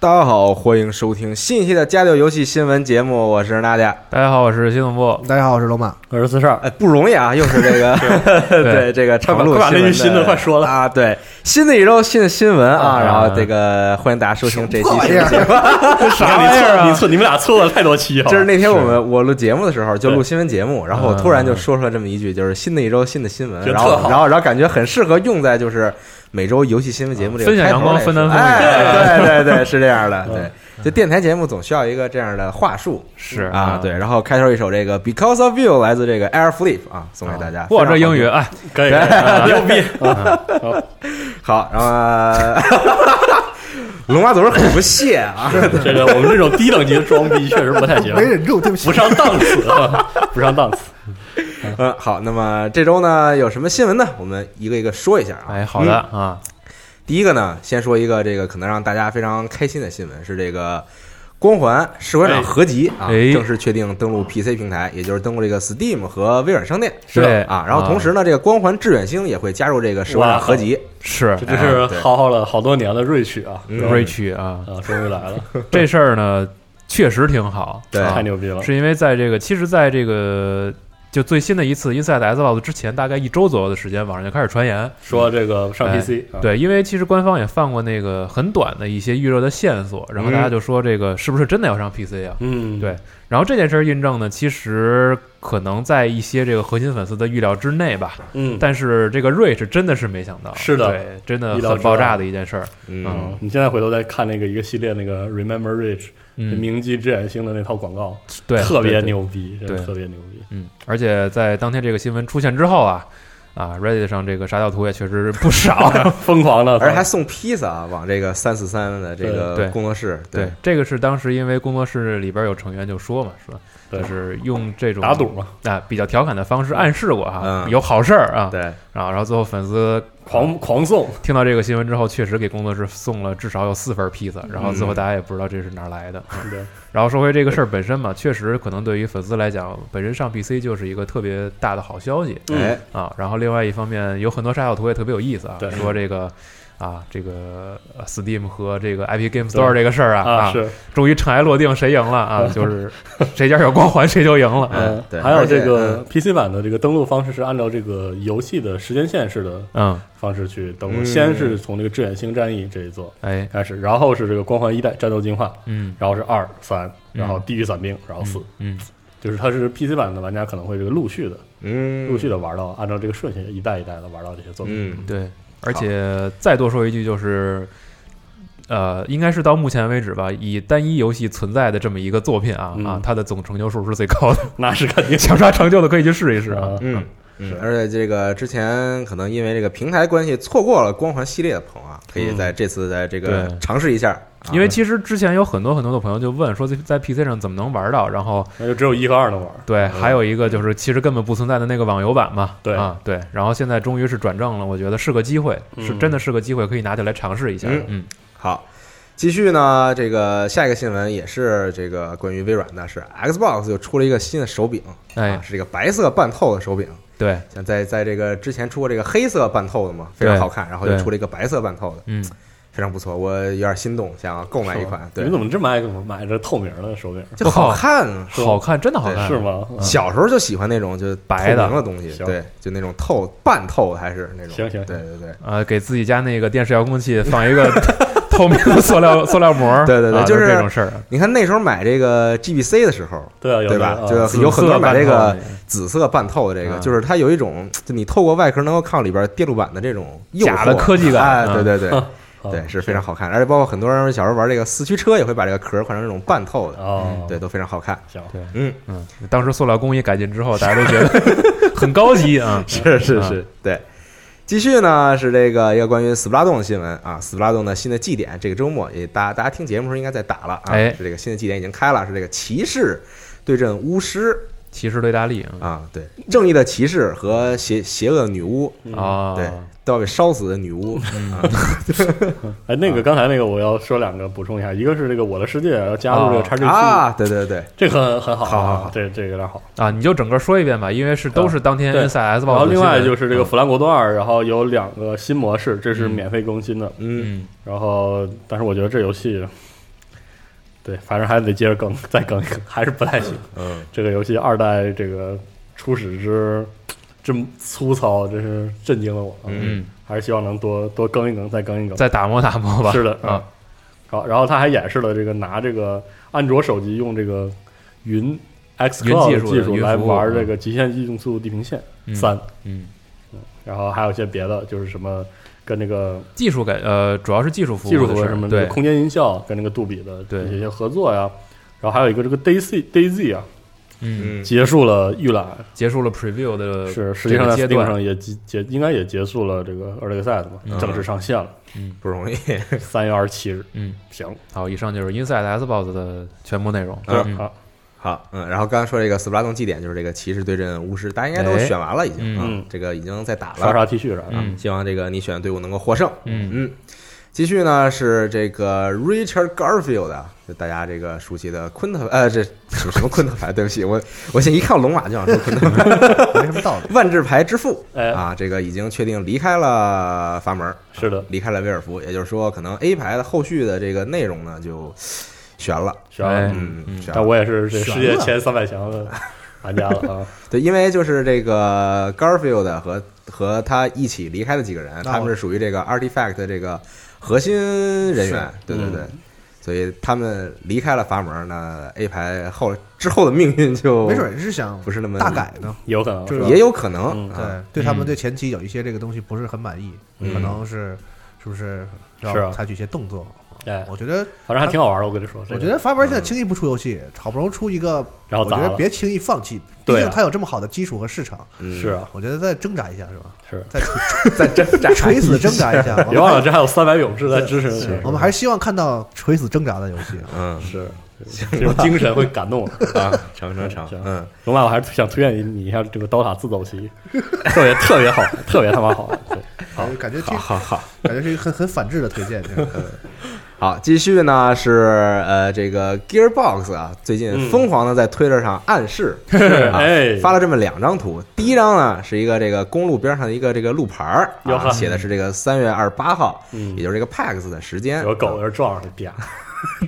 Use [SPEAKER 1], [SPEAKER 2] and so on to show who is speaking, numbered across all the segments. [SPEAKER 1] 大家好，欢迎收听新一期的《家教游戏新闻节目》，我是娜姐。
[SPEAKER 2] 大家好，我是新总部，
[SPEAKER 3] 大家好，我是罗马。
[SPEAKER 4] 我是四少，
[SPEAKER 1] 哎，不容易啊，又是这个
[SPEAKER 2] 对
[SPEAKER 1] 对这个
[SPEAKER 4] 快
[SPEAKER 1] 长
[SPEAKER 4] 把
[SPEAKER 1] 路
[SPEAKER 4] 快把那句
[SPEAKER 1] 新
[SPEAKER 4] 新
[SPEAKER 1] 闻
[SPEAKER 4] 的快说了。
[SPEAKER 1] 啊，对新的一周新的新闻啊，
[SPEAKER 2] 啊
[SPEAKER 1] 然后这个欢迎大家收听这期
[SPEAKER 3] 什么
[SPEAKER 1] 新闻节目。
[SPEAKER 2] 啥
[SPEAKER 4] 哎你
[SPEAKER 2] 玩意儿啊？
[SPEAKER 4] 错，你错，你们俩错了太多期了。
[SPEAKER 1] 就是那天我们我录节目的时候，就录
[SPEAKER 4] 对
[SPEAKER 1] 新闻节目，然后我突然就说出来这么一句，就是新的一周新的新闻，
[SPEAKER 4] 觉得
[SPEAKER 1] 然
[SPEAKER 4] 特
[SPEAKER 1] 后
[SPEAKER 4] 好
[SPEAKER 1] 然后然后感觉很适合用在就是每周游戏新闻节目这个
[SPEAKER 2] 分享
[SPEAKER 1] 开头
[SPEAKER 2] 阳光
[SPEAKER 1] 来
[SPEAKER 2] 分担
[SPEAKER 1] 说
[SPEAKER 2] 风雨
[SPEAKER 1] 哎，对对对，是这样的，对，就电台节目总需要一个这样的话术
[SPEAKER 2] 是
[SPEAKER 1] 啊，对，然后开头一首这个 Because of You 来自这个 Air Flip 啊，送给大家，
[SPEAKER 2] 哇，这
[SPEAKER 1] 非常好嗯
[SPEAKER 2] 英语
[SPEAKER 1] 听
[SPEAKER 2] 哎，
[SPEAKER 4] 可以，可以啊牛逼！
[SPEAKER 1] 好，然后呃 龙妈总是很不屑啊，
[SPEAKER 4] 这个我们这种低等级的装逼确实不太行
[SPEAKER 3] 没，忍住，对不起
[SPEAKER 4] 不。上档 次，啊，不上档次。
[SPEAKER 1] 嗯，好，那么这周呢有什么新闻呢？我们一个一个说一下啊，
[SPEAKER 2] 哎，好的啊，
[SPEAKER 1] 第一个呢，先说一个这个可能让大家非常开心的新闻，是这个《光环士官长》合集啊，
[SPEAKER 2] 哎
[SPEAKER 1] 正式确定登陆 PC 平台，也就是登陆这个 Steam 和微软商店
[SPEAKER 2] 是的
[SPEAKER 1] 啊。然后同时呢，这个《光环致远星》也会加入这个士官长合集，
[SPEAKER 2] 是
[SPEAKER 4] 这就是耗耗了好多年的瑞曲啊，
[SPEAKER 1] 嗯
[SPEAKER 4] 是吧
[SPEAKER 2] 瑞曲啊，
[SPEAKER 4] 啊，终于来了，
[SPEAKER 2] 这事儿呢确实挺好，
[SPEAKER 1] 对
[SPEAKER 2] 啊
[SPEAKER 4] 太牛逼了！
[SPEAKER 2] 是因为在这个，其实在这个就最新的一次 Inside S Log 之前，大概一周左右的时间，网上就开始传言。
[SPEAKER 4] 说这个上
[SPEAKER 2] 哎
[SPEAKER 4] PC，啊，
[SPEAKER 2] 对，因为其实官方也放过那个很短的一些预热的线索，然后大家就说这个是不是真的要上 PC 啊？
[SPEAKER 4] 嗯，
[SPEAKER 2] 对然后这件事儿印证呢，其实可能在一些这个核心粉丝的预料之内吧，
[SPEAKER 4] 嗯，
[SPEAKER 2] 但是这个 Rich 真的是没想到，
[SPEAKER 4] 是的
[SPEAKER 2] 对，真的
[SPEAKER 4] 意料
[SPEAKER 2] 很
[SPEAKER 4] 之
[SPEAKER 2] 爆炸
[SPEAKER 4] 外
[SPEAKER 2] 的一件事儿。
[SPEAKER 1] 嗯，
[SPEAKER 4] 嗯，你现在回头再看那个一个系列那个 Remember Rich，
[SPEAKER 2] 嗯，
[SPEAKER 4] 明基致远星的那套广告，
[SPEAKER 2] 对，
[SPEAKER 4] 特
[SPEAKER 2] 对
[SPEAKER 4] 别
[SPEAKER 2] 对
[SPEAKER 4] 牛逼，真的
[SPEAKER 2] 对
[SPEAKER 4] 特别牛逼。
[SPEAKER 2] 嗯，而且在当天这个新闻出现之后啊，啊，Reddit 上这个沙雕图也确实不 少。
[SPEAKER 4] 疯狂的，
[SPEAKER 1] 而且还送披萨啊，往这个三四三的这
[SPEAKER 2] 对
[SPEAKER 1] 个
[SPEAKER 2] 对
[SPEAKER 1] 工作室，
[SPEAKER 2] 对，这个是当时因为工作室里边有成员就说嘛，说
[SPEAKER 4] 对
[SPEAKER 2] 就是用这种
[SPEAKER 4] 打赌嘛，
[SPEAKER 2] 啊比较调侃的方式暗示我哈
[SPEAKER 1] 嗯
[SPEAKER 2] 有好事儿啊，
[SPEAKER 1] 对，
[SPEAKER 2] 然后然后最后粉丝
[SPEAKER 4] 狂狂送，
[SPEAKER 2] 听到这个新闻之后，确实给工作室送了至少有四份披萨，然后最后
[SPEAKER 1] 嗯
[SPEAKER 2] 大家也不知道这是哪儿来的。
[SPEAKER 4] 对，
[SPEAKER 2] 然后说回这个事儿本身嘛，确实可能对于粉丝来讲，本身上 PC 就是一个特别大的好消息，
[SPEAKER 4] 嗯
[SPEAKER 1] 哎，
[SPEAKER 2] 啊，然后另外一方面有很多沙小图也特别有意思啊
[SPEAKER 4] 对，
[SPEAKER 2] 说这个啊这个呃 Steam 和这个 Epic Game Store 这个事儿啊
[SPEAKER 4] 啊，是，
[SPEAKER 2] 终于尘埃落定，谁赢了啊？就是谁家有光环谁就赢了。
[SPEAKER 1] 嗯
[SPEAKER 4] 嗯
[SPEAKER 1] 对，
[SPEAKER 4] 还有
[SPEAKER 1] 而且嗯
[SPEAKER 4] 这个 PC 版的这个登录方式是按照这个游戏的时间线式的
[SPEAKER 2] 嗯，
[SPEAKER 4] 方式去登录，
[SPEAKER 1] 嗯
[SPEAKER 4] 先是从这个致远星战役这一座
[SPEAKER 2] 哎，
[SPEAKER 4] 开始，然后是这个光环一代战斗进化，
[SPEAKER 2] 嗯
[SPEAKER 4] 然后是二三，然后地狱伞兵，然后四，
[SPEAKER 2] 嗯，
[SPEAKER 4] 就是它是 PC 版的玩家可能会这个陆续的
[SPEAKER 1] 嗯，
[SPEAKER 4] 陆续的玩到，按照这个顺序一代一代的玩到这些作品。
[SPEAKER 1] 嗯，
[SPEAKER 2] 对，而且再多说一句就是。呃，应该是到目前为止吧，以单一游戏存在的这么一个作品啊、
[SPEAKER 4] 嗯
[SPEAKER 2] 啊，它的总成就数是最高的。
[SPEAKER 4] 那是肯 定
[SPEAKER 2] 想刷成就的可以去试一试
[SPEAKER 4] 是
[SPEAKER 2] 啊
[SPEAKER 4] 啊。，
[SPEAKER 1] 嗯。
[SPEAKER 4] 是
[SPEAKER 1] 嗯，而且这个之前可能因为这个平台关系错过了光环系列的朋友啊，可以在这次在这个
[SPEAKER 2] 对
[SPEAKER 1] 尝试一下，啊
[SPEAKER 2] 因为其实之前有很多很多的朋友就问说，在在 PC 上怎么能玩到？然后
[SPEAKER 4] 那就只有一和二能玩。
[SPEAKER 2] 对，还有一个就是其实根本不存在的那个网游版嘛。
[SPEAKER 4] 嗯对
[SPEAKER 2] 啊，对。然后现在终于是转正了，我觉得是个机会，
[SPEAKER 4] 嗯
[SPEAKER 2] 是真的是个机会，可以拿起来尝试一下。
[SPEAKER 1] 嗯
[SPEAKER 2] 嗯，
[SPEAKER 1] 好，继续呢，这个下一个新闻也是这个关于微软的，是 Xbox 又出了一个新的手柄，啊
[SPEAKER 2] 哎，
[SPEAKER 1] 是这个白色半透的手柄。
[SPEAKER 2] 对，
[SPEAKER 1] 像在在这个之前出过这个黑色半透的嘛，非常
[SPEAKER 2] 对
[SPEAKER 1] 好看，然后又
[SPEAKER 2] 对
[SPEAKER 1] 出了一个白色半透的，
[SPEAKER 2] 嗯，
[SPEAKER 1] 非常不错，我有点心动，想要购买一款。对
[SPEAKER 4] 你们，怎么这么爱给我买这透明的手柄？
[SPEAKER 1] 就好看啊，
[SPEAKER 4] 是吗
[SPEAKER 2] 好看，真的好看，
[SPEAKER 4] 是？吗？啊
[SPEAKER 1] 小时候就喜欢那种就是
[SPEAKER 2] 白的
[SPEAKER 1] 透明的东西，
[SPEAKER 4] 行
[SPEAKER 1] 对，就那种透半透还是那种，
[SPEAKER 4] 行行
[SPEAKER 1] 对对对，
[SPEAKER 2] 呃，给自己家那个电视遥控器放一个。透明的塑料塑料膜，
[SPEAKER 1] 对对对
[SPEAKER 2] 啊
[SPEAKER 1] 就是
[SPEAKER 2] 是这种事儿啊。
[SPEAKER 1] 你看那时候买这个 GBC 的时候，
[SPEAKER 4] 对啊，有
[SPEAKER 1] 对
[SPEAKER 4] 的
[SPEAKER 1] 吧
[SPEAKER 4] 啊
[SPEAKER 1] 这个
[SPEAKER 4] 紫
[SPEAKER 1] 有很多
[SPEAKER 4] 色
[SPEAKER 1] 买
[SPEAKER 4] 半
[SPEAKER 1] 这个
[SPEAKER 4] 套的
[SPEAKER 1] 紫色半透的这个，
[SPEAKER 2] 嗯
[SPEAKER 1] 就是它有一种就你透过外壳能够看到里边电路板的这种诱惑
[SPEAKER 2] 假的科技感
[SPEAKER 1] 哎，
[SPEAKER 2] 嗯
[SPEAKER 1] 对对对。
[SPEAKER 4] 啊
[SPEAKER 1] 对，是非常好看，而且包括很多人小时候玩这个四驱车也会把这个壳换成这种半透的，
[SPEAKER 4] 哦，
[SPEAKER 1] 嗯对，，都非常好看。
[SPEAKER 4] 行，
[SPEAKER 2] 对，
[SPEAKER 1] 嗯
[SPEAKER 2] 嗯，当时塑料工艺改进之后，大家都觉得很高级 啊。
[SPEAKER 1] 是
[SPEAKER 2] 是是，
[SPEAKER 1] 对。继续呢是这个一个关于斯普拉洞的新闻啊，斯普拉洞的新的祭典，这个周末也大家大家听节目时候应该在打了啊，
[SPEAKER 2] 哎
[SPEAKER 1] 是这个新的祭典已经开了，是这个骑士对阵巫师
[SPEAKER 2] 骑士对大力啊
[SPEAKER 1] 啊，对，正义的骑士和邪邪恶的女巫
[SPEAKER 4] 嗯
[SPEAKER 2] 啊，嗯
[SPEAKER 1] 对都要被烧死的女巫，啊
[SPEAKER 4] 哎，那个刚才那个我要说两个补充一下，一个是这个我的世界，然后加入这个
[SPEAKER 2] 啊
[SPEAKER 4] x G 七，
[SPEAKER 1] 啊，对对对，
[SPEAKER 4] 这个很很好啊，
[SPEAKER 1] 好好好
[SPEAKER 4] 这这个有点好。
[SPEAKER 2] 啊，你就整个说一遍吧，因为是都是当天
[SPEAKER 4] 对
[SPEAKER 2] N 赛 S 啊
[SPEAKER 4] 然后
[SPEAKER 2] 报。
[SPEAKER 4] 啊另外就是这个《弗兰国度二》，然后有两个新模式，这是
[SPEAKER 2] 嗯
[SPEAKER 4] 免费更新的。
[SPEAKER 1] 嗯，
[SPEAKER 2] 嗯，
[SPEAKER 4] 然后，但是我觉得这游戏，对，反正还得接着更， 再更一个，还是不太行。
[SPEAKER 1] 嗯，
[SPEAKER 4] 这个游戏二代这个初始之这么粗糙，真是震惊了我。
[SPEAKER 2] 嗯，
[SPEAKER 4] 还是希望能多多更一更，再更一更。
[SPEAKER 2] 再打磨打磨吧。
[SPEAKER 4] 是的，
[SPEAKER 2] 啊，
[SPEAKER 4] 好，然后他还演示了这个拿这个安卓手机用这个云 X
[SPEAKER 2] 云
[SPEAKER 4] Cloud
[SPEAKER 2] 技
[SPEAKER 4] 的
[SPEAKER 2] 术
[SPEAKER 4] 技术
[SPEAKER 2] 云
[SPEAKER 4] 来
[SPEAKER 2] 服务
[SPEAKER 4] 玩这
[SPEAKER 2] 嗯
[SPEAKER 4] 个《极限竞速：地平线
[SPEAKER 2] 嗯
[SPEAKER 4] 三》，
[SPEAKER 2] 嗯，
[SPEAKER 4] 然后还有一些别的，就是什么跟那个
[SPEAKER 2] 技术改呃，主要是技术服务
[SPEAKER 4] 技
[SPEAKER 2] 的
[SPEAKER 4] 术
[SPEAKER 2] 事儿，
[SPEAKER 4] 和什么这个
[SPEAKER 2] 对
[SPEAKER 4] 空间音效跟那个杜比的
[SPEAKER 2] 对
[SPEAKER 4] 一些合作呀，然后还有一个这个 Daisy Daisy 啊，
[SPEAKER 2] 嗯，
[SPEAKER 1] 嗯，
[SPEAKER 4] 结束了预览，
[SPEAKER 2] 结束了 preview 的
[SPEAKER 4] 是实际
[SPEAKER 2] 呃这
[SPEAKER 4] 上
[SPEAKER 2] 个
[SPEAKER 4] 在
[SPEAKER 2] 阶
[SPEAKER 4] Steam
[SPEAKER 2] 段，
[SPEAKER 4] 上也结结应该也结束了这个 Early Access 嘛，
[SPEAKER 1] 嗯
[SPEAKER 4] 正式上线了，
[SPEAKER 1] 不容易，
[SPEAKER 4] 三月二十七日，
[SPEAKER 2] 嗯，
[SPEAKER 4] 行
[SPEAKER 2] 好，以上就是 Inside Xbox 的全部内容。嗯
[SPEAKER 4] 啊，
[SPEAKER 1] 好，嗯，然后刚才说这个斯普拉洞祭典就是这个骑士对阵巫师，大家应该都
[SPEAKER 2] 哎
[SPEAKER 1] 选完了已经，
[SPEAKER 2] 嗯
[SPEAKER 1] 啊这个已经在打了，
[SPEAKER 4] 刷刷 T 恤啥的，
[SPEAKER 2] 嗯
[SPEAKER 1] 希望这个你选的队伍能够获胜。
[SPEAKER 2] 嗯
[SPEAKER 1] 继续呢是这个 Richard Garfield，啊就大家这个熟悉的昆特，呃，这 什么什么昆特牌？对不起，我我现在一看龙马就想说昆特牌，
[SPEAKER 3] 没什么道理。
[SPEAKER 1] 万智牌之父
[SPEAKER 4] 哎
[SPEAKER 1] 啊，这个已经确定离开了阀门，
[SPEAKER 4] 是的，
[SPEAKER 1] 离开了威尔福，也就是说，可能 A 牌的后续的这个内容呢就悬了，
[SPEAKER 4] 选了
[SPEAKER 2] 哎
[SPEAKER 1] 嗯，悬了
[SPEAKER 4] 但。我也是这世界
[SPEAKER 3] 悬了
[SPEAKER 4] 前三百强的玩家了 啊，
[SPEAKER 1] 对，因为就是这个 Garfield 和和他一起离开的几个
[SPEAKER 3] 哦
[SPEAKER 1] 人，他们是属于这个 Artifact 的这个核心人员，对对
[SPEAKER 3] 嗯
[SPEAKER 1] 对，所以他们离开了阀门呢，A 牌后之后的命运就
[SPEAKER 3] 没准儿是想
[SPEAKER 1] 不是那么
[SPEAKER 3] 大，改呢，
[SPEAKER 4] 有可能
[SPEAKER 3] 就是是
[SPEAKER 4] 吧
[SPEAKER 1] 也有可能
[SPEAKER 4] 嗯，
[SPEAKER 1] 啊
[SPEAKER 3] 对，对他们对前期有一些这个东西不是很满意，
[SPEAKER 1] 嗯
[SPEAKER 3] 可能是是不是
[SPEAKER 4] 是
[SPEAKER 3] 要
[SPEAKER 4] 啊
[SPEAKER 3] 采取一些动作？
[SPEAKER 4] 哎，
[SPEAKER 3] 我觉得，
[SPEAKER 4] 反正还挺好玩的，我跟你说，这
[SPEAKER 3] 我
[SPEAKER 4] 个
[SPEAKER 3] 觉得阀门现在轻易不出游戏，好不容易出一个，
[SPEAKER 4] 然后
[SPEAKER 3] 我
[SPEAKER 4] 砸
[SPEAKER 3] 觉得
[SPEAKER 4] 了
[SPEAKER 3] 别轻易放弃，毕
[SPEAKER 4] 对啊
[SPEAKER 3] 竟它有这么好的基础和市场。
[SPEAKER 1] 嗯
[SPEAKER 4] 是啊，
[SPEAKER 3] 我觉得再挣扎一下是吧？
[SPEAKER 4] 是。
[SPEAKER 3] 再
[SPEAKER 1] 在挣扎
[SPEAKER 3] 垂死挣扎一下。我
[SPEAKER 4] 别
[SPEAKER 3] 们
[SPEAKER 4] 忘
[SPEAKER 3] 还
[SPEAKER 4] 了，这还有三百勇士在支持你，
[SPEAKER 3] 我们还是希望看到垂死挣扎的游戏。
[SPEAKER 1] 嗯
[SPEAKER 3] 啊
[SPEAKER 4] 是这种精神会感 动我。
[SPEAKER 1] 啊，成成成
[SPEAKER 4] 行，
[SPEAKER 1] 嗯，
[SPEAKER 4] 龙马，我还是想推荐你你一下这个刀塔自走棋，特别特别好， 特别他妈好。对，
[SPEAKER 3] 好，感觉这
[SPEAKER 1] 好好好。
[SPEAKER 3] 感觉是一个很很反制的推荐。这个
[SPEAKER 1] 好，继续呢是呃这个 Gearbox 啊，最近
[SPEAKER 4] 嗯
[SPEAKER 1] 疯狂的在推特上暗 示，啊
[SPEAKER 4] 哎
[SPEAKER 1] 发了这么两张图。第一张呢是一个这个公路边上的一个这个路牌儿、
[SPEAKER 4] 哟
[SPEAKER 1] 啊，
[SPEAKER 4] 呵
[SPEAKER 1] 写的是这个三月二十八号，
[SPEAKER 4] 嗯
[SPEAKER 1] 也就是这个 PAX 的时间。
[SPEAKER 4] 有个狗在这撞上去，啪！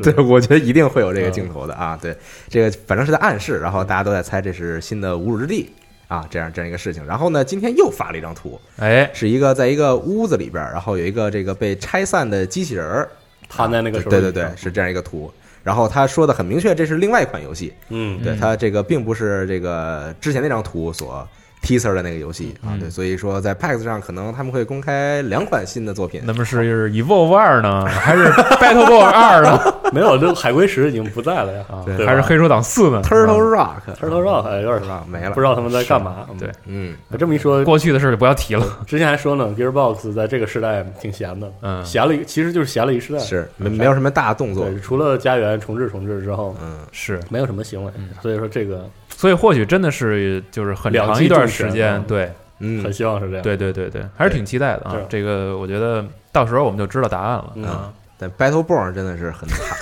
[SPEAKER 1] 对，我觉得一定会有这个镜头的
[SPEAKER 4] 嗯
[SPEAKER 1] 啊。对，这个反正是在暗示，然后大家都在猜这是新的无主之地啊，这样这样一个事情。然后呢，今天又发了一张图，
[SPEAKER 2] 哎，
[SPEAKER 1] 是一个在一个屋子里边儿，然后有一个这个被拆散的机器人儿，
[SPEAKER 4] 瘫在那个手
[SPEAKER 1] 对
[SPEAKER 4] 里
[SPEAKER 1] 对对，是这样一个图。然后他说的很明确，这是另外一款游戏，
[SPEAKER 4] 嗯，
[SPEAKER 1] 对
[SPEAKER 2] 嗯
[SPEAKER 1] 它这个并不是这个之前那张图所 teaser 的那个游戏啊，
[SPEAKER 2] 嗯
[SPEAKER 1] 对，所以说在 PAX 上可能他们会公开两款新的作品
[SPEAKER 4] 嗯
[SPEAKER 2] 那么是 Evolve 二呢，还是 Battlebot 二 呢？
[SPEAKER 4] 没有，这个海龟石已经不在了呀，
[SPEAKER 2] 啊
[SPEAKER 4] 对，吧
[SPEAKER 2] 还是黑手党四呢
[SPEAKER 1] ，Turtle
[SPEAKER 2] 啊
[SPEAKER 1] Rock，
[SPEAKER 4] Turtle Rock 哎有点
[SPEAKER 1] Rock 没了
[SPEAKER 4] 不知道他们在干嘛。嗯
[SPEAKER 2] 对，
[SPEAKER 1] 嗯，
[SPEAKER 4] 哎这么一说，
[SPEAKER 2] 过去的事儿就不要提了。
[SPEAKER 4] 之前还说呢，Gearbox 在这个时代挺闲的，
[SPEAKER 2] 嗯
[SPEAKER 4] 闲了一，其实就是闲了一时代，
[SPEAKER 1] 是没没有什么大动作，
[SPEAKER 4] 嗯对，除了家园重置重置之后，
[SPEAKER 1] 嗯，
[SPEAKER 2] 是，
[SPEAKER 4] 没有什么行为，所以说这个
[SPEAKER 2] 所以或许真的是就是很
[SPEAKER 4] 两
[SPEAKER 2] 长
[SPEAKER 4] 期
[SPEAKER 2] 一段
[SPEAKER 4] 中
[SPEAKER 2] 时
[SPEAKER 4] 选
[SPEAKER 2] 间
[SPEAKER 4] 啊，
[SPEAKER 2] 对
[SPEAKER 4] 很
[SPEAKER 1] 嗯，
[SPEAKER 4] 希望是这样。
[SPEAKER 2] 对对对对，还是挺期待的
[SPEAKER 4] 对
[SPEAKER 2] 啊。这个我觉得到时候我们就知道答案了。
[SPEAKER 4] 嗯
[SPEAKER 2] 啊
[SPEAKER 1] 但 Battleborn 真的是很 惨，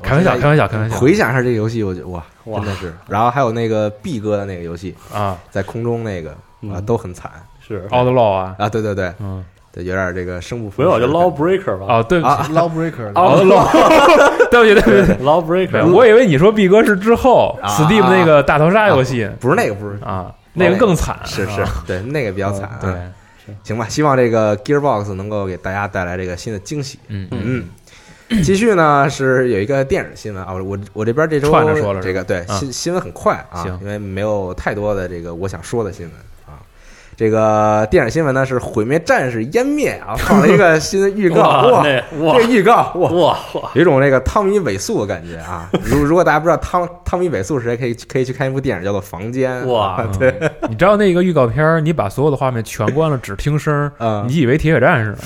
[SPEAKER 2] 开玩笑，开玩笑，开玩笑。
[SPEAKER 1] 回想一下这个游戏，我觉得哇，
[SPEAKER 4] 哇
[SPEAKER 1] 真的是，然后还有那个 B 哥的那个游戏，
[SPEAKER 2] 啊
[SPEAKER 1] 在空中那个啊
[SPEAKER 4] 嗯
[SPEAKER 1] 都很惨
[SPEAKER 4] 是，
[SPEAKER 2] ，Outlaw 啊，
[SPEAKER 1] 啊，对对对
[SPEAKER 2] 嗯，
[SPEAKER 1] 对，有点这个生不
[SPEAKER 4] 不
[SPEAKER 1] 逢时
[SPEAKER 4] 要
[SPEAKER 1] 的
[SPEAKER 4] 就
[SPEAKER 1] 感觉，
[SPEAKER 4] Law Breaker 吧，
[SPEAKER 2] 哦，对不起
[SPEAKER 1] 啊
[SPEAKER 3] Law Breaker，
[SPEAKER 4] 哦
[SPEAKER 2] ，Outlaw，对不起，对不起，
[SPEAKER 4] Law
[SPEAKER 2] 对
[SPEAKER 4] Breaker，
[SPEAKER 2] 哎我以为你说 B 哥是之后
[SPEAKER 1] 啊
[SPEAKER 2] Steam 那个大逃杀游戏
[SPEAKER 1] 不是那个，不是，
[SPEAKER 2] 啊，那个更惨，
[SPEAKER 1] 是是
[SPEAKER 2] 啊，
[SPEAKER 1] 对，那个比较惨啊，
[SPEAKER 2] 对，
[SPEAKER 1] 行吧，希望这个 Gearbox 能够给大家带来这个新的惊喜。
[SPEAKER 2] 嗯
[SPEAKER 4] 嗯
[SPEAKER 1] 嗯，继续呢是有一个电影新闻啊，我我我这边这周
[SPEAKER 2] 串着说了是吧
[SPEAKER 1] 这个对
[SPEAKER 2] 啊
[SPEAKER 1] 新新闻很快啊
[SPEAKER 2] 行，
[SPEAKER 1] 因为没有太多的这个我想说的新闻啊。这个电影新闻呢是《毁灭战士湮灭》啊，放了一个新的预告， 哇，
[SPEAKER 4] 那哇
[SPEAKER 1] 这预告哇，
[SPEAKER 4] 哇哇，
[SPEAKER 1] 有一种那个汤米·韦素的感觉啊。如如果大家不知道汤汤米·韦素是谁，可以可以去看一部电影叫做《房间》啊
[SPEAKER 4] 哇
[SPEAKER 2] 对，你知道那个预告片儿，你把所有的画面全关了，只听声儿，
[SPEAKER 1] 嗯
[SPEAKER 2] 你以为铁血战士呢？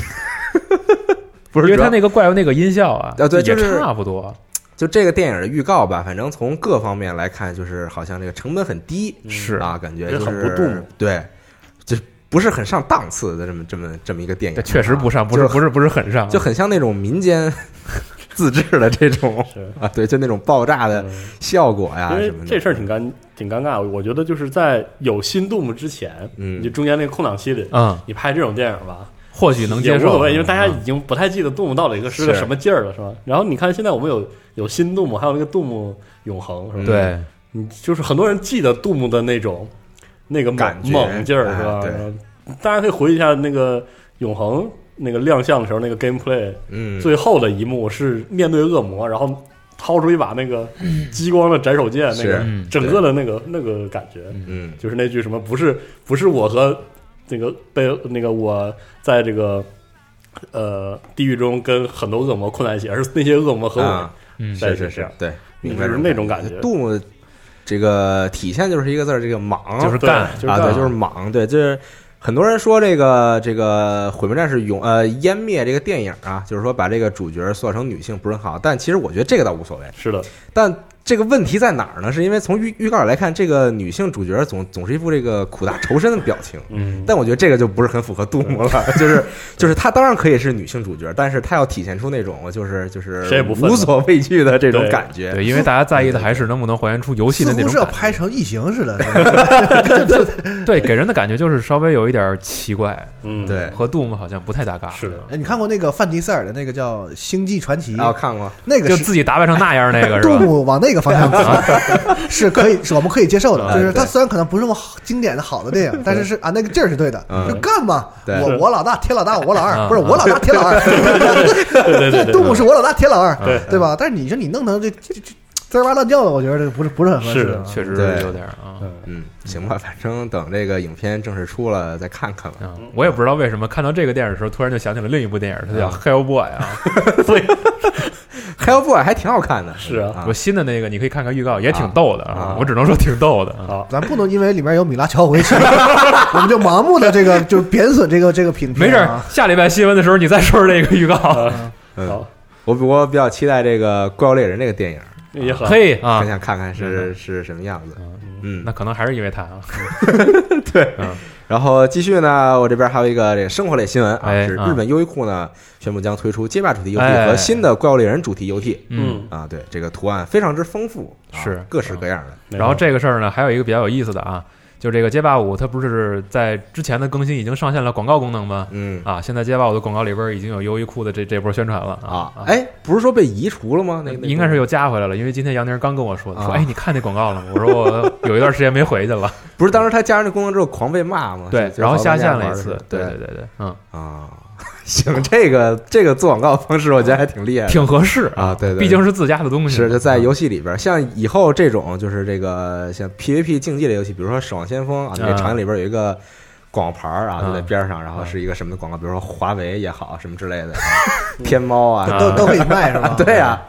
[SPEAKER 1] 不是
[SPEAKER 2] 因为
[SPEAKER 1] 主
[SPEAKER 2] 他
[SPEAKER 1] 要
[SPEAKER 2] 那个怪物那个音效啊，
[SPEAKER 1] 啊对
[SPEAKER 2] 也
[SPEAKER 1] 就是
[SPEAKER 2] 差不多。
[SPEAKER 1] 就这个电影的预告吧，反正从各方面来看，就是好像这个成本很低，
[SPEAKER 2] 是
[SPEAKER 1] 啊，感觉
[SPEAKER 4] 这
[SPEAKER 1] 就
[SPEAKER 4] 很
[SPEAKER 1] 是
[SPEAKER 4] 不动
[SPEAKER 1] 对，就不是很上档次的这么这么这么一个电影
[SPEAKER 2] 这，确实不上，不是
[SPEAKER 1] 就是
[SPEAKER 2] 不是不是很上，啊
[SPEAKER 1] 就很像那种民间自制的这种
[SPEAKER 4] 是
[SPEAKER 1] 啊，对，就那种爆炸的
[SPEAKER 4] 嗯
[SPEAKER 1] 效果呀呃
[SPEAKER 4] 因
[SPEAKER 1] 啊什
[SPEAKER 4] 为
[SPEAKER 1] 么的。
[SPEAKER 4] 这事儿挺尴挺尴尬，我觉得就是在有新动物之前，
[SPEAKER 1] 嗯
[SPEAKER 4] 你就中间那个空档期里，
[SPEAKER 2] 嗯，
[SPEAKER 4] 你拍这种电影吧，
[SPEAKER 2] 或许能接
[SPEAKER 4] 也
[SPEAKER 2] 受，
[SPEAKER 4] 无所谓，因为大家
[SPEAKER 2] 嗯
[SPEAKER 4] 已经不太记得动物到底是个
[SPEAKER 1] 是
[SPEAKER 4] 什么劲儿了，是吧？然后你看现在我们有有新动物，还有那个动物永恒，是吧？
[SPEAKER 2] 嗯对
[SPEAKER 4] 你就是很多人记得杜牧的那种那个
[SPEAKER 1] 感觉
[SPEAKER 4] 猛猛劲儿，
[SPEAKER 1] 哎
[SPEAKER 4] 是吧？
[SPEAKER 1] 对
[SPEAKER 4] 然后大家可以回忆一下那个永恒那个亮相的时候，那个 gameplay
[SPEAKER 1] 嗯，
[SPEAKER 4] 最后的一幕是面对恶魔，然后掏出一把那个激光的斩首剑，那
[SPEAKER 1] 是
[SPEAKER 4] 个
[SPEAKER 2] 嗯
[SPEAKER 4] 整个的那个那个感觉，
[SPEAKER 1] 嗯
[SPEAKER 4] 就是那句什么不是不是我和那个被那个我在这个。呃，地狱中跟很多恶魔困在一起，而是那些恶魔和我
[SPEAKER 1] 啊，
[SPEAKER 2] 嗯
[SPEAKER 4] 在一
[SPEAKER 1] 是
[SPEAKER 4] 起
[SPEAKER 1] 是
[SPEAKER 4] 这
[SPEAKER 1] 是
[SPEAKER 4] 样，
[SPEAKER 1] 对，明白
[SPEAKER 4] 就是那种感觉
[SPEAKER 1] 杜牧这个体现就是一个字儿，这个莽，
[SPEAKER 2] 就是
[SPEAKER 4] 对
[SPEAKER 2] 干
[SPEAKER 4] 就是
[SPEAKER 1] 啊，
[SPEAKER 4] 干
[SPEAKER 1] 对，就是莽，对，就是很多人说这个这个《毁灭战士永呃湮灭》这个电影啊，就是说把这个主角塑造成女性不是很好，但其实我觉得这个倒无所谓。
[SPEAKER 4] 是的，
[SPEAKER 1] 但这个问题在哪儿呢？是因为从预预告来看，这个女性主角总总是一副这个苦大仇深的表情。
[SPEAKER 4] 嗯，
[SPEAKER 1] 但我觉得这个就不是很符合杜牧了，就是就是她当然可以是女性主角，但是她要体现出那种就是就是
[SPEAKER 4] 谁也不愤
[SPEAKER 1] 无
[SPEAKER 4] 怒
[SPEAKER 1] 所畏惧的这种
[SPEAKER 4] 对
[SPEAKER 1] 感觉。
[SPEAKER 2] 对，因为大家在意的还是能不能还原出游戏
[SPEAKER 3] 似
[SPEAKER 2] 的那
[SPEAKER 3] 乎
[SPEAKER 2] 种
[SPEAKER 3] 是要
[SPEAKER 2] 感觉
[SPEAKER 3] 拍成异形似的，是吧
[SPEAKER 2] 对，给人的感觉就是稍微有一点奇怪，
[SPEAKER 4] 嗯，
[SPEAKER 1] 对，
[SPEAKER 2] 和 Doom 好像不太搭嘎。
[SPEAKER 4] 是的，
[SPEAKER 3] 哎，你看过那个范迪塞尔的那个叫《星际传奇
[SPEAKER 1] 然后》？啊看过，
[SPEAKER 3] 那个
[SPEAKER 2] 就是自己打扮成那样，那个是
[SPEAKER 3] 杜
[SPEAKER 2] 吧？
[SPEAKER 3] 牧往那个方向走， 是可以，是我们可以接受的。
[SPEAKER 1] 啊
[SPEAKER 3] 就是它
[SPEAKER 1] 对
[SPEAKER 3] 虽然可能不是那么好经典的好的电影，但是是啊，那个劲儿是对的
[SPEAKER 1] 嗯，
[SPEAKER 3] 就干嘛，
[SPEAKER 1] 对
[SPEAKER 3] 我我老大，铁老大，我老
[SPEAKER 2] 啊
[SPEAKER 3] 二，不是我老大，铁老二，
[SPEAKER 4] 对对对对，
[SPEAKER 3] 杜牧是我老大，铁老二，
[SPEAKER 4] 对
[SPEAKER 3] 对吧？但是你说你弄成这这这这滋儿哇乱叫的，我觉得这个不是不是很合
[SPEAKER 4] 是
[SPEAKER 3] 适
[SPEAKER 4] 的
[SPEAKER 3] 啊。
[SPEAKER 2] 确实
[SPEAKER 1] 对
[SPEAKER 2] 是有点儿啊。
[SPEAKER 4] 嗯，
[SPEAKER 1] 嗯，行吧， 反正等这个影片正式出了再看看吧。
[SPEAKER 2] 啊，我也不知道为什么看到这个电影的时候，突然就想起了另一部电影，它
[SPEAKER 1] 嗯
[SPEAKER 2] 叫《Hellboy》啊，
[SPEAKER 4] 对，
[SPEAKER 1] Hellboy 还挺好看的，嗯
[SPEAKER 4] 是啊
[SPEAKER 2] 我新的那个，你可以看看预告，也挺逗的
[SPEAKER 1] 啊
[SPEAKER 2] 我只能说挺逗的啊。
[SPEAKER 4] 好，
[SPEAKER 3] 咱不能因为里面有米拉乔维奇， 我们就盲目的这个就贬损这个这个品
[SPEAKER 2] 没
[SPEAKER 3] 片
[SPEAKER 2] 事儿
[SPEAKER 3] 啊。，
[SPEAKER 2] 下礼拜新闻的时候你再说说这个预 告。
[SPEAKER 4] 啊，
[SPEAKER 1] 嗯
[SPEAKER 4] 好，
[SPEAKER 1] 我我比较期待这个《怪物猎人》这个电影，
[SPEAKER 4] 也好，
[SPEAKER 2] 可以啊
[SPEAKER 1] 很，想看看是是什么样子。嗯
[SPEAKER 2] 那，可能还是因为他啊。
[SPEAKER 1] 然后继续呢，我这边还有一个这个生活类新闻啊，
[SPEAKER 2] 哎
[SPEAKER 1] 是
[SPEAKER 2] 啊
[SPEAKER 1] 日本优衣库呢宣布将推出街霸主题游戏
[SPEAKER 2] 哎
[SPEAKER 1] 和新的《怪物猎人》主题游戏
[SPEAKER 4] 嗯，
[SPEAKER 1] 啊。对，这个图案非常之丰富，啊
[SPEAKER 2] 是
[SPEAKER 1] 各式各样的。
[SPEAKER 4] 没
[SPEAKER 2] 然后
[SPEAKER 4] 错
[SPEAKER 2] 这个事儿呢，还有一个比较有意思的啊，就这个街霸五，它不是在之前的更新已经上线了广告功能吗？
[SPEAKER 1] 嗯
[SPEAKER 2] 啊，现在街霸五的广告里边已经有优衣库的这这波宣传了
[SPEAKER 1] 啊
[SPEAKER 2] 啊，，
[SPEAKER 1] 哎，不是说被移除了吗？那那
[SPEAKER 2] 应该是又加回来了，因为今天杨宁刚跟我说的，说
[SPEAKER 1] 啊
[SPEAKER 2] 哎，你看那广告了吗？我说 我有一段时间没回去了，
[SPEAKER 1] 不是当时他加上这功能之后狂被骂吗？
[SPEAKER 2] 对，
[SPEAKER 1] 就
[SPEAKER 2] 然后下线了一
[SPEAKER 1] 就好多人玩
[SPEAKER 2] 次
[SPEAKER 1] 儿，
[SPEAKER 2] 对
[SPEAKER 1] 对
[SPEAKER 2] 对对对，嗯，
[SPEAKER 1] 啊。行，这个这个做广告方式，我觉得还挺厉害的，
[SPEAKER 2] 挺合适
[SPEAKER 1] 啊对对对
[SPEAKER 2] 毕竟是自家的东西嘛，
[SPEAKER 1] 是就在
[SPEAKER 2] 啊
[SPEAKER 1] 游戏里边儿，像以后这种就是这个像 PVP 竞技类游戏，比如说《守望先锋》啊，那
[SPEAKER 2] 啊
[SPEAKER 1] 个场景里边儿有一个广告牌儿啊，
[SPEAKER 2] 嗯
[SPEAKER 1] 就在边儿上，然后是一个什么的广告，比如说华为也好，什么之类的，天猫啊，
[SPEAKER 3] 都都可以卖是吧？
[SPEAKER 1] 对啊。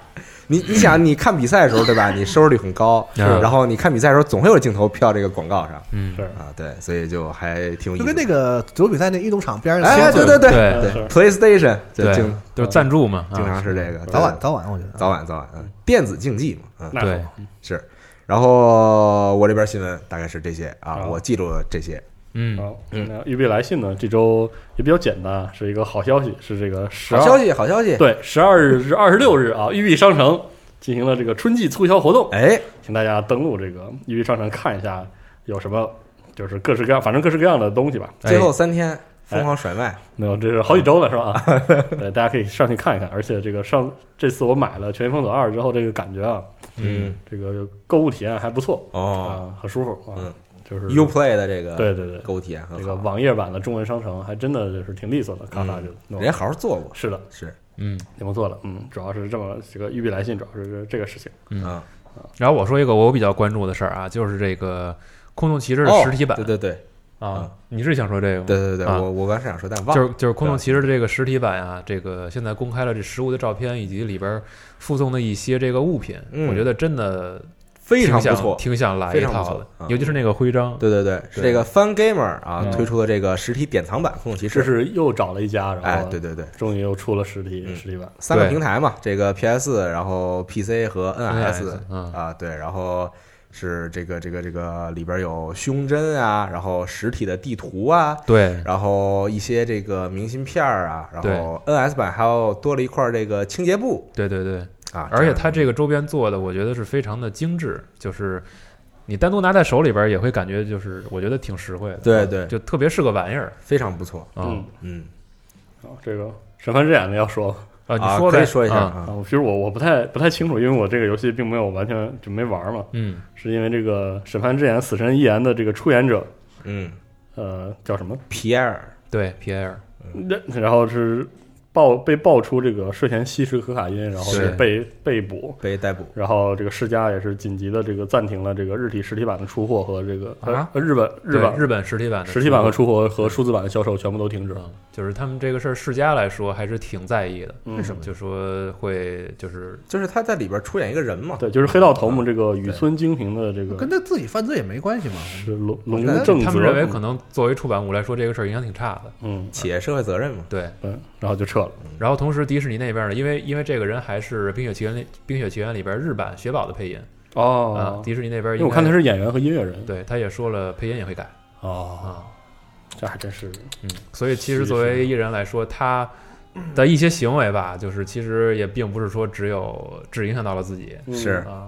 [SPEAKER 1] 你你想，你看比赛的时候，对吧？你收视率很高，
[SPEAKER 2] 是
[SPEAKER 1] 然后你看比赛的时候，总会有镜头飘这个广告上
[SPEAKER 2] 嗯
[SPEAKER 4] 是
[SPEAKER 1] 啊，对，所以就还挺有意思
[SPEAKER 3] 就跟
[SPEAKER 1] 的。
[SPEAKER 3] 那个足球比赛那运动场边上，
[SPEAKER 1] 哎，对对对
[SPEAKER 2] 对
[SPEAKER 4] 是
[SPEAKER 1] PlayStation 就
[SPEAKER 2] 对
[SPEAKER 1] 经，
[SPEAKER 2] 就是赞助嘛，啊
[SPEAKER 1] 经常是这个，
[SPEAKER 3] 早晚
[SPEAKER 1] 对
[SPEAKER 3] 早晚我觉得
[SPEAKER 1] 早晚早晚，嗯电子竞技嘛，嗯，
[SPEAKER 4] 那
[SPEAKER 2] 对
[SPEAKER 4] 好，
[SPEAKER 1] 是。然后我这边新闻大概是这些啊，
[SPEAKER 4] 好
[SPEAKER 1] 我记住了这些。
[SPEAKER 2] 嗯，
[SPEAKER 1] 啊
[SPEAKER 4] 好，那预备来信呢，这周也比较简单，啊是一个好消息，是这个十
[SPEAKER 1] 好
[SPEAKER 4] 二
[SPEAKER 1] 消，息，好消息！，
[SPEAKER 4] 对，十二日至二十六日啊，玉璧商城进行了这个春季促销活动，
[SPEAKER 1] 哎，
[SPEAKER 4] 请大家登录这个
[SPEAKER 2] 哎
[SPEAKER 4] 玉璧商城看一下有什么，就是各式各样，反正各式各样的东西吧。
[SPEAKER 1] 最后三天，疯狂甩卖，
[SPEAKER 4] 没有，这是好几周了，是吧？ 对，大家可以上去看一看。而且这个上这次我买了《全民封锁二》之后，这个感觉啊，
[SPEAKER 1] 嗯，
[SPEAKER 4] 这个购物体验还不错
[SPEAKER 1] 哦
[SPEAKER 4] 啊，很舒服啊
[SPEAKER 1] 嗯，
[SPEAKER 4] 就是
[SPEAKER 1] ，U Play 的这个
[SPEAKER 4] 对对对，
[SPEAKER 1] 购物体验很
[SPEAKER 4] 这个
[SPEAKER 1] 好，
[SPEAKER 4] 网页版的中文商城还真的就是挺利索的，咔咔就
[SPEAKER 1] 人
[SPEAKER 4] 弄了
[SPEAKER 1] 嗯家好好做过，
[SPEAKER 4] 是的，
[SPEAKER 1] 是
[SPEAKER 2] 嗯，
[SPEAKER 4] 挺不错的，嗯，主要是这么这个玉璧来信，主要是这个事情。
[SPEAKER 1] 啊，
[SPEAKER 2] 然后我说一个我比较关注的事儿啊，就是这个《空洞骑士》的
[SPEAKER 1] 哦
[SPEAKER 2] 实体版、
[SPEAKER 1] 对对对
[SPEAKER 2] 啊，你是想说这个吗？
[SPEAKER 1] 对对对，
[SPEAKER 2] 啊
[SPEAKER 1] 我我刚是想说，但忘
[SPEAKER 2] 就
[SPEAKER 1] 了，
[SPEAKER 2] 是就是《空洞骑士》的这个实体版啊，这个现在公开了这实物的照片以及里边附送的一些这个物品，
[SPEAKER 1] 嗯
[SPEAKER 2] 我觉得真的
[SPEAKER 1] 非常
[SPEAKER 2] 挺想
[SPEAKER 1] 不错，
[SPEAKER 2] 挺想来一
[SPEAKER 1] 非常不
[SPEAKER 2] 套
[SPEAKER 1] 错
[SPEAKER 2] 的，
[SPEAKER 1] 啊
[SPEAKER 2] 尤其是那个徽章，
[SPEAKER 1] 对对对，是这个 Fun Gamer 啊
[SPEAKER 2] 嗯
[SPEAKER 1] 推出的这个实体典藏版《空洞骑
[SPEAKER 4] 这
[SPEAKER 1] 士》，
[SPEAKER 4] 是哦又找了一家，然
[SPEAKER 1] 哎，
[SPEAKER 4] 后
[SPEAKER 1] 对对对，
[SPEAKER 4] 终于又出了实体
[SPEAKER 1] 嗯
[SPEAKER 4] 实体版，
[SPEAKER 1] 三个
[SPEAKER 2] 对
[SPEAKER 1] 平台嘛，这个 PS，然后 PC 和 NS，
[SPEAKER 2] NS 嗯
[SPEAKER 1] 啊，对，然后是这个这个这个里边有胸针啊，然后实体的地图啊，
[SPEAKER 2] 对，
[SPEAKER 1] 然后一些这个明信片儿啊，然后 NS 版还有多了一块这个清洁布
[SPEAKER 2] 对对对，
[SPEAKER 1] 啊，
[SPEAKER 2] 而且它
[SPEAKER 1] 它
[SPEAKER 2] 这个周边做的，我觉得是非常的精致，就是你单独拿在手里边也会感觉就是我觉得挺实惠的，
[SPEAKER 1] 对对
[SPEAKER 2] 就特别是个玩意儿
[SPEAKER 1] 非常不错，
[SPEAKER 2] 啊、
[SPEAKER 4] 嗯，
[SPEAKER 1] 嗯
[SPEAKER 4] 啊，这个审判之眼的要说吗
[SPEAKER 2] 啊，
[SPEAKER 1] 啊，
[SPEAKER 2] 你说
[SPEAKER 1] 可
[SPEAKER 2] 呗，
[SPEAKER 1] 以说一下
[SPEAKER 2] 啊，
[SPEAKER 1] 啊，
[SPEAKER 4] 啊，我其实我我不太不太清楚，因为我这个游戏并没有完全就没玩嘛，
[SPEAKER 2] 嗯，
[SPEAKER 4] 是因为这个审判之眼死神一言的这个出演者，
[SPEAKER 1] 嗯，
[SPEAKER 4] 呃，叫什么？
[SPEAKER 1] 皮埃尔，
[SPEAKER 2] 对皮埃尔，
[SPEAKER 1] 嗯
[SPEAKER 4] 那然后是爆被爆出这个涉嫌吸食可卡因，然后
[SPEAKER 2] 是
[SPEAKER 4] 是被被捕，
[SPEAKER 1] 被逮捕，
[SPEAKER 4] 然后这个世嘉也是紧急的这个暂停了这个日体实体版的出货和这个
[SPEAKER 2] 啊
[SPEAKER 4] 呃日本日
[SPEAKER 2] 对
[SPEAKER 4] 本
[SPEAKER 2] 日本实体版的
[SPEAKER 4] 实体版和
[SPEAKER 2] 出
[SPEAKER 4] 出货和数字版的销售全部都停止
[SPEAKER 2] 货，
[SPEAKER 4] 了。
[SPEAKER 2] 嗯就是他们这个事儿世家来说还是挺在意的，
[SPEAKER 4] 为什么？
[SPEAKER 2] 就说会就是
[SPEAKER 1] 就是他在里边出演一个人嘛，啊
[SPEAKER 4] 对，就是黑道头目这个宇村精平的这个
[SPEAKER 3] 跟他自己犯罪也没关系嘛。
[SPEAKER 4] 是龙龙
[SPEAKER 1] 我觉得
[SPEAKER 4] 正
[SPEAKER 2] 他
[SPEAKER 4] 则
[SPEAKER 2] 们认为可能作为出版物来说，这个事儿影响挺差的。
[SPEAKER 4] 嗯
[SPEAKER 1] 企业社会责任嘛，
[SPEAKER 2] 对，
[SPEAKER 4] 嗯，然后就撤了。
[SPEAKER 2] 然后同时迪士尼那边呢，因为因为这个人还是《冰雪奇缘》里《冰雪奇缘》里边日版雪宝的配音啊
[SPEAKER 4] 哦，
[SPEAKER 2] 迪士尼那边
[SPEAKER 4] 因
[SPEAKER 2] 应该
[SPEAKER 4] 为我看他是演员和音乐人。
[SPEAKER 2] 对他也说了配音也会改
[SPEAKER 4] 哦，
[SPEAKER 2] 啊，
[SPEAKER 4] 这还真是
[SPEAKER 2] 嗯，所以其实
[SPEAKER 4] 是是
[SPEAKER 2] 作为艺人来说，他的一些行为吧，就是其实也并不是说只有只影响到了自己
[SPEAKER 4] 嗯
[SPEAKER 1] 是
[SPEAKER 2] 啊，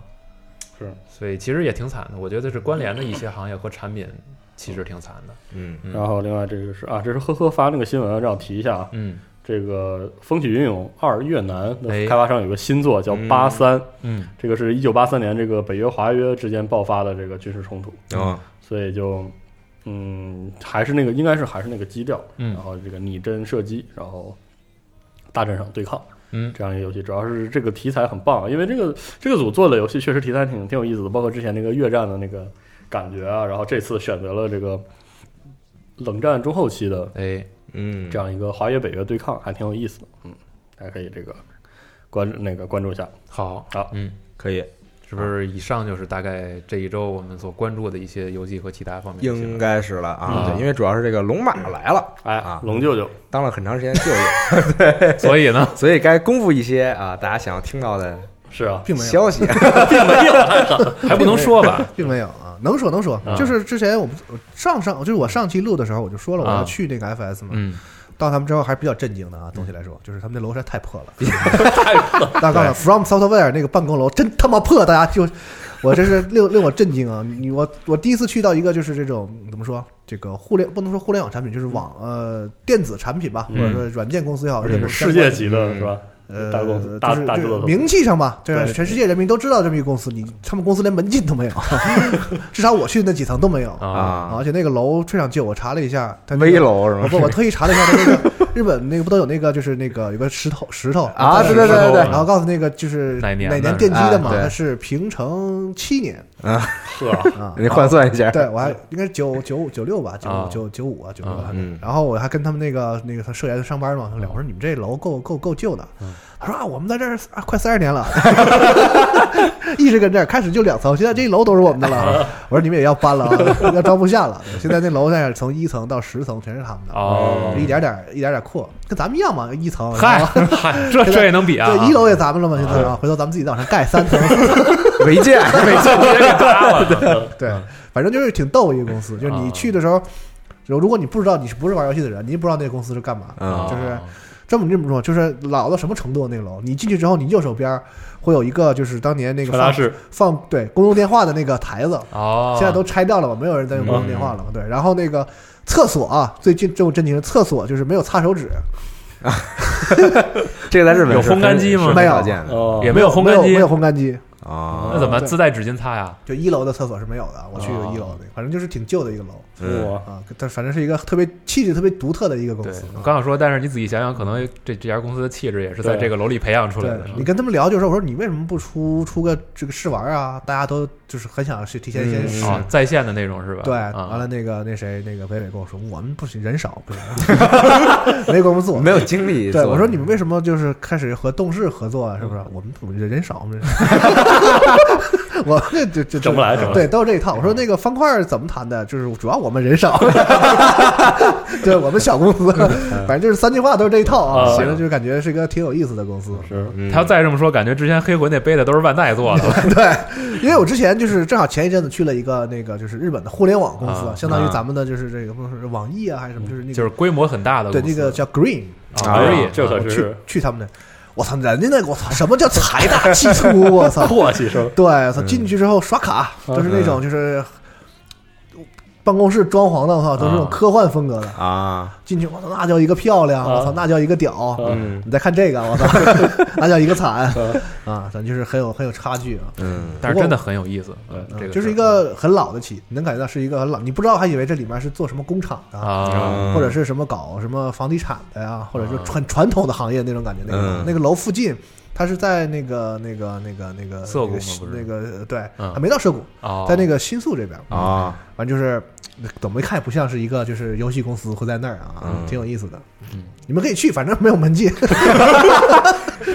[SPEAKER 4] 是，
[SPEAKER 2] 所以其实也挺惨的。我觉得是关联的一些行业和产品其实挺惨的，
[SPEAKER 1] 嗯
[SPEAKER 2] 嗯
[SPEAKER 4] 然后另外这个是啊，这是呵呵发那个新闻，让我提一下啊。
[SPEAKER 2] 嗯
[SPEAKER 4] 这个《风起云涌二：越南》的
[SPEAKER 2] 哎
[SPEAKER 4] 开发商有个新作叫
[SPEAKER 1] 嗯
[SPEAKER 4] 《八三》，
[SPEAKER 2] 嗯，
[SPEAKER 4] 这个是一九八三年这个北约华约之间爆发的这个军事冲突，
[SPEAKER 1] 啊，
[SPEAKER 4] 所以就嗯，还是那个应该是还是那个基调，
[SPEAKER 2] 嗯
[SPEAKER 4] 然后这个拟真射击，然后大战场对抗，
[SPEAKER 2] 嗯
[SPEAKER 4] 这样一个游戏，主要是这个题材很棒，因为这个这个组做的游戏确实题材挺挺有意思的，包括之前那个越战的那个感觉啊，然后这次选择了这个冷战中后期的
[SPEAKER 2] 哎，
[SPEAKER 1] 嗯，
[SPEAKER 4] 这样一个华约北约对抗，还挺有意思的，嗯，大家可以这个关那个关注一下，
[SPEAKER 2] 好，
[SPEAKER 4] 好
[SPEAKER 2] 嗯。
[SPEAKER 1] 可以，
[SPEAKER 2] 是不是以上就是大概这一周我们所关注的一些游戏和其他方面的新
[SPEAKER 1] 应
[SPEAKER 2] 闻？
[SPEAKER 1] 该是了啊，
[SPEAKER 2] 嗯
[SPEAKER 1] 对，因为主要是这个龙马来了，
[SPEAKER 4] 哎，
[SPEAKER 1] 啊
[SPEAKER 4] 龙舅舅，
[SPEAKER 1] 当了很长时间舅舅，
[SPEAKER 2] 所以呢，
[SPEAKER 1] 所以该公布一些啊大家想要听到的
[SPEAKER 4] 是啊，
[SPEAKER 3] 并没有，
[SPEAKER 1] 消息。
[SPEAKER 2] 还不能说吧？
[SPEAKER 3] 并没有啊，能说能说
[SPEAKER 2] 啊，
[SPEAKER 3] 就是之前我不我上上就是我上期录的时候我就说了，我
[SPEAKER 2] 啊
[SPEAKER 3] 要去那个 FS 嘛，
[SPEAKER 2] 嗯，
[SPEAKER 3] 到他们之后还是比较震惊的啊，总体来说，就是他们那楼实在太破了， 大概了 From Software 那个办公楼真他妈破，大家就我真是令令我震惊啊！你我我第一次去到一个就是这种怎么说，这个互联不能说互联网产品，就是网呃电子产品吧，或
[SPEAKER 4] 嗯
[SPEAKER 3] 者说软件公司也好，而且
[SPEAKER 4] 这是世界级的
[SPEAKER 1] 嗯
[SPEAKER 4] 是吧？
[SPEAKER 3] 呃
[SPEAKER 4] 大公司大
[SPEAKER 3] 就是
[SPEAKER 4] 大制
[SPEAKER 3] 就
[SPEAKER 4] 作
[SPEAKER 3] 是
[SPEAKER 4] 公司
[SPEAKER 3] 名气上吧，这
[SPEAKER 4] 对
[SPEAKER 3] 全世界人民都知道这么一个公司，你他们公司连门禁 都没有，至少我去那几层都没有
[SPEAKER 2] 啊，
[SPEAKER 1] 啊，
[SPEAKER 3] 而且那个楼非常旧，我查了一下，它那个
[SPEAKER 1] 危楼是
[SPEAKER 3] 我
[SPEAKER 1] 吗？
[SPEAKER 3] 不，我特意查了一下，它那个日本那个不都有那个就是那个有个石头石头
[SPEAKER 1] 啊对
[SPEAKER 3] 石
[SPEAKER 1] 对
[SPEAKER 3] 头
[SPEAKER 1] 对对
[SPEAKER 3] 然后告诉那个就是
[SPEAKER 2] 哪年的
[SPEAKER 3] 哪年奠基的嘛，
[SPEAKER 1] 啊对。
[SPEAKER 3] 它是平成七年
[SPEAKER 4] 呵，
[SPEAKER 3] 啊
[SPEAKER 1] 你换算 一下，
[SPEAKER 3] 对，我还应该是九九九六吧，九
[SPEAKER 2] 啊
[SPEAKER 3] 九九五啊，九六
[SPEAKER 2] 啊
[SPEAKER 3] 吧
[SPEAKER 1] 嗯。
[SPEAKER 3] 然后我还跟他们那个那个他社员上班嘛，他们聊，我说你们这楼够够够旧的。
[SPEAKER 2] 嗯
[SPEAKER 3] 他说啊，我们在这儿啊快三十年了， 一直跟这儿，开始就两层，现在这一楼都是我们的
[SPEAKER 2] 啊
[SPEAKER 3] 了。我说你们也要搬了 啊，要装不下了。现在那楼在从一层到十层全是他们的。
[SPEAKER 2] 哦，
[SPEAKER 3] 一点点儿一点点儿扩，跟咱们一样嘛，一层。
[SPEAKER 2] 嗨
[SPEAKER 3] 然后
[SPEAKER 2] 嗨，这这也能比啊？
[SPEAKER 3] 对，一楼也咱们了嘛，现在啊，回头咱们自己再往上盖三层。
[SPEAKER 1] 违建，
[SPEAKER 2] 每次直接给 搭了，
[SPEAKER 3] 对，
[SPEAKER 2] 嗯
[SPEAKER 3] 反正就是挺逗一个公司，就是
[SPEAKER 2] 啊
[SPEAKER 3] 你去的时候，如果你不知道你是不是玩游戏的人，你也不知道那个公司是干嘛，
[SPEAKER 1] 嗯
[SPEAKER 2] 啊
[SPEAKER 3] 就是这么这么说，就是老到什么程度那个楼，你进去之后，你右手边会有一个就是当年那个
[SPEAKER 4] 传达
[SPEAKER 3] 放
[SPEAKER 4] 室
[SPEAKER 3] 放对公用电话的那个台子，
[SPEAKER 2] 哦，
[SPEAKER 3] 现在都拆掉了嘛，没有人在用公用电话
[SPEAKER 2] 嗯
[SPEAKER 3] 了嘛。对，然后那个厕所啊，最近这种震惊的厕所就是没有擦手纸，
[SPEAKER 1] 这个在日本
[SPEAKER 2] 有
[SPEAKER 1] 是
[SPEAKER 2] 烘干机吗
[SPEAKER 1] 很是
[SPEAKER 3] 没有
[SPEAKER 1] 很少见的
[SPEAKER 4] 哦，
[SPEAKER 2] 也没有烘
[SPEAKER 3] 没
[SPEAKER 2] 干
[SPEAKER 3] 有没
[SPEAKER 2] 机
[SPEAKER 3] 有，烘干机，
[SPEAKER 1] 啊
[SPEAKER 2] 那怎么自带纸巾擦呀？
[SPEAKER 3] 就一楼的厕所是没有的。我去
[SPEAKER 2] 啊
[SPEAKER 3] 过一楼的，反正就是挺旧的一个楼
[SPEAKER 1] 嗯
[SPEAKER 4] 哇，
[SPEAKER 3] 啊，但反正是一个特别气质特别独特的一个公
[SPEAKER 2] 对
[SPEAKER 3] 司。啊，
[SPEAKER 2] 我刚想说，但是你仔细想想，可能这这家公司的气质也是在
[SPEAKER 4] 对
[SPEAKER 2] 这个楼里培养出来的
[SPEAKER 3] 对。你跟他们聊，就是说我说你为什么不出出个这个试玩啊？大家都就是很想去提前先试。
[SPEAKER 2] 啊，在线的那种是吧？
[SPEAKER 3] 对，完
[SPEAKER 2] 啊
[SPEAKER 3] 了，那个那谁那个伟伟跟我说，我们不行，人少不行， 没工夫做。
[SPEAKER 1] 哦没有精力做。
[SPEAKER 3] 对，我说你们为什么就是开始和动视合作啊？是不是？我们我们人人少，我们人少我这这这
[SPEAKER 4] 整不来整不来
[SPEAKER 3] 对，都是这一套。我说那个方块怎么谈的？就是主要我们人少，对我们小公司，反正就是三句话都是这一套啊。
[SPEAKER 4] 啊
[SPEAKER 3] 反正就是感觉是一个挺有意思的公司。
[SPEAKER 4] 是
[SPEAKER 1] 嗯
[SPEAKER 2] 他要再这么说，感觉之前黑魂那杯子都是万代做 的。
[SPEAKER 3] 对，因为我之前就是正好前一阵子去了一个那个就是日本的互联网公司，
[SPEAKER 2] 啊嗯
[SPEAKER 3] 相当于咱们的就是这个不是网易啊还是什么，就是那个
[SPEAKER 2] 就是规模很大的
[SPEAKER 3] 对
[SPEAKER 2] 公司，
[SPEAKER 3] 那个叫 Green
[SPEAKER 2] 啊
[SPEAKER 4] 哎呀
[SPEAKER 2] 可以
[SPEAKER 4] 这
[SPEAKER 3] 我
[SPEAKER 4] 可
[SPEAKER 3] 去
[SPEAKER 4] 是
[SPEAKER 3] 去他们那，我操，人家那个我操，什么叫财大气粗？我操，
[SPEAKER 4] 阔气 声，
[SPEAKER 3] 对，
[SPEAKER 2] 嗯
[SPEAKER 3] 操，进去之后刷
[SPEAKER 2] 啊
[SPEAKER 3] 卡都是那种就是办公室装潢的，我操，都是那种
[SPEAKER 2] 啊
[SPEAKER 3] 科幻风格的。
[SPEAKER 1] 啊，
[SPEAKER 3] 进去，我操，那叫一个漂亮，
[SPEAKER 4] 啊
[SPEAKER 3] 我操，那叫一个屌。
[SPEAKER 2] 啊
[SPEAKER 1] 嗯
[SPEAKER 3] 你再看这个，我操， 那叫一个惨
[SPEAKER 4] 嗯
[SPEAKER 3] 啊！咱就是很有很有差距啊，
[SPEAKER 1] 嗯
[SPEAKER 2] 但是真的很有意思。
[SPEAKER 4] 嗯
[SPEAKER 2] 嗯这个
[SPEAKER 3] 就是一个很老的企，你能感觉到是一个很老，你不知道还以为这里面是做什么工厂的，
[SPEAKER 2] 啊，
[SPEAKER 3] 或者是什么搞什么房地产的呀，或者是传传统的行业那种感觉。那个
[SPEAKER 1] 嗯
[SPEAKER 3] 那个楼附近，它是在那个那个那个那个
[SPEAKER 2] 涩谷
[SPEAKER 3] 那个
[SPEAKER 2] 吗不是
[SPEAKER 3] 那个对，
[SPEAKER 2] 嗯
[SPEAKER 3] 还没到涩谷，
[SPEAKER 2] 哦，
[SPEAKER 3] 在那个新宿这边。
[SPEAKER 1] 啊，
[SPEAKER 3] 反正就是怎么一看也不像是一个就是游戏公司会在那儿啊
[SPEAKER 1] 嗯，
[SPEAKER 3] 挺有意思的
[SPEAKER 2] 嗯。
[SPEAKER 3] 你们可以去，反正没有门禁。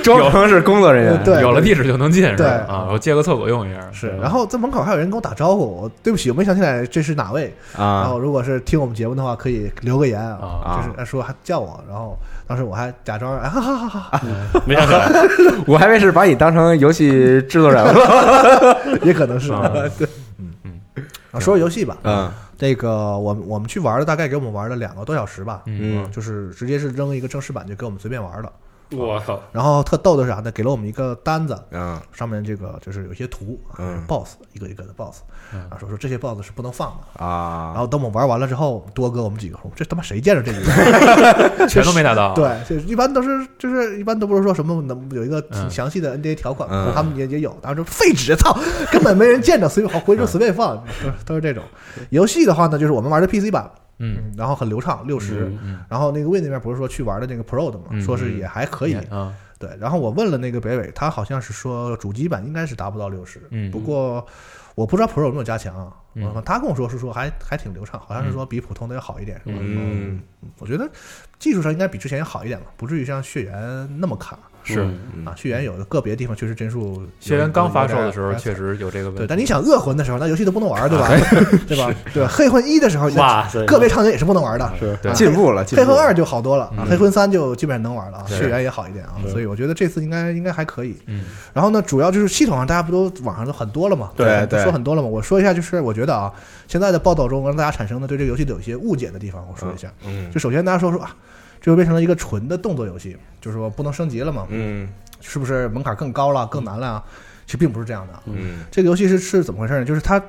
[SPEAKER 1] 装成是工作人员，
[SPEAKER 3] 对
[SPEAKER 2] 有了地址就能进是吧
[SPEAKER 3] 对？
[SPEAKER 2] 啊，我借个厕所用一下。
[SPEAKER 3] 是，
[SPEAKER 4] 嗯
[SPEAKER 3] 然后在门口还有人跟我打招呼，我对不起，我没想起来这是哪位。然
[SPEAKER 1] 啊
[SPEAKER 3] 后如果是听我们节目的话，可以留个言
[SPEAKER 2] 啊
[SPEAKER 3] 就是呃他说还叫我，然后当时我还假装啊，哈哈哈哈，
[SPEAKER 4] 没想起来，
[SPEAKER 1] 我还以为是把你当成游戏制作人 了。
[SPEAKER 3] 也可能是
[SPEAKER 2] 啊
[SPEAKER 3] 对，嗯嗯。啊，说说游戏吧，
[SPEAKER 1] 嗯
[SPEAKER 3] 这个我们我们去玩了，大概给我们玩了两个多小时吧，
[SPEAKER 1] 嗯
[SPEAKER 3] 就是直接是扔一个正式版就给我们随便玩了。
[SPEAKER 4] 我靠，
[SPEAKER 3] 然后特逗的是啥啊呢？给了我们一个单子，
[SPEAKER 1] 嗯
[SPEAKER 3] 上面这个就是有一些图啊、
[SPEAKER 1] 嗯
[SPEAKER 3] 是，boss 一个一个的 boss，然后说说这些 boss 是不能放的。然
[SPEAKER 1] 啊，
[SPEAKER 3] 后等我们玩完了之后，多哥我们几个说，这他妈谁见着这一个？
[SPEAKER 2] 全都没拿到。
[SPEAKER 3] 对，这一般都是就是一般都不是说什么能有一个挺
[SPEAKER 2] 嗯
[SPEAKER 3] 详细的 NDA 条款，
[SPEAKER 1] 嗯
[SPEAKER 3] 他们也也有，当时废纸，操，根本没人见着，随便回
[SPEAKER 2] 嗯
[SPEAKER 3] 头随便放，都是都是这种。游戏的话呢，就是我们玩的 PC 版，
[SPEAKER 2] 嗯，
[SPEAKER 3] 然后很流畅，六十、
[SPEAKER 4] 嗯
[SPEAKER 2] 嗯
[SPEAKER 3] 然后那个 Win 那边不是说去玩的那个 Pro 的嘛，
[SPEAKER 2] 嗯
[SPEAKER 3] 说是也还可
[SPEAKER 2] 可
[SPEAKER 3] 以，
[SPEAKER 2] 啊，
[SPEAKER 3] 对，然后我问了那个北伟，他好像是说主机版应该是达不到六十，
[SPEAKER 2] 嗯
[SPEAKER 3] 不过我不知道 Pro 有没有加强啊。
[SPEAKER 2] 嗯
[SPEAKER 3] 我他跟我说是说还还挺流畅，好像是说比普通的要好一点，是吧？
[SPEAKER 1] 嗯
[SPEAKER 3] 我觉得技术上应该比之前要好一点吧，不至于像血缘那么卡
[SPEAKER 2] 是
[SPEAKER 1] 嗯
[SPEAKER 3] 啊。血缘有的个别地方确实帧数有，
[SPEAKER 2] 血缘刚发售的时
[SPEAKER 3] 有
[SPEAKER 2] 候
[SPEAKER 3] 点哎
[SPEAKER 2] 确。实啊有这个问题。
[SPEAKER 3] 对，但你想恶魂的时候，那游戏都不能玩，对吧？ 对吧？对，黑魂一的时候，
[SPEAKER 4] 哇塞，
[SPEAKER 3] 个别场景也是不能玩的，
[SPEAKER 4] 是
[SPEAKER 2] 对
[SPEAKER 1] 嗯进步了，进
[SPEAKER 3] 黑
[SPEAKER 1] 步
[SPEAKER 3] 魂
[SPEAKER 1] 了
[SPEAKER 3] 二就好多了，
[SPEAKER 2] 嗯
[SPEAKER 3] 黑魂三就基本上能玩了啊，
[SPEAKER 2] 对
[SPEAKER 3] 血缘也好一点啊，
[SPEAKER 4] 对
[SPEAKER 3] 所以我觉得这次应该应该还可以。
[SPEAKER 2] 嗯
[SPEAKER 3] 然后呢，主要就是系统上大家不都网上都很多了嘛，
[SPEAKER 1] 对
[SPEAKER 3] 都
[SPEAKER 1] 对
[SPEAKER 3] 说很多了嘛。我说一下，就是我觉得啊，现在的报道中让大家产生的对这个游戏的有一些误解的地方，我说一下。
[SPEAKER 1] 嗯
[SPEAKER 3] 就首先大家说说啊，这就变成了一个纯的动作游戏，就是说不能升级了嘛，
[SPEAKER 1] 嗯
[SPEAKER 3] 是不是门槛更高了、更难了啊？其实并不是这样的啊，
[SPEAKER 1] 嗯
[SPEAKER 3] 这个游戏是是怎么回事呢？就是它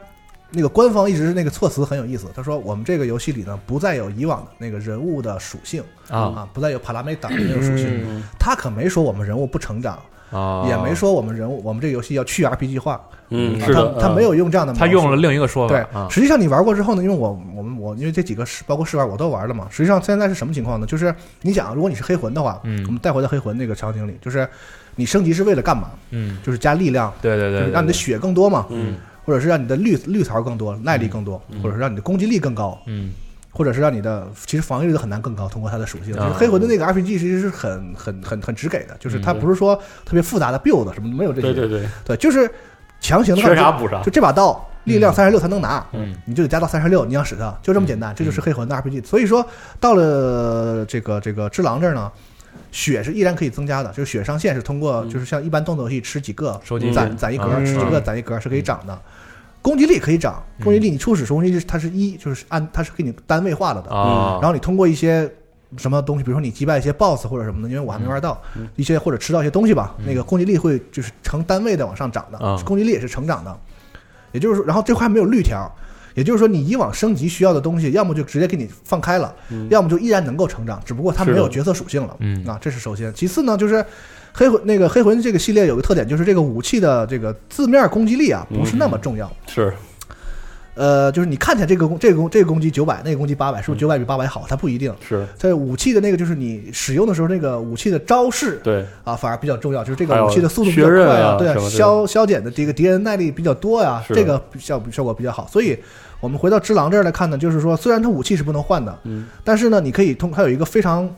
[SPEAKER 3] 那个官方一直是那个措辞很有意思，他说我们这个游戏里呢不再有以往的那个人物的属性
[SPEAKER 2] 啊
[SPEAKER 3] 不再有帕拉梅达的那种属性。
[SPEAKER 1] 嗯
[SPEAKER 3] 他可没说我们人物不成长，
[SPEAKER 2] 啊，
[SPEAKER 3] 也没说我们人物我们这个游戏要去 RPG 化，
[SPEAKER 4] 嗯，
[SPEAKER 3] 啊
[SPEAKER 4] 是的，
[SPEAKER 3] 他他没
[SPEAKER 4] 有
[SPEAKER 3] 有用这样的描述，
[SPEAKER 2] 他用了另一个说法
[SPEAKER 3] 对，
[SPEAKER 2] 啊，
[SPEAKER 3] 实际上你玩过之后呢，因为我我们我因为这几个试包括试玩我都玩了嘛，实际上现在是什么情况呢？就是你想，如果你是黑魂的话，
[SPEAKER 2] 嗯
[SPEAKER 3] 我们带回到黑魂那个场景里，就是你升级是为了干嘛？
[SPEAKER 2] 嗯，
[SPEAKER 3] 就是加力量，
[SPEAKER 2] 对对对
[SPEAKER 3] 就是
[SPEAKER 2] 对，
[SPEAKER 3] 让你的血更多嘛，
[SPEAKER 4] 嗯
[SPEAKER 3] 或者是让你的绿绿槽更多，耐力更多，或者是让你的攻击力更高，
[SPEAKER 2] 嗯
[SPEAKER 3] 或者是让你的其实防御力都很难更高，通过它的属性。就
[SPEAKER 2] 啊
[SPEAKER 3] 是黑魂的那个 RPG 其实是很很很很直给的，就是它
[SPEAKER 4] 嗯
[SPEAKER 3] 不是说特别复杂的 build 什么的没有这些，
[SPEAKER 4] 对对对，
[SPEAKER 3] 对就是强行的
[SPEAKER 4] 缺啥补啥
[SPEAKER 3] 就这把刀力量三十六才能拿，
[SPEAKER 2] 嗯
[SPEAKER 3] 你就得加到三十六，你要使它，就这么简单，这就是黑魂的 RPG。所以说到了这个这个只狼这儿呢。血是依然可以增加的，就是血上限是通过，
[SPEAKER 4] 嗯
[SPEAKER 3] 就是像一般动作游戏吃几个
[SPEAKER 2] 收集
[SPEAKER 3] 攒
[SPEAKER 4] 点
[SPEAKER 3] 攒一格，
[SPEAKER 1] 嗯
[SPEAKER 3] 吃几个攒一格是可以涨的。攻击力可以涨，攻击力你初始攻击力是它是一，就是按它是给你单位化了的，
[SPEAKER 2] 啊，
[SPEAKER 3] 然后你通过一些什么东西，比如说你击败一些 BOSS 或者什么的，因为我还没玩到
[SPEAKER 4] 嗯嗯
[SPEAKER 3] 一些或者吃到一些东西吧，
[SPEAKER 2] 嗯
[SPEAKER 3] 那个攻击力会就是成单位的往上涨的
[SPEAKER 2] 啊，
[SPEAKER 3] 攻击力也是成长的。也就是说，然后这块没有绿条，也就是说你以往升级需要的东西，要么就直接给你放开了，
[SPEAKER 4] 嗯
[SPEAKER 3] 要么就依然能够成长，只不过它没
[SPEAKER 4] 是
[SPEAKER 3] 有
[SPEAKER 4] 的
[SPEAKER 3] 角色属性了。
[SPEAKER 2] 嗯
[SPEAKER 3] 啊，这是首先。其次呢，就是黑魂那个黑魂这个系列有个特点，就是这个武器的这个字面攻击力啊不是那么重要。
[SPEAKER 4] 是
[SPEAKER 3] 呃，就是你看起来这个攻这个攻这个攻击九百，那个攻击八百，是不是九百比八百好？它不一定。
[SPEAKER 4] 是，
[SPEAKER 3] 在武器的那个，就是你使用的时候，那个武器的招式
[SPEAKER 4] 对，
[SPEAKER 3] 啊，反而比较重要，就是这
[SPEAKER 4] 还
[SPEAKER 3] 个
[SPEAKER 4] 有
[SPEAKER 3] 武器的速度比较
[SPEAKER 4] 确认
[SPEAKER 3] 快
[SPEAKER 4] 啊
[SPEAKER 3] 对啊
[SPEAKER 4] 什，么之类的
[SPEAKER 3] 消消减的这个敌人耐力比较多呀、
[SPEAKER 4] 是的
[SPEAKER 3] 这个效效果比较好。所以，我们回到只狼这儿来看呢，就是说，虽然它武器是不能换的，
[SPEAKER 4] 嗯，
[SPEAKER 3] 但是呢，你可以通，它有一个非常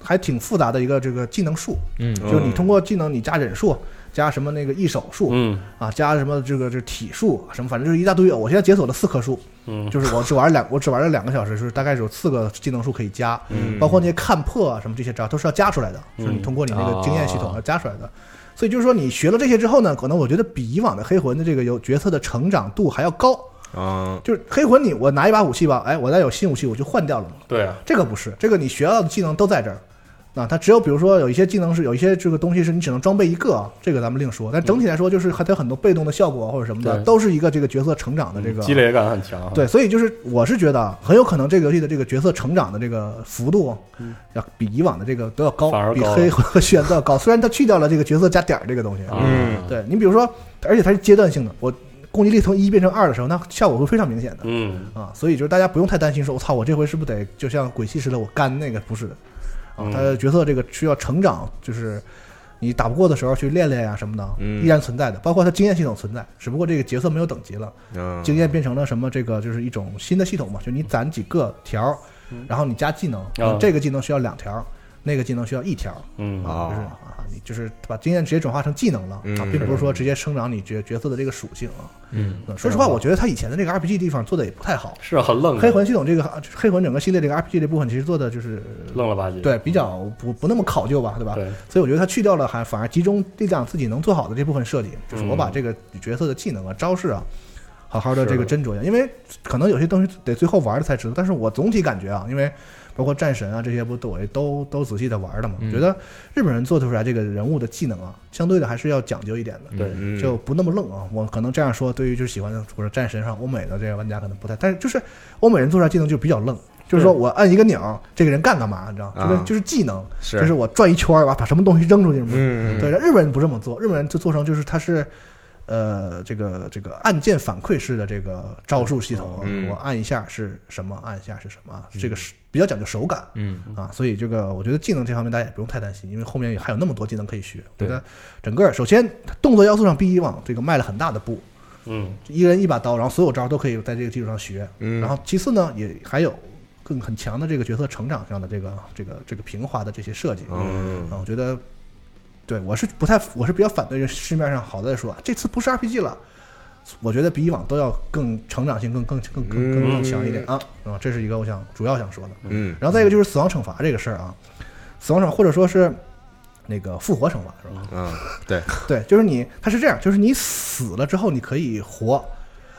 [SPEAKER 3] 还挺复杂的一个这个技能树，
[SPEAKER 2] 嗯
[SPEAKER 1] 嗯
[SPEAKER 3] 就是你通过技能，你加忍术，加什么那个异手术，
[SPEAKER 4] 嗯
[SPEAKER 3] 啊，加什么这个这体术什么，反正就是一大堆。我现在解锁了四棵树，
[SPEAKER 4] 嗯，
[SPEAKER 3] 就是我只玩了两，我只玩了两个小时，就是大概是有四个技能树可以加，
[SPEAKER 1] 嗯
[SPEAKER 3] 包括那些看破啊什么这些招都是要加出来的，
[SPEAKER 4] 嗯啊
[SPEAKER 3] 就是你通过你那个经验系统要加出来的。所以就是说，你学了这些之后呢，可能我觉得比以往的黑魂的这个有角色的成长度还要高。
[SPEAKER 1] 嗯，
[SPEAKER 3] 就是黑魂，你我拿一把武器吧，哎，我再有新武器我就换掉了嘛。
[SPEAKER 4] 对啊，
[SPEAKER 3] 这个不是，这个你学到的技能都在这儿。那它只有比如说有一些技能是有一些这个东西是你只能装备一个啊，这个咱们另说。但整体来说，就是还它有很多被动的效果啊或者什么的，
[SPEAKER 4] 对
[SPEAKER 3] 都是一个这个角色成长的这个
[SPEAKER 4] 积累感很强啊，
[SPEAKER 3] 对，所以就是我是觉得啊很有可能这个游戏的这个角色成长的这个幅度啊
[SPEAKER 4] 嗯，
[SPEAKER 3] 要比以往的这个都要高，
[SPEAKER 4] 反而
[SPEAKER 3] 比
[SPEAKER 4] 高了
[SPEAKER 3] 黑魂和玄都要高。虽然它去掉了这个角色加点儿这个东西，
[SPEAKER 4] 啊，
[SPEAKER 1] 嗯
[SPEAKER 3] 对你比如说，而且它是阶段性的，我攻击力从一变成二的时候，那效果会非常明显的。
[SPEAKER 4] 嗯，
[SPEAKER 3] 啊，所以就是大家不用太担心说，我操，我这回是不是得就像鬼泣似的我干那个？不是的，啊，
[SPEAKER 4] 嗯
[SPEAKER 3] 他的角色这个需要成长，就是你打不过的时候去练练呀、什么的，
[SPEAKER 1] 嗯
[SPEAKER 3] 依然存在的，包括他经验系统存在，只不过这个角色没有等级了，
[SPEAKER 1] 嗯
[SPEAKER 3] 经验变成了什么？这个就是一种新的系统嘛，就你攒几个条儿，然后你加技能，
[SPEAKER 4] 啊
[SPEAKER 3] 这个技能需要两条儿，那个技能需要一条儿，
[SPEAKER 4] 嗯
[SPEAKER 1] 啊
[SPEAKER 3] 就是啊，你就是把经验直接转化成技能了
[SPEAKER 1] 嗯
[SPEAKER 3] 啊，并不是说直接生长你角角色的这个属性啊。
[SPEAKER 2] 嗯
[SPEAKER 3] 嗯说实话，我觉得他以前的这个 RPG 地方做的也不太好。
[SPEAKER 4] 是很愣的，
[SPEAKER 3] 黑魂系统这个黑魂整个系列这个 RPG 这部分其实做的就是
[SPEAKER 4] 愣了吧唧，
[SPEAKER 3] 对比较不不那么考究吧，对吧？
[SPEAKER 4] 对，
[SPEAKER 3] 所以我觉得它去掉了还反而集中力量自己能做好的这部分设计，就是我把
[SPEAKER 4] 嗯
[SPEAKER 3] 这个角色的技能啊、招式啊，好好的
[SPEAKER 4] 是
[SPEAKER 3] 这个
[SPEAKER 4] 的
[SPEAKER 3] 斟酌一下，因为可能有些东西得最后玩了才知道。但是我总体感觉啊，因为包括战神啊这些不都我也都都仔细的玩了嘛，
[SPEAKER 2] 嗯
[SPEAKER 3] 觉得日本人做出来这个人物的技能啊，相对的还是要讲究一点的。
[SPEAKER 4] 对
[SPEAKER 1] 嗯
[SPEAKER 3] 就不那么愣啊。我可能这样说，对于就是喜欢或者战神上欧美的这些玩家可能不太，但是就是欧美人做出来技能就比较愣，就是说我按一个钮，这个人干干嘛，你知道？
[SPEAKER 1] 啊
[SPEAKER 3] 就是就是技能，
[SPEAKER 1] 是
[SPEAKER 3] 就是我转一圈儿，把把什么东西扔出去什么。
[SPEAKER 1] 嗯
[SPEAKER 3] 对，日本人不这么做，日本人就做成就是他是。呃，这个这个按键反馈式的这个招数系统，
[SPEAKER 1] 嗯
[SPEAKER 3] 我按一下是什么，按一下是什么，啊这个是比较讲究手感。
[SPEAKER 2] 嗯
[SPEAKER 3] 啊，所以这个我觉得技能这方面大家也不用太担心，因为后面也还有那么多技能可以学。我
[SPEAKER 2] 对
[SPEAKER 3] 觉得整个首先动作要素上比以往这个迈了很大的步，
[SPEAKER 4] 嗯
[SPEAKER 3] 一人一把刀，然后所有招都可以在这个基础上学。
[SPEAKER 1] 嗯
[SPEAKER 3] 然后其次呢，也还有更很强的这个角色成长上的这个这个这个平滑的这些设计。
[SPEAKER 1] 嗯
[SPEAKER 3] 啊，我觉得，对我是不太，我是比较反对市面上好多人说啊这次不是 RPG 了。我觉得比以往都要更成长性更更更更更更强一点啊！啊，这是一个我想主要想说的。
[SPEAKER 1] 嗯
[SPEAKER 3] 然后再一个就是死亡惩罚这个事儿啊，死亡惩罚或者说是那个复活惩罚是吧？
[SPEAKER 1] 嗯，对，
[SPEAKER 3] 对，就是你，它是这样，就是你死了之后你可以活，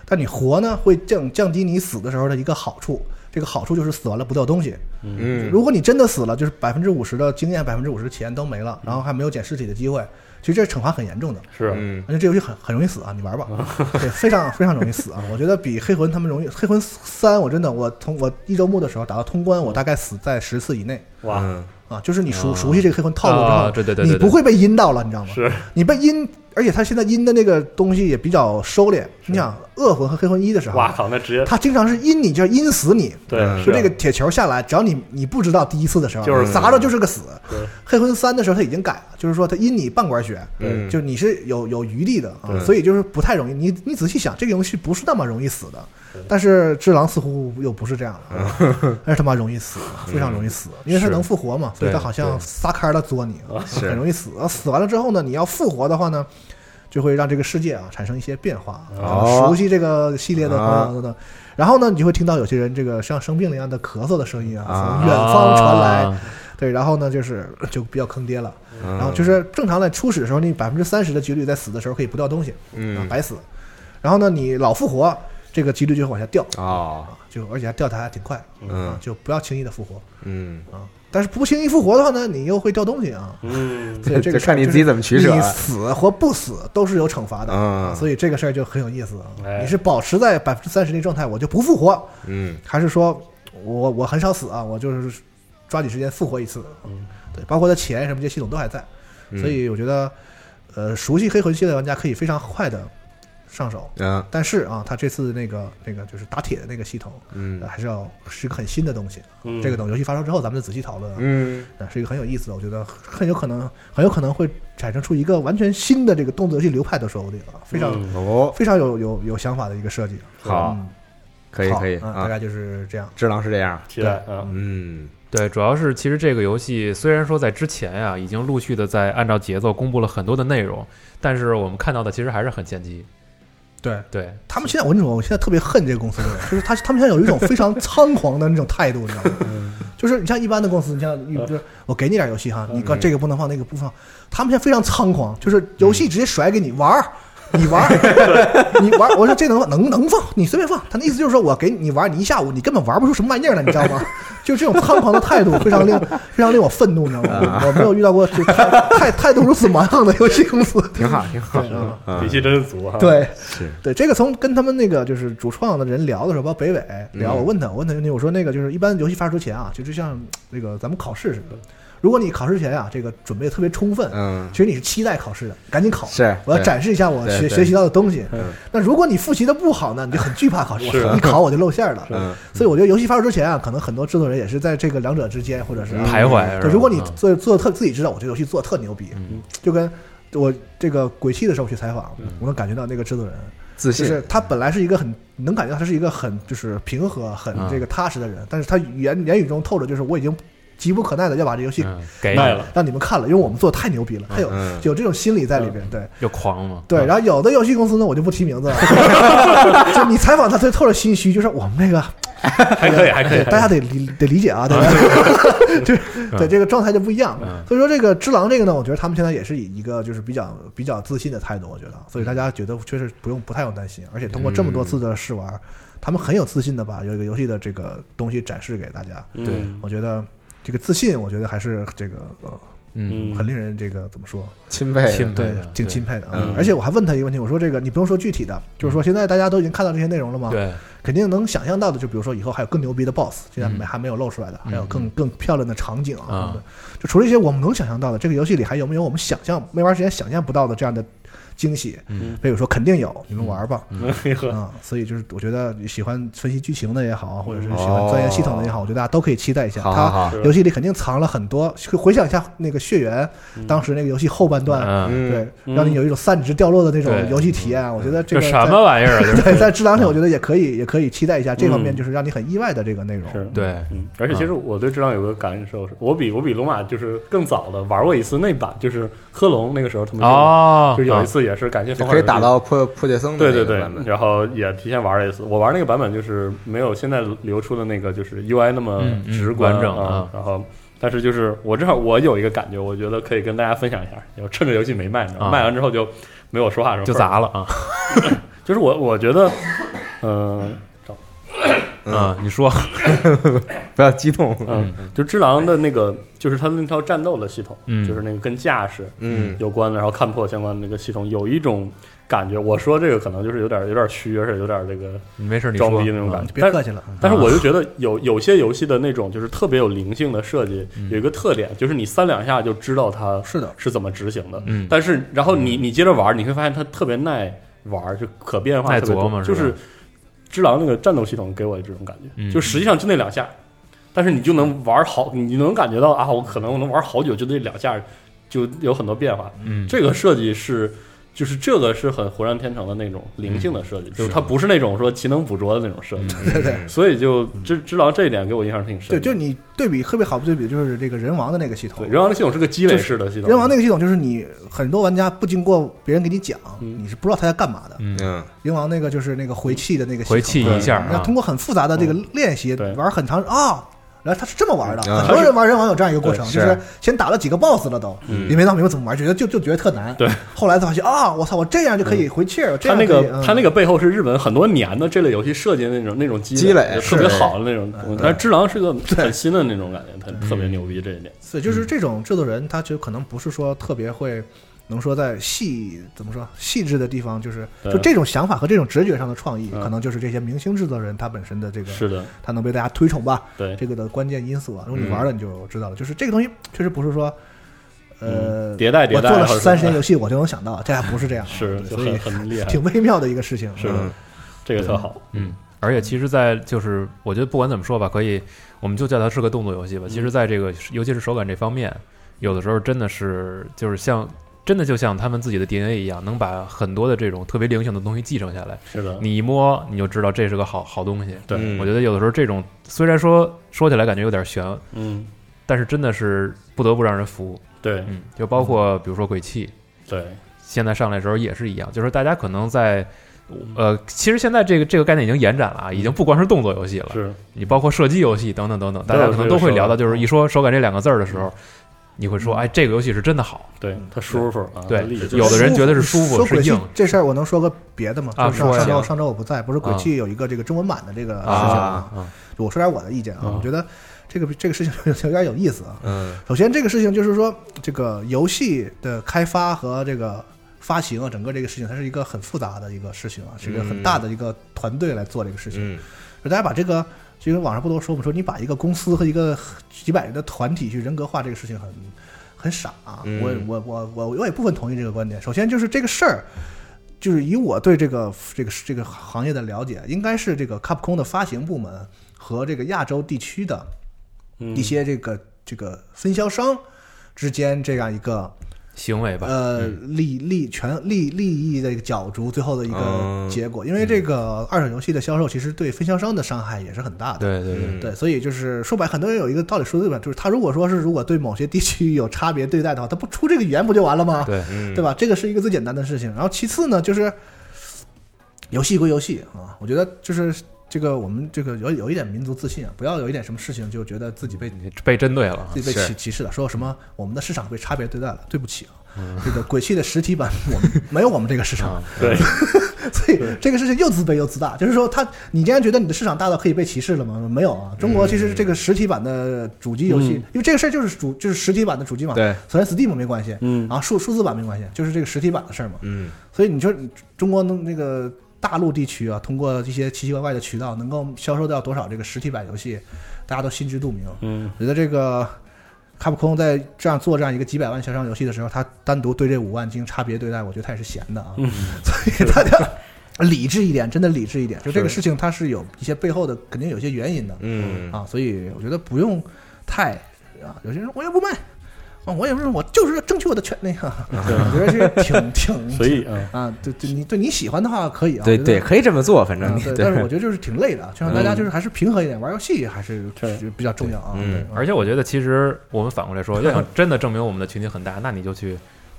[SPEAKER 3] 但你活呢会降降低你死的时候的一个好处，这个好处就是死完了不掉东西。
[SPEAKER 1] 嗯
[SPEAKER 3] 如果你真的死了，就是百分之五十的经验、百分之五十的钱都没了，然后还没有捡尸体的机会，其实这惩罚很严重的。
[SPEAKER 4] 是，
[SPEAKER 1] 嗯
[SPEAKER 3] 而且这游戏很很容易死啊，你玩吧，对，非常非常容易死啊。我觉得比黑魂他们容易，黑魂三我真的我从我一周目的时候打到通关，我大概死在十次以内
[SPEAKER 4] 哇，
[SPEAKER 1] 嗯
[SPEAKER 3] 啊，就是你熟熟悉这个黑魂套路之
[SPEAKER 2] 啊
[SPEAKER 3] 后，
[SPEAKER 2] 对对对对
[SPEAKER 3] 你
[SPEAKER 2] 对
[SPEAKER 3] 不会被阴到了，你知道吗？
[SPEAKER 4] 是
[SPEAKER 3] 你被阴，而且他现在阴的那个东西也比较收敛。你想恶魂和黑魂一的时候
[SPEAKER 4] 哇，靠，那直接
[SPEAKER 3] 他经常是阴你，就是阴死你。
[SPEAKER 4] 对
[SPEAKER 1] 嗯，
[SPEAKER 3] 就是这个铁球下来，只要你你不知道第一次的时候，
[SPEAKER 4] 就是
[SPEAKER 3] 砸着就是个死。
[SPEAKER 4] 对
[SPEAKER 3] 黑魂三的时候他已经改了，就是说他阴你半管血，
[SPEAKER 1] 嗯
[SPEAKER 3] 就你是有有余地的啊
[SPEAKER 1] 对，
[SPEAKER 3] 所以就是不太容易。你你仔细想，这个游戏不是那么容易死的，但是只狼似乎又不是这样的啊，但是他妈容易死，非常容易死，因为它
[SPEAKER 2] 是
[SPEAKER 3] 能复活嘛，所以它
[SPEAKER 2] 对
[SPEAKER 3] 好像
[SPEAKER 2] 对
[SPEAKER 3] 撒开了作你啊，
[SPEAKER 1] 是
[SPEAKER 3] 很容易死。啊死完了之后呢，你要复活的话呢，就会让这个世界啊产生一些变化。
[SPEAKER 1] 哦
[SPEAKER 3] 熟悉这个系列的朋友呢，然后呢，你就会听到有些人这个像生病了一样的咳嗽的声音啊，
[SPEAKER 1] 啊
[SPEAKER 3] 从远方传来。
[SPEAKER 2] 啊
[SPEAKER 3] 对，然后呢，就是就比较坑爹了。
[SPEAKER 1] 嗯
[SPEAKER 3] 然后就是正常的初始的时候，你百分之三十的几率在死的时候可以不掉东西，啊
[SPEAKER 1] 嗯
[SPEAKER 3] 白死。然后呢，你老复活，这个几率就会往下掉
[SPEAKER 1] 哦，
[SPEAKER 3] 啊，就而且还掉的还挺快，啊
[SPEAKER 1] 嗯，
[SPEAKER 3] 就不要轻易的复活
[SPEAKER 1] 嗯，
[SPEAKER 3] 啊。但是不轻易复活的话呢，你又会掉东西啊，
[SPEAKER 4] 嗯，
[SPEAKER 3] 所以这
[SPEAKER 1] 就
[SPEAKER 3] 个事儿
[SPEAKER 1] 看你
[SPEAKER 3] 就
[SPEAKER 1] 自己
[SPEAKER 3] 是
[SPEAKER 1] 怎么取舍
[SPEAKER 3] 你
[SPEAKER 1] 了。
[SPEAKER 3] 死或不死都是有惩罚的，啊
[SPEAKER 1] 嗯
[SPEAKER 3] 所以这个事儿就很有意思啊。
[SPEAKER 4] 哎
[SPEAKER 3] 你是保持在百分之三十那状态，我就不复活，
[SPEAKER 1] 嗯
[SPEAKER 3] 还是说我我很少死啊，我就是抓紧时间复活一次？
[SPEAKER 4] 嗯，
[SPEAKER 3] 对，包括他钱什么这些系统都还在，
[SPEAKER 1] 嗯
[SPEAKER 3] 所以我觉得，呃，熟悉黑魂系列的玩家可以非常快的上手。
[SPEAKER 1] 啊
[SPEAKER 3] 但是啊，他这次那个那个就是打铁的那个系统，呃
[SPEAKER 1] 嗯
[SPEAKER 3] 还是要是一个很新的东西。
[SPEAKER 4] 嗯
[SPEAKER 3] 这个等游戏发售之后，咱们再仔细讨论啊。
[SPEAKER 1] 嗯
[SPEAKER 3] 啊，是一个很有意思的，我觉得很有可能，很有可能会产生出一个完全新的这个动作游戏流派都说不定啊，非常、
[SPEAKER 4] 嗯
[SPEAKER 1] 哦，
[SPEAKER 3] 非常有有有想法的一个设计。
[SPEAKER 1] 好，
[SPEAKER 3] 嗯
[SPEAKER 1] 可以
[SPEAKER 3] 好
[SPEAKER 1] 可以
[SPEAKER 3] 啊，大
[SPEAKER 1] 啊，
[SPEAKER 3] 概就是这样。
[SPEAKER 1] 只狼是这样，
[SPEAKER 4] 期待啊，
[SPEAKER 1] 嗯
[SPEAKER 2] 对，主要是其实这个游戏虽然说在之前呀、已经陆续的在按照节奏公布了很多的内容，但是我们看到的其实还是很前期。
[SPEAKER 3] 对
[SPEAKER 2] 对，
[SPEAKER 3] 他们现在，我跟你说，我现在特别恨这个公司的人，就是他他们现在有一种非常猖狂的那种态度，你知道吗？ 就是你像一般的公司，你像你就是我给你点游戏哈，你搁这个不能放，那个不放，他们现在非常猖狂，就是游戏直接甩给你玩儿。你玩儿，你玩儿，我说这能放能能放，你随便放。他的意思就是说我给你玩儿，你一下午你根本玩不出什么玩意儿来，你知道吗？ 就这种猖狂的态度，非常令非常令我愤怒，你知道吗？我没有遇到过就态态态度如此蛮横的游戏公司，
[SPEAKER 1] 挺好挺好
[SPEAKER 3] 对啊
[SPEAKER 1] 嗯
[SPEAKER 4] 底气真足哈。，
[SPEAKER 3] 对，
[SPEAKER 1] 是
[SPEAKER 3] 对，这个从跟他们那个就是主创的人聊的时候，包括北伟聊，
[SPEAKER 1] 嗯
[SPEAKER 3] 我问他，我问他问题，我说那个就是一般游戏发售之前啊，就就像那个咱们考试似的，如果你考试前啊，这个准备得特别充分，
[SPEAKER 1] 嗯
[SPEAKER 3] 其实你是期待考试的，赶紧考，
[SPEAKER 1] 是，
[SPEAKER 3] 我要
[SPEAKER 1] 对
[SPEAKER 3] 展示一下我
[SPEAKER 1] 对
[SPEAKER 3] 学
[SPEAKER 1] 对
[SPEAKER 3] 学习到的东西
[SPEAKER 4] 嗯。
[SPEAKER 3] 那如果你复习的不好呢，你就很惧怕考试，
[SPEAKER 4] 是
[SPEAKER 3] 我操一考我就露馅儿了。
[SPEAKER 1] 嗯
[SPEAKER 3] 所以我觉得游戏发售之前啊，可能很多制作人也是在这个两者之间，或者是啊
[SPEAKER 2] 徘徊是吧
[SPEAKER 3] 对，如果你
[SPEAKER 2] 嗯
[SPEAKER 3] 做做得特自己知道，我这个游戏做的特牛逼，
[SPEAKER 2] 嗯
[SPEAKER 3] 就跟我这个鬼泣的时候去采访，我能感觉到那个制作人，
[SPEAKER 1] 自信
[SPEAKER 3] 就是他本来是一个很能感觉到他是一个很就是平和、很
[SPEAKER 2] 嗯
[SPEAKER 3] 这个踏实的人，但是他言言语中透着就是我已经急不可耐的要把这游戏
[SPEAKER 2] 嗯，给你
[SPEAKER 4] 卖了
[SPEAKER 3] 让你们看了，因为我们做的太牛逼了，他有
[SPEAKER 1] 嗯
[SPEAKER 3] 有这种心理在里边，对。
[SPEAKER 2] 又狂嘛？
[SPEAKER 3] 对，
[SPEAKER 2] 嗯
[SPEAKER 3] 然后有的游戏公司呢，我就不提名字了。 就你采访他，他就透着心虚，就是我们这个
[SPEAKER 4] 还可以， 还可以
[SPEAKER 3] 对，，大家得理得理解啊，对吧？就是对这个状态就不一样
[SPEAKER 2] 嗯。
[SPEAKER 3] 所以说，这个只狼这个呢，我觉得他们现在也是以一个就是比较比较自信的态度，我觉得，所以大家觉得确实不用不太用担心。而且通过这么多次的试
[SPEAKER 2] 嗯
[SPEAKER 3] 玩，他们很有自信的把这个游戏的这个东西展示给大家。
[SPEAKER 4] 对
[SPEAKER 2] 对
[SPEAKER 3] 我觉得这个自信，我觉得还是这个呃
[SPEAKER 2] 嗯，
[SPEAKER 3] 很令人这个怎么说，
[SPEAKER 1] 钦佩
[SPEAKER 2] 钦佩
[SPEAKER 3] 对
[SPEAKER 2] 的，对
[SPEAKER 3] 挺
[SPEAKER 2] 嗯
[SPEAKER 3] 钦佩的啊
[SPEAKER 1] 嗯。
[SPEAKER 3] 而且我还问他一个问题，我说这个你不用说具体的，就是说现在大家都已经看到这些内容了吗？
[SPEAKER 2] 对，
[SPEAKER 3] 肯定能想象到的，就比如说以后还有更牛逼的 BOSS，现在没还没有露出来的，还有更更漂亮的场景啊
[SPEAKER 2] 啊
[SPEAKER 3] 什么的。就除了一些我们能想象到的，这个游戏里还有没有我们想象没玩儿之前想象不到的这样的惊喜？
[SPEAKER 2] 嗯，
[SPEAKER 3] 所以我说肯定有，你们玩儿吧。
[SPEAKER 2] 哎
[SPEAKER 4] 可以喝。
[SPEAKER 3] 啊、所以就是我觉得喜欢分析剧情的也好啊，或者是喜欢钻研系统的也好，我觉得大家都可以期待一下。
[SPEAKER 1] 好好
[SPEAKER 3] 它
[SPEAKER 1] 好
[SPEAKER 4] 是
[SPEAKER 3] 游戏里肯定藏了很多，回想一下那个血缘，当时那个游戏后半段，
[SPEAKER 2] 嗯，
[SPEAKER 1] 嗯
[SPEAKER 3] 对，让你有一种散值掉落的那种
[SPEAKER 2] 对
[SPEAKER 3] 游戏体验，啊我觉得这个
[SPEAKER 2] 什
[SPEAKER 3] 在
[SPEAKER 2] 么玩意儿啊？这是
[SPEAKER 3] 对，在智囊上我觉得也可以，也可以期待一下这方面，就是让你很意外的这个内容。
[SPEAKER 4] 是，
[SPEAKER 2] 对，
[SPEAKER 4] 嗯，而且其实我对质量有个感受是，我比我比龙马就是更早的玩过一次那版，就是科隆那个时候他们用的
[SPEAKER 2] 哦，
[SPEAKER 4] 就有一
[SPEAKER 2] 啊
[SPEAKER 4] 次也是感谢
[SPEAKER 1] 就
[SPEAKER 4] 方
[SPEAKER 1] 可以打
[SPEAKER 4] 到
[SPEAKER 1] 到破破解僧的
[SPEAKER 4] 对
[SPEAKER 1] 那
[SPEAKER 4] 对
[SPEAKER 1] 个
[SPEAKER 4] 对
[SPEAKER 1] 版本，
[SPEAKER 4] 然后也提前玩了一次。我玩那个版本就是没有现在流出的那个就是 UI 那么
[SPEAKER 2] 嗯嗯
[SPEAKER 4] 直观、
[SPEAKER 2] 完整
[SPEAKER 4] 啊
[SPEAKER 2] 啊，
[SPEAKER 4] 然后。但是就是我正好我有一个感觉，我觉得可以跟大家分享一下。就趁着游戏没卖呢，
[SPEAKER 2] 啊
[SPEAKER 4] 卖完之后就没有说话的时候
[SPEAKER 2] 就砸了啊！
[SPEAKER 4] 就是我我觉得，嗯、
[SPEAKER 2] 嗯，你说，
[SPEAKER 1] 不要激动，
[SPEAKER 4] 嗯，就《只狼》的那个，就是它的那套战斗的系统，
[SPEAKER 2] 嗯
[SPEAKER 4] 就是那个跟架势
[SPEAKER 1] 嗯
[SPEAKER 4] 有关的，然后看破相关的那个系统，有一种感觉。我说这个可能就是有点有点虚，而且有点这个
[SPEAKER 2] 你没事，你说
[SPEAKER 4] 装逼那种感
[SPEAKER 2] 嗯
[SPEAKER 4] 觉。
[SPEAKER 3] 啊别
[SPEAKER 4] 但
[SPEAKER 3] 客气了，
[SPEAKER 4] 但是我就觉得有有些游戏的那种就是特别有灵性的设计，有一个特点就是你三两下就知道它
[SPEAKER 3] 是的
[SPEAKER 4] 是怎么执行的。
[SPEAKER 2] 嗯
[SPEAKER 4] 但是然后你你接着玩，你会发现它特别耐玩，就可变化
[SPEAKER 2] 耐
[SPEAKER 4] 特别
[SPEAKER 2] 琢磨
[SPEAKER 4] 多。就是是
[SPEAKER 2] 吧
[SPEAKER 4] 只狼那个战斗系统给我这种感觉，
[SPEAKER 2] 嗯
[SPEAKER 4] 就实际上就那两下，但是你就能玩好，你能感觉到啊，我可能我能玩好久，就这两下就有很多变化。
[SPEAKER 2] 嗯，
[SPEAKER 4] 这个设计是。就是这个是很浑然天成的那种灵性的设
[SPEAKER 2] 嗯
[SPEAKER 4] 计，就是它不是那种说奇能捕捉的那种设计，
[SPEAKER 3] 对对
[SPEAKER 4] 所以就只只狼这一点给我印象挺深
[SPEAKER 3] 对，
[SPEAKER 4] 的。
[SPEAKER 3] 就是你对比特别好不对比，就是这个人王的那个系统
[SPEAKER 4] 对，人王的系统是个积累式的系统，
[SPEAKER 3] 人王那个系统就是你很多玩家不经过别人给你讲，你是不知道他在干嘛的。
[SPEAKER 2] 嗯，
[SPEAKER 1] 嗯
[SPEAKER 3] 人王那个就是那个回气的那个系统
[SPEAKER 2] 回气一下
[SPEAKER 3] 你要
[SPEAKER 2] 啊
[SPEAKER 3] 通，过很复杂的这个练习
[SPEAKER 4] 对
[SPEAKER 3] 玩很长啊。然后他是这么玩的，
[SPEAKER 1] 嗯
[SPEAKER 3] 很多人玩人王有这样一个过程，
[SPEAKER 1] 对
[SPEAKER 3] 就是是先打了几个 BOSS 了都，
[SPEAKER 1] 嗯
[SPEAKER 3] 也没弄明白怎么玩，觉得就就觉得特难。
[SPEAKER 4] 对，
[SPEAKER 3] 后来才发现啊，我操，我这样就可以回气儿。这
[SPEAKER 4] 它
[SPEAKER 3] 样
[SPEAKER 4] 那
[SPEAKER 3] 可以
[SPEAKER 4] 个
[SPEAKER 3] 嗯
[SPEAKER 4] 它那个背后是日本很多年的这类游戏设计的那种那种积
[SPEAKER 1] 积累
[SPEAKER 4] 就特别
[SPEAKER 1] 是
[SPEAKER 4] 好的那种东西。但是《只狼》是个很新的那种感觉，它特别牛逼这一点。
[SPEAKER 3] 所以
[SPEAKER 4] 嗯
[SPEAKER 3] 就是这种制作人，他就可能不是说特别会，能说在细怎么说细致的地方，就是
[SPEAKER 4] 对
[SPEAKER 3] 就这种想法和这种直觉上的创意，
[SPEAKER 4] 嗯
[SPEAKER 3] 可能就是这些明星制作人他本身的这个，
[SPEAKER 4] 是的，
[SPEAKER 3] 他能被大家推崇吧，
[SPEAKER 4] 对，嗯
[SPEAKER 3] 这个的关键因素啊。如果你玩了，你就知道了，就是这个东西确实不是说，呃，
[SPEAKER 4] 嗯迭代迭代
[SPEAKER 3] 我做了
[SPEAKER 4] 还是
[SPEAKER 3] 三十年游戏我就能想到，这还不是这样啊，
[SPEAKER 4] 是
[SPEAKER 3] 对
[SPEAKER 4] 就
[SPEAKER 3] 所
[SPEAKER 4] 很
[SPEAKER 3] 以
[SPEAKER 4] 很厉害，
[SPEAKER 3] 挺微妙的一个事情，
[SPEAKER 4] 是
[SPEAKER 3] 嗯
[SPEAKER 4] 的，这个特好。
[SPEAKER 2] 嗯，而且其实，在就是我觉得不管怎么说吧，可以，我们就叫它是个动作游戏吧。其实，在这个尤其是手感这方面，有的时候真的是就是像真的就像他们自己的 DNA 一样，能把很多的这种特别灵性的东西继承下来。
[SPEAKER 4] 是的，
[SPEAKER 2] 你一摸你就知道这是个好好东西。
[SPEAKER 4] 对，
[SPEAKER 1] 嗯
[SPEAKER 2] 我觉得有的时候这种虽然说说起来感觉有点悬，
[SPEAKER 4] 嗯，
[SPEAKER 2] 但是真的是不得不让人服。
[SPEAKER 4] 对
[SPEAKER 2] 嗯，就包括比如说鬼泣，
[SPEAKER 4] 对，
[SPEAKER 2] 现在上来的时候也是一样，就是大家可能在，呃，其实现在这个这个概念已经延展了啊，已经不光是动作游戏了，
[SPEAKER 4] 是
[SPEAKER 2] 你包括射击游戏等等等等，大家可能都会聊到，就是一说手感这两个字儿的时候，你会说，哎，这个游戏是真的好，
[SPEAKER 4] 对，它舒服啊，
[SPEAKER 2] 对
[SPEAKER 4] 它立
[SPEAKER 2] 有的人觉得是舒服
[SPEAKER 3] 说
[SPEAKER 2] 是
[SPEAKER 3] 鬼泣
[SPEAKER 2] 硬
[SPEAKER 3] 这事儿我能说个别的吗？
[SPEAKER 2] 啊
[SPEAKER 3] 就是上
[SPEAKER 2] 说呀
[SPEAKER 3] 上周上周我不在，不是鬼
[SPEAKER 4] 啊
[SPEAKER 3] 泣有一个这个中文版的这个事情
[SPEAKER 1] 啊
[SPEAKER 3] 吗，我说点我的意见啊，
[SPEAKER 4] 嗯
[SPEAKER 3] 我觉得这个这个事情 有点有意思啊。
[SPEAKER 1] 嗯
[SPEAKER 3] 首先，这个事情就是说，这个游戏的开发和这个发行啊，整个这个事情，它是一个很复杂的一个事情啊，是一个很大的一个团队来做这个事情。
[SPEAKER 1] 嗯
[SPEAKER 3] 就大家把这个，就跟网上不多说嘛，说你把一个公司和一个几百人的团体去人格化，这个事情很很傻、啊。
[SPEAKER 1] 嗯
[SPEAKER 3] 我我我我我也部分同意这个观点。首先就是这个事儿，就是以我对这个这个这个行业的了解，应该是这个 Capcom 的发行部门和这个亚洲地区的
[SPEAKER 4] 嗯
[SPEAKER 3] 一些这个、这个分销商之间这样一个
[SPEAKER 2] 行为
[SPEAKER 1] 啊
[SPEAKER 2] 吧，
[SPEAKER 3] 呃，
[SPEAKER 1] 嗯
[SPEAKER 3] 利利权利利益的一个角逐，最后的一个
[SPEAKER 1] 嗯
[SPEAKER 3] 结果。因为这个二手游戏的销售，其实对分销商的伤害也是很大的。
[SPEAKER 2] 对对对，
[SPEAKER 1] 嗯
[SPEAKER 3] 对，所以就是说白，很多人有一个道理说的对吧？就是他如果说是如果对某些地区有差别对待的话，他不出这个语言不就完了吗？
[SPEAKER 2] 对
[SPEAKER 1] 嗯，
[SPEAKER 3] 对吧？这个是一个最简单的事情。然后其次呢，就是游戏归游戏啊，我觉得就是这个我们这个有有一点民族自信啊，不要有一点什么事情就觉得自己被
[SPEAKER 2] 被针对了，
[SPEAKER 3] 自己被
[SPEAKER 1] 啊是
[SPEAKER 3] 歧歧视了，说什么我们的市场被差别对待了，对不起啊，
[SPEAKER 1] 嗯
[SPEAKER 3] 这个鬼泣的实体版我们没有我们这个市
[SPEAKER 2] 啊
[SPEAKER 3] 场，
[SPEAKER 4] 对，
[SPEAKER 3] 所以这个事情又自卑又自大，就是说他你竟然觉得你的市场大到可以被歧视了吗？没有啊，中国其实这个实体版的主机游戏，
[SPEAKER 4] 嗯
[SPEAKER 3] 因为这个事儿就是主就是实体版的主机嘛，
[SPEAKER 1] 对，
[SPEAKER 3] 虽然 Steam 没关系，
[SPEAKER 4] 嗯
[SPEAKER 3] 然后数数字版没关系，就是这个实体版的事儿嘛，
[SPEAKER 1] 嗯
[SPEAKER 3] 所以你说中国能那个大陆地区啊，通过一些奇奇怪怪的渠道能够销售掉多少这个实体版游戏，大家都心知肚明，
[SPEAKER 4] 嗯
[SPEAKER 3] 我觉得这个卡普空在这样做这样一个几百万销商游戏的时候，他单独对这五万进行差别对待，我觉得他也是闲的啊。
[SPEAKER 4] 嗯
[SPEAKER 3] 所以大家理智一点，真的理智一点。就这个事情，它是有一些背后的，肯定有些原因的
[SPEAKER 1] 嗯
[SPEAKER 3] 啊。所以我觉得不用太啊，有些人我也不卖啊，我也不是，我就是要争取我的权利啊。我觉得这挺挺
[SPEAKER 4] 所以嗯
[SPEAKER 3] 啊，对对，你对你喜欢的话可以啊，
[SPEAKER 1] 对
[SPEAKER 3] 我觉
[SPEAKER 1] 对，
[SPEAKER 3] 得
[SPEAKER 1] 可以这么做，反正
[SPEAKER 3] 啊
[SPEAKER 1] 你
[SPEAKER 3] 对，但是我觉得就是挺累的，就让大家就是还是平和一点，玩游戏还是
[SPEAKER 4] 对
[SPEAKER 3] 是比较重要啊。
[SPEAKER 1] 嗯
[SPEAKER 3] 对啊
[SPEAKER 2] 而且我觉得其实我们反过来说，要想真的证明我们的群体很大，那你就去。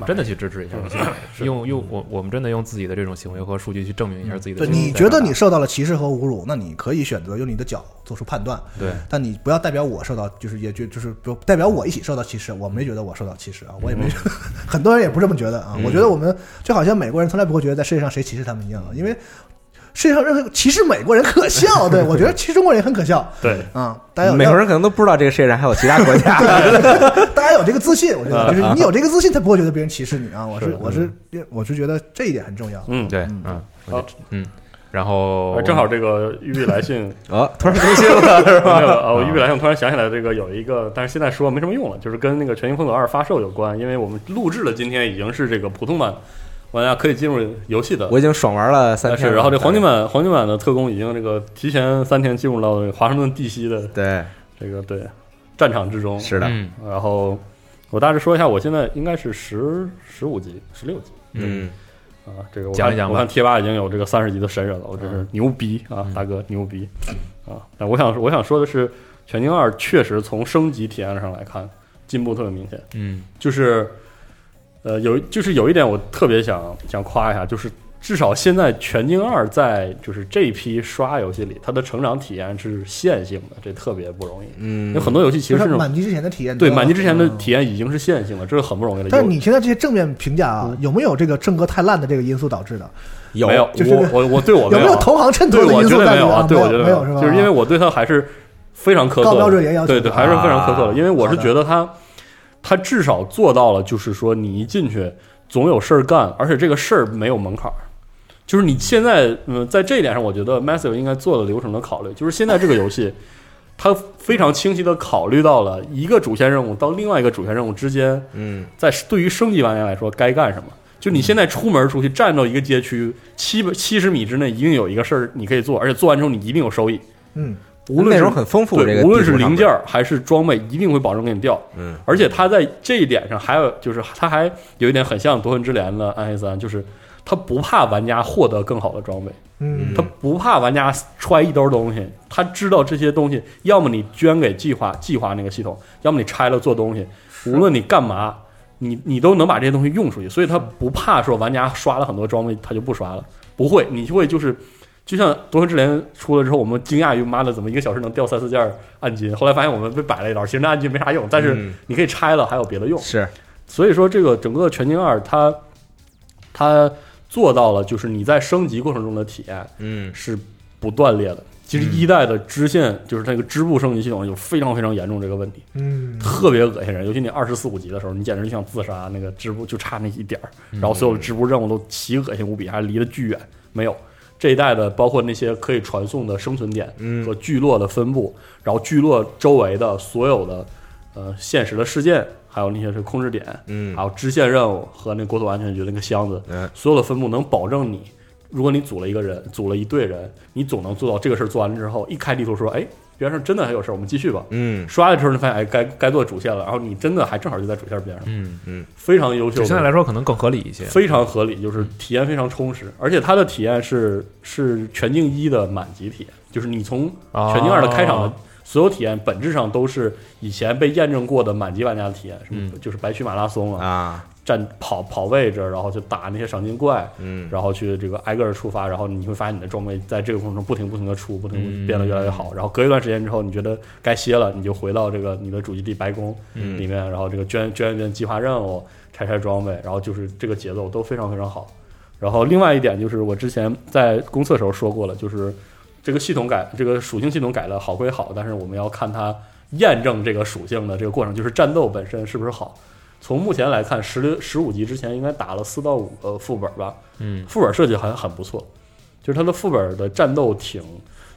[SPEAKER 2] 真的去支持一下游戏，用用我我们真的用自己的这种行为和数据去证明一下自己的
[SPEAKER 3] 对，
[SPEAKER 2] 群体
[SPEAKER 3] 你
[SPEAKER 2] 在
[SPEAKER 3] 觉得
[SPEAKER 2] 哪
[SPEAKER 3] 你受到了歧视和侮辱，那你可以选择用你的脚做出判断，
[SPEAKER 2] 对
[SPEAKER 3] 但你不要代表我受到，就是也就就是不代表我一起受到歧视，我没觉得我受到歧视啊，我也
[SPEAKER 4] 嗯
[SPEAKER 3] 没觉得，很多人也不这么觉得啊。我觉得我们就好像美国人从来不会觉得在世界上谁歧视他们一样，啊因为世界上任何歧视美国人可笑，对我觉得歧视中国人也很可笑
[SPEAKER 4] 对，
[SPEAKER 3] 啊。大家有
[SPEAKER 1] 美国人可能都不知道这个世界上还有其他国家。
[SPEAKER 3] 大家有这个自信，我觉
[SPEAKER 4] 啊
[SPEAKER 3] 得就是你有这个自信，才不会觉得别人歧视你啊。我是我是我是觉得这一点很重要。
[SPEAKER 4] 嗯。
[SPEAKER 2] 对，
[SPEAKER 3] 嗯
[SPEAKER 2] 嗯，
[SPEAKER 4] 好
[SPEAKER 2] 嗯，然后
[SPEAKER 4] 啊正好这个玉来信
[SPEAKER 1] 哦，突然更新了是
[SPEAKER 4] 没有
[SPEAKER 1] 吧？
[SPEAKER 4] 啊，我预备来，我突然想起来，这个有一个，但是现在说没什么用了，就是跟那个《全新风格二》发售有关，因为我们录制的今天已经是这个普通版，玩家可以进入游戏的
[SPEAKER 1] 我。已经爽玩了三
[SPEAKER 4] 但
[SPEAKER 1] 天
[SPEAKER 4] 是，
[SPEAKER 1] 了。
[SPEAKER 4] 然后这黄金版黄金版的特工已经这个提前三天进入到这个华盛顿地西的
[SPEAKER 1] 对，
[SPEAKER 4] 这个对战场之中。
[SPEAKER 1] 是的，
[SPEAKER 2] 嗯
[SPEAKER 4] 然后我大致说一下，我现在应该是十十五级、十六级
[SPEAKER 1] 嗯
[SPEAKER 4] 啊。这个我
[SPEAKER 2] 讲一
[SPEAKER 4] 看
[SPEAKER 2] 讲吧
[SPEAKER 4] 我看贴吧已经有这个三十级的神人了，我真是牛逼啊，
[SPEAKER 2] 嗯
[SPEAKER 4] 大哥牛逼啊！但我想我想说的是，《全境二》确实从升级体验上来看进步特别明显，
[SPEAKER 2] 嗯
[SPEAKER 4] 就是呃有就是有一点我特别想想夸一下，就是至少现在《全境二》在就是这一批刷游戏里，它的成长体验是线性的，这特别不容易。
[SPEAKER 1] 嗯
[SPEAKER 4] 有很多游戏其实
[SPEAKER 3] 就是
[SPEAKER 4] 那种
[SPEAKER 3] 满级之前的体验多
[SPEAKER 4] 对
[SPEAKER 3] 了，
[SPEAKER 4] 满级之前的
[SPEAKER 3] 嗯
[SPEAKER 4] 体验已经是线性了，这是很不容易的。
[SPEAKER 3] 但是
[SPEAKER 4] 有嗯
[SPEAKER 3] 你现在这些正面评价啊，有没有这个正哥太烂的这个因素导致的？
[SPEAKER 1] 有
[SPEAKER 4] 没有？
[SPEAKER 3] 就是
[SPEAKER 4] 我我我对我
[SPEAKER 3] 有没
[SPEAKER 4] 哦有啊
[SPEAKER 3] 有同行衬托
[SPEAKER 4] 对
[SPEAKER 3] 的
[SPEAKER 4] 我
[SPEAKER 3] 因
[SPEAKER 4] 觉
[SPEAKER 3] 素
[SPEAKER 4] 得
[SPEAKER 3] 在
[SPEAKER 4] 没
[SPEAKER 3] 里
[SPEAKER 4] 有
[SPEAKER 3] 啊？
[SPEAKER 4] 啊，对我觉得
[SPEAKER 3] 没有是吧？
[SPEAKER 4] 就是因为我对他还是非常苛刻的，
[SPEAKER 3] 高标准严要求
[SPEAKER 4] 对对，还是非常苛刻的，
[SPEAKER 1] 啊
[SPEAKER 4] 因为我是
[SPEAKER 3] 好的
[SPEAKER 4] 觉得他他至少做到了，就是说你一进去总有事儿干，而且这个事儿没有门槛儿。就是你现在，嗯、在这一点上，我觉得 Massive 应该做了流程的考虑。就是现在这个游戏，它非常清晰的考虑到了一个主线任务到另外一个主线任务之间，
[SPEAKER 1] 嗯
[SPEAKER 4] 在对于升级玩家来说该干什么。就你现在出门出去站到一个街区七百七十米之内，一定有一个事儿你可以做，而且做完之后你一定有收益。
[SPEAKER 3] 嗯，
[SPEAKER 4] 无论
[SPEAKER 1] 内
[SPEAKER 4] 是
[SPEAKER 1] 容很丰富，这
[SPEAKER 4] 对，
[SPEAKER 1] 个
[SPEAKER 4] 无论
[SPEAKER 1] 地
[SPEAKER 4] 是
[SPEAKER 1] 图上面
[SPEAKER 4] 零件，儿还是装备，一定会保证给你掉。
[SPEAKER 1] 嗯
[SPEAKER 4] 而且它在这一点上还有就是它还有一点很像《夺魂之镰》的暗黑三，就是它不怕玩家获得更好的装备，
[SPEAKER 3] 嗯
[SPEAKER 4] 它不怕玩家揣一兜东西，它知道这些东西，要么你捐给计划计划那个系统，要么你拆了做东西，无论你干嘛。你你都能把这些东西用出去，所以它不怕说玩家刷了很多装备，他就不刷了，不会，你就会就是，就像《夺魂之镰》出了之后，我们惊讶于妈的怎么一个小时能掉三四件儿暗金，后来发现我们被摆了一道，其实那暗金没啥用，但是
[SPEAKER 1] 嗯
[SPEAKER 4] 你可以拆了，还有别的用。
[SPEAKER 1] 是
[SPEAKER 4] 所以说，这个整个《全境二》它它做到了，就是你在升级过程中的体验
[SPEAKER 1] 嗯
[SPEAKER 4] 是不断裂的。其实
[SPEAKER 1] 嗯
[SPEAKER 4] 一代的支线就是那个支部升级系统有非常非常严重这个问题，
[SPEAKER 3] 嗯，
[SPEAKER 4] 特别恶心人。尤其你二十四五级的时候，你简直就想自杀，那个支部就差那一点儿，
[SPEAKER 1] 嗯
[SPEAKER 4] 然后所有的支部任务都奇恶心无比，还离得巨远。没有这一代的，包括那些可以传送的生存点，
[SPEAKER 1] 嗯
[SPEAKER 4] 和聚落的分布，然后聚落周围的所有的呃现实的事件，还有那些是控制点，
[SPEAKER 1] 嗯
[SPEAKER 4] 还有支线任务和那国土安全局那个箱子，
[SPEAKER 2] 哎
[SPEAKER 1] 嗯
[SPEAKER 4] 所有的分布能保证你，如果你组了一个人，组了一队人，你总能做到这个事儿做完了之后，一开地图说，哎，边上真的还有事儿，我们继续吧。
[SPEAKER 1] 嗯
[SPEAKER 4] 刷的时候你发现，哎，该该做主线了，然后你真的还正好就在主线边上，
[SPEAKER 2] 嗯，
[SPEAKER 4] 非常优秀
[SPEAKER 2] 就
[SPEAKER 4] 的。
[SPEAKER 2] 现在来说可能更合理一些。
[SPEAKER 4] 非常合理，就是体验非常充实，而且它的体验是是全境一的满级体验，就是你从
[SPEAKER 2] 哦
[SPEAKER 4] 全境二的开场的所有体验，本质上都是以前被验证过的满级玩家的体验，什么
[SPEAKER 2] 嗯
[SPEAKER 4] 就是白区马拉松啊，
[SPEAKER 1] 啊
[SPEAKER 4] 站跑跑位置，然后去打那些赏金怪，
[SPEAKER 1] 嗯
[SPEAKER 4] 然后去这个挨个儿触发，然后你会发现你的装备在这个过程中不停不停的出，不停地
[SPEAKER 2] 嗯
[SPEAKER 4] 变得越来越好。然后隔一段时间之后，你觉得该歇了，你就回到这个你的主基地白宫
[SPEAKER 1] 嗯
[SPEAKER 4] 里面，然后这个捐捐捐计划任务，拆拆装备，然后就是这个节奏都非常非常好。然后另外一点就是我之前在公测时候说过了，就是这个系统改这个属性系统改的好归好，但是我们要看它验证这个属性的这个过程，就是战斗本身是不是好。从目前来看，十六十五级之前应该打了四到五个副本吧，
[SPEAKER 2] 嗯
[SPEAKER 4] 副本设计还很不错，就是它的副本的战斗挺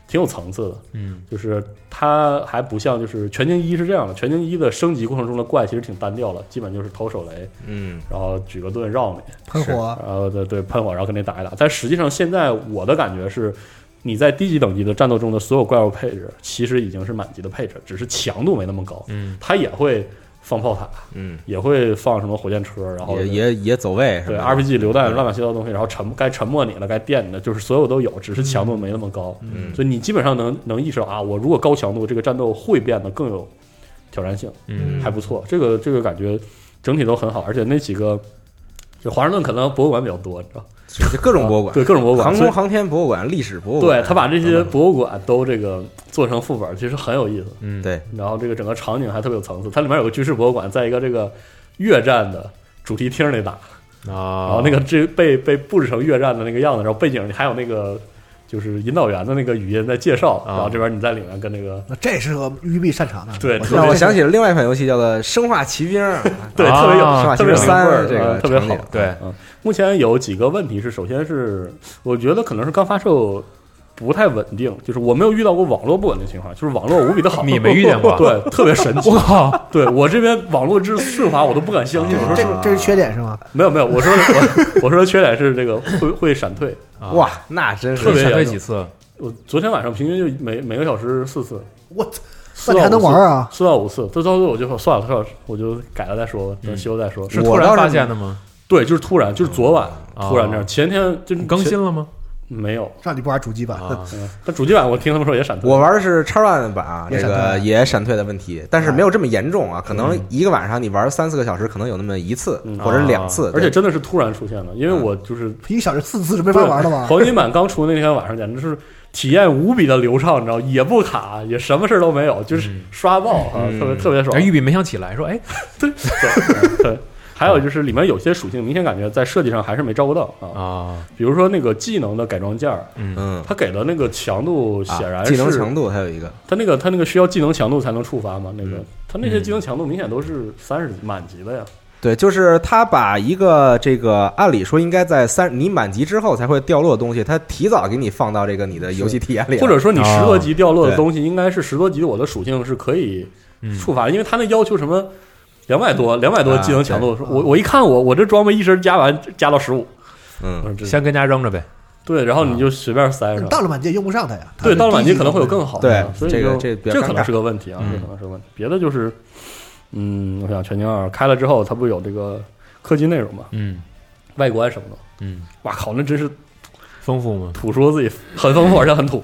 [SPEAKER 4] 挺有层次的，
[SPEAKER 2] 嗯
[SPEAKER 4] 就是它还不像就是全境一是这样的，全境一的升级过程中的怪其实挺单调的，基本就是投手雷，
[SPEAKER 1] 嗯
[SPEAKER 4] 然后举个盾绕你，
[SPEAKER 3] 喷火，
[SPEAKER 4] 然后对对喷火，然后跟你打一打。但实际上现在我的感觉是。你在低级等级的战斗中的所有怪物配置，其实已经是满级的配置，只是强度没那么高。
[SPEAKER 2] 嗯，
[SPEAKER 4] 它也会放炮塔，
[SPEAKER 1] 嗯
[SPEAKER 4] 也会放什么火箭车，然后
[SPEAKER 1] 也也也走位是
[SPEAKER 4] 对
[SPEAKER 1] 吧
[SPEAKER 4] RPG 榴弹乱码七糟的东西，然后沉该沉默你了，该电你的，就是所有都有，只是强度没那么高，
[SPEAKER 1] 嗯
[SPEAKER 4] 所以你基本上能能意识到啊，我如果高强度，这个战斗会变得更有挑战性，
[SPEAKER 2] 嗯
[SPEAKER 4] 还不错，这个这个感觉整体都很好，而且那几个就华盛顿可能博物馆比较多，你知道吧，
[SPEAKER 1] 就各种博物馆
[SPEAKER 4] 对各种博物馆，
[SPEAKER 1] 航
[SPEAKER 4] 所以
[SPEAKER 1] 空航天博物馆历史博物馆
[SPEAKER 4] 对他把这些博物馆都这个做成副本，其实很有意思。
[SPEAKER 2] 嗯
[SPEAKER 1] 对
[SPEAKER 4] 然后这个整个场景还特别有层次，它里面有个军事博物馆，在一个这个越战的主题厅里打，然
[SPEAKER 2] 啊
[SPEAKER 4] 哦后那个这被被布置成越战的那个样子，然后背景里还有那个就是引导员的那个语音在介绍，
[SPEAKER 2] 啊
[SPEAKER 4] 然后这边你在里面跟那个
[SPEAKER 3] 那这是个育碧擅长的。
[SPEAKER 4] 对
[SPEAKER 3] 觉得
[SPEAKER 1] 让我
[SPEAKER 3] 这是
[SPEAKER 1] 想起了另外一款游戏叫做《生化奇 兵》啊，
[SPEAKER 4] 对
[SPEAKER 2] 啊
[SPEAKER 4] 特别
[SPEAKER 1] 生化奇兵
[SPEAKER 4] 有特别有
[SPEAKER 1] 三
[SPEAKER 4] 味儿
[SPEAKER 1] 这个
[SPEAKER 4] 嗯特别
[SPEAKER 1] 场
[SPEAKER 4] 好
[SPEAKER 1] 景。
[SPEAKER 2] 对，
[SPEAKER 4] 嗯，目前有几个问题是，首先是我觉得可能是刚发售不太稳定，就是我没有遇到过网络不稳定情况，就是网络无比的 好，
[SPEAKER 2] 你没遇见过
[SPEAKER 4] 对，特别神奇
[SPEAKER 2] 我。哦靠，
[SPEAKER 4] 对我这边网络之顺滑，我都不敢相信。我说是
[SPEAKER 3] 这这是缺点是吗？
[SPEAKER 4] 没有没有，我说的我我说的缺点是这个会会闪退，
[SPEAKER 2] 啊
[SPEAKER 1] 哇，那真是
[SPEAKER 4] 特别
[SPEAKER 2] 闪退
[SPEAKER 4] 严重
[SPEAKER 2] 几次？
[SPEAKER 4] 我昨天晚上平均就每每个小时四次，
[SPEAKER 3] 我操，
[SPEAKER 4] 四
[SPEAKER 3] 那你
[SPEAKER 4] 到
[SPEAKER 3] 还能
[SPEAKER 4] 五次
[SPEAKER 3] 玩啊？
[SPEAKER 4] 四到五次，到到最后我就说算了，算了，我就改了再说，
[SPEAKER 1] 嗯
[SPEAKER 4] 等修了再说。
[SPEAKER 2] 是突
[SPEAKER 1] 我
[SPEAKER 2] 然
[SPEAKER 1] 倒是
[SPEAKER 2] 发现的吗？
[SPEAKER 4] 对，就是突然，就是昨晚
[SPEAKER 2] 哦
[SPEAKER 4] 突然这样，前天就是
[SPEAKER 2] 更新了吗？
[SPEAKER 4] 没有，
[SPEAKER 3] 让你不玩主机版，
[SPEAKER 1] 啊，
[SPEAKER 4] 嗯，但主机版我听他们说也闪退，
[SPEAKER 1] 我玩的是叉 One 版啊，
[SPEAKER 3] 也
[SPEAKER 1] 这
[SPEAKER 3] 闪退
[SPEAKER 1] 个
[SPEAKER 3] 了
[SPEAKER 1] 也闪退的问题，但是没有这么严重啊，可能一个晚上你玩三四个小时，可能有那么一次
[SPEAKER 4] 嗯
[SPEAKER 1] 或者两次，
[SPEAKER 4] 而且
[SPEAKER 1] 对
[SPEAKER 4] 真的是突然出现的，因为我就是
[SPEAKER 3] 一小时四次是没法玩了吧？
[SPEAKER 4] 黄金版刚出的那天晚上，简直是体验无比的流畅，你知道，也不卡，也什么事儿都没有，就是刷爆啊，
[SPEAKER 1] 嗯
[SPEAKER 4] 特别特别爽
[SPEAKER 2] 哎，。玉碧没想起来，说哎，
[SPEAKER 4] 对对，还有就是里面有些属性，明显感觉在设计上还是没照顾到啊，
[SPEAKER 2] 啊，
[SPEAKER 4] 比如说那个技能的改装件儿，
[SPEAKER 1] 嗯，
[SPEAKER 4] 它给的那个强度
[SPEAKER 1] 啊
[SPEAKER 4] 显然
[SPEAKER 1] 技能
[SPEAKER 4] 是
[SPEAKER 1] 强度还有一个
[SPEAKER 4] 它那个它那个需要技能强度才能触发嘛，那个
[SPEAKER 1] 嗯
[SPEAKER 4] 它那些技能强度明显都是三十啊满级的呀，
[SPEAKER 1] 对，就是他把一个这个按理说应该在三你满级之后才会掉落的东西，他提早给你放到这个你的游戏体验里了，
[SPEAKER 4] 或者说你十多级掉落
[SPEAKER 1] 哦
[SPEAKER 4] 的东西，应该是十多级我的属性是可以
[SPEAKER 2] 嗯
[SPEAKER 4] 触发，因为它那要求什么两百多两百多
[SPEAKER 1] 啊
[SPEAKER 4] 技能强度，
[SPEAKER 3] 对
[SPEAKER 4] 我我一看我我这装备一身加完加到十五，
[SPEAKER 1] 嗯，
[SPEAKER 4] 嗯这
[SPEAKER 2] 先跟家扔着呗，
[SPEAKER 4] 对，然后你就随便塞上。
[SPEAKER 3] 到了满街用不上它呀。它
[SPEAKER 4] 对，
[SPEAKER 3] 是
[SPEAKER 4] 到了满级
[SPEAKER 3] 低级
[SPEAKER 4] 可能会有更好
[SPEAKER 1] 对
[SPEAKER 4] 的，所以
[SPEAKER 1] 这个
[SPEAKER 4] 就
[SPEAKER 1] 这个比
[SPEAKER 4] 这
[SPEAKER 1] 较
[SPEAKER 4] 可
[SPEAKER 1] 尴尬
[SPEAKER 4] 能是个问题啊，
[SPEAKER 2] 嗯
[SPEAKER 4] 这可能是个问题。别的就是，嗯，我想全境二开了之后，它不是有这个氪金内容嘛，
[SPEAKER 2] 嗯
[SPEAKER 4] 外观什么的，
[SPEAKER 2] 嗯，
[SPEAKER 4] 哇靠，那真是
[SPEAKER 2] 丰富吗？
[SPEAKER 4] 土说自己很丰富，而且很土，